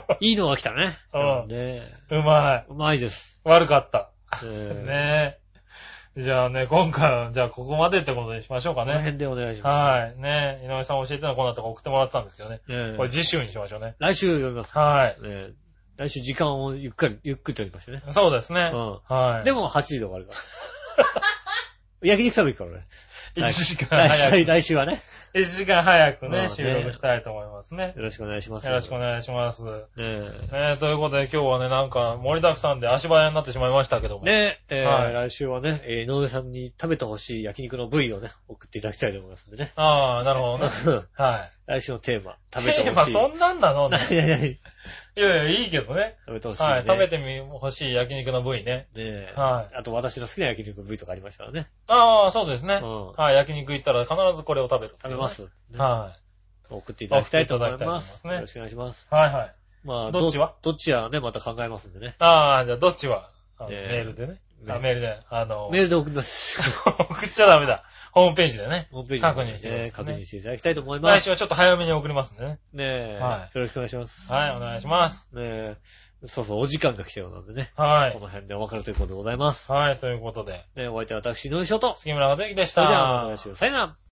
Speaker 2: た ね。いいのが来たね。
Speaker 3: うん
Speaker 2: ね
Speaker 3: うまい。
Speaker 2: うまいです。
Speaker 3: 悪かった。
Speaker 2: ね
Speaker 3: ねえ。じゃあね、今回は、じゃあここまでってことにしましょうか
Speaker 2: この
Speaker 3: ね。
Speaker 2: 辺でお願いしま
Speaker 3: はい。ねえ、井上さん教えてのコーナーとか送ってもらってたんですけどね。
Speaker 2: す。ね
Speaker 3: これ次週にしましょうね。
Speaker 2: 来週読みます。
Speaker 3: はい。
Speaker 2: ね来週時間をゆっくり、ゆっくりとりましてね。
Speaker 3: そうですね。
Speaker 2: うん
Speaker 3: はい。
Speaker 2: で、も8時で終わるから。 焼肉食べ行くからね。
Speaker 3: 1時間早
Speaker 2: 来週、
Speaker 3: く、
Speaker 2: 来週はね。
Speaker 3: 1時間早く
Speaker 2: うん
Speaker 3: ね、
Speaker 2: ね
Speaker 3: 収録したいと思いますね。
Speaker 2: よろしくお願いします。
Speaker 3: よろしくお
Speaker 2: ね
Speaker 3: 願いします。
Speaker 2: え。
Speaker 3: ねえ、ということで今日はね、なんか盛りだくさんで足早になってしまいましたけども。
Speaker 2: ねえ、えー
Speaker 3: はい
Speaker 2: 来週はね、えー井上さんに食べてほしい焼肉の部位をね、送っていただきたいと思いますんでね。
Speaker 3: ああ、なるほどね。はい。
Speaker 2: 来週のテーマ、食べて
Speaker 3: テー
Speaker 2: ほ
Speaker 3: マ
Speaker 2: しい。
Speaker 3: そんなんなの
Speaker 2: 何何何
Speaker 3: いやいや、いいけどね。
Speaker 2: 食べてほしい、ね。
Speaker 3: はい。食べてみ、欲しい焼肉の部位ね。
Speaker 2: ねえ。
Speaker 3: はい
Speaker 2: あと私の好きな焼肉の部位とかありましたらね。
Speaker 3: ああ、そうです
Speaker 2: う
Speaker 3: ね
Speaker 2: ん。。
Speaker 3: はい。焼肉行ったら必ずこれを食べる。
Speaker 2: 食べま。す、ね
Speaker 3: は
Speaker 2: 送っていただきたいと思います。
Speaker 3: 送っていただきたいと思いますね
Speaker 2: よろしくお願いします。
Speaker 3: い。はいはい。
Speaker 2: まあ、
Speaker 3: どっちは
Speaker 2: どっちはね、また考えますんでね。
Speaker 3: ああ、じゃあどっちはあの
Speaker 2: ねえ
Speaker 3: メールでね。あ、
Speaker 2: ね
Speaker 3: メールで。あの、
Speaker 2: メールで送ります。
Speaker 3: 送っちゃダメだ。ホームページでね。
Speaker 2: ホームページ、
Speaker 3: 確認してくださいね
Speaker 2: ね。確認していただきたいと思いま
Speaker 3: 来
Speaker 2: す。
Speaker 3: 週はちょっと早めに送りますんでね。
Speaker 2: ねえ、
Speaker 3: は
Speaker 2: よろしくお願いします。
Speaker 3: はい、お願いします。
Speaker 2: ねえ、そうそう、お時間が来たようなんでね。
Speaker 3: は
Speaker 2: こ
Speaker 3: い。
Speaker 2: の辺でお別れということでございます。
Speaker 3: はい、ということで。
Speaker 2: ね、お相手は私、井上翔と。
Speaker 3: 杉村和之でし
Speaker 2: そ
Speaker 3: た。
Speaker 2: れでは、また来週、さよなら。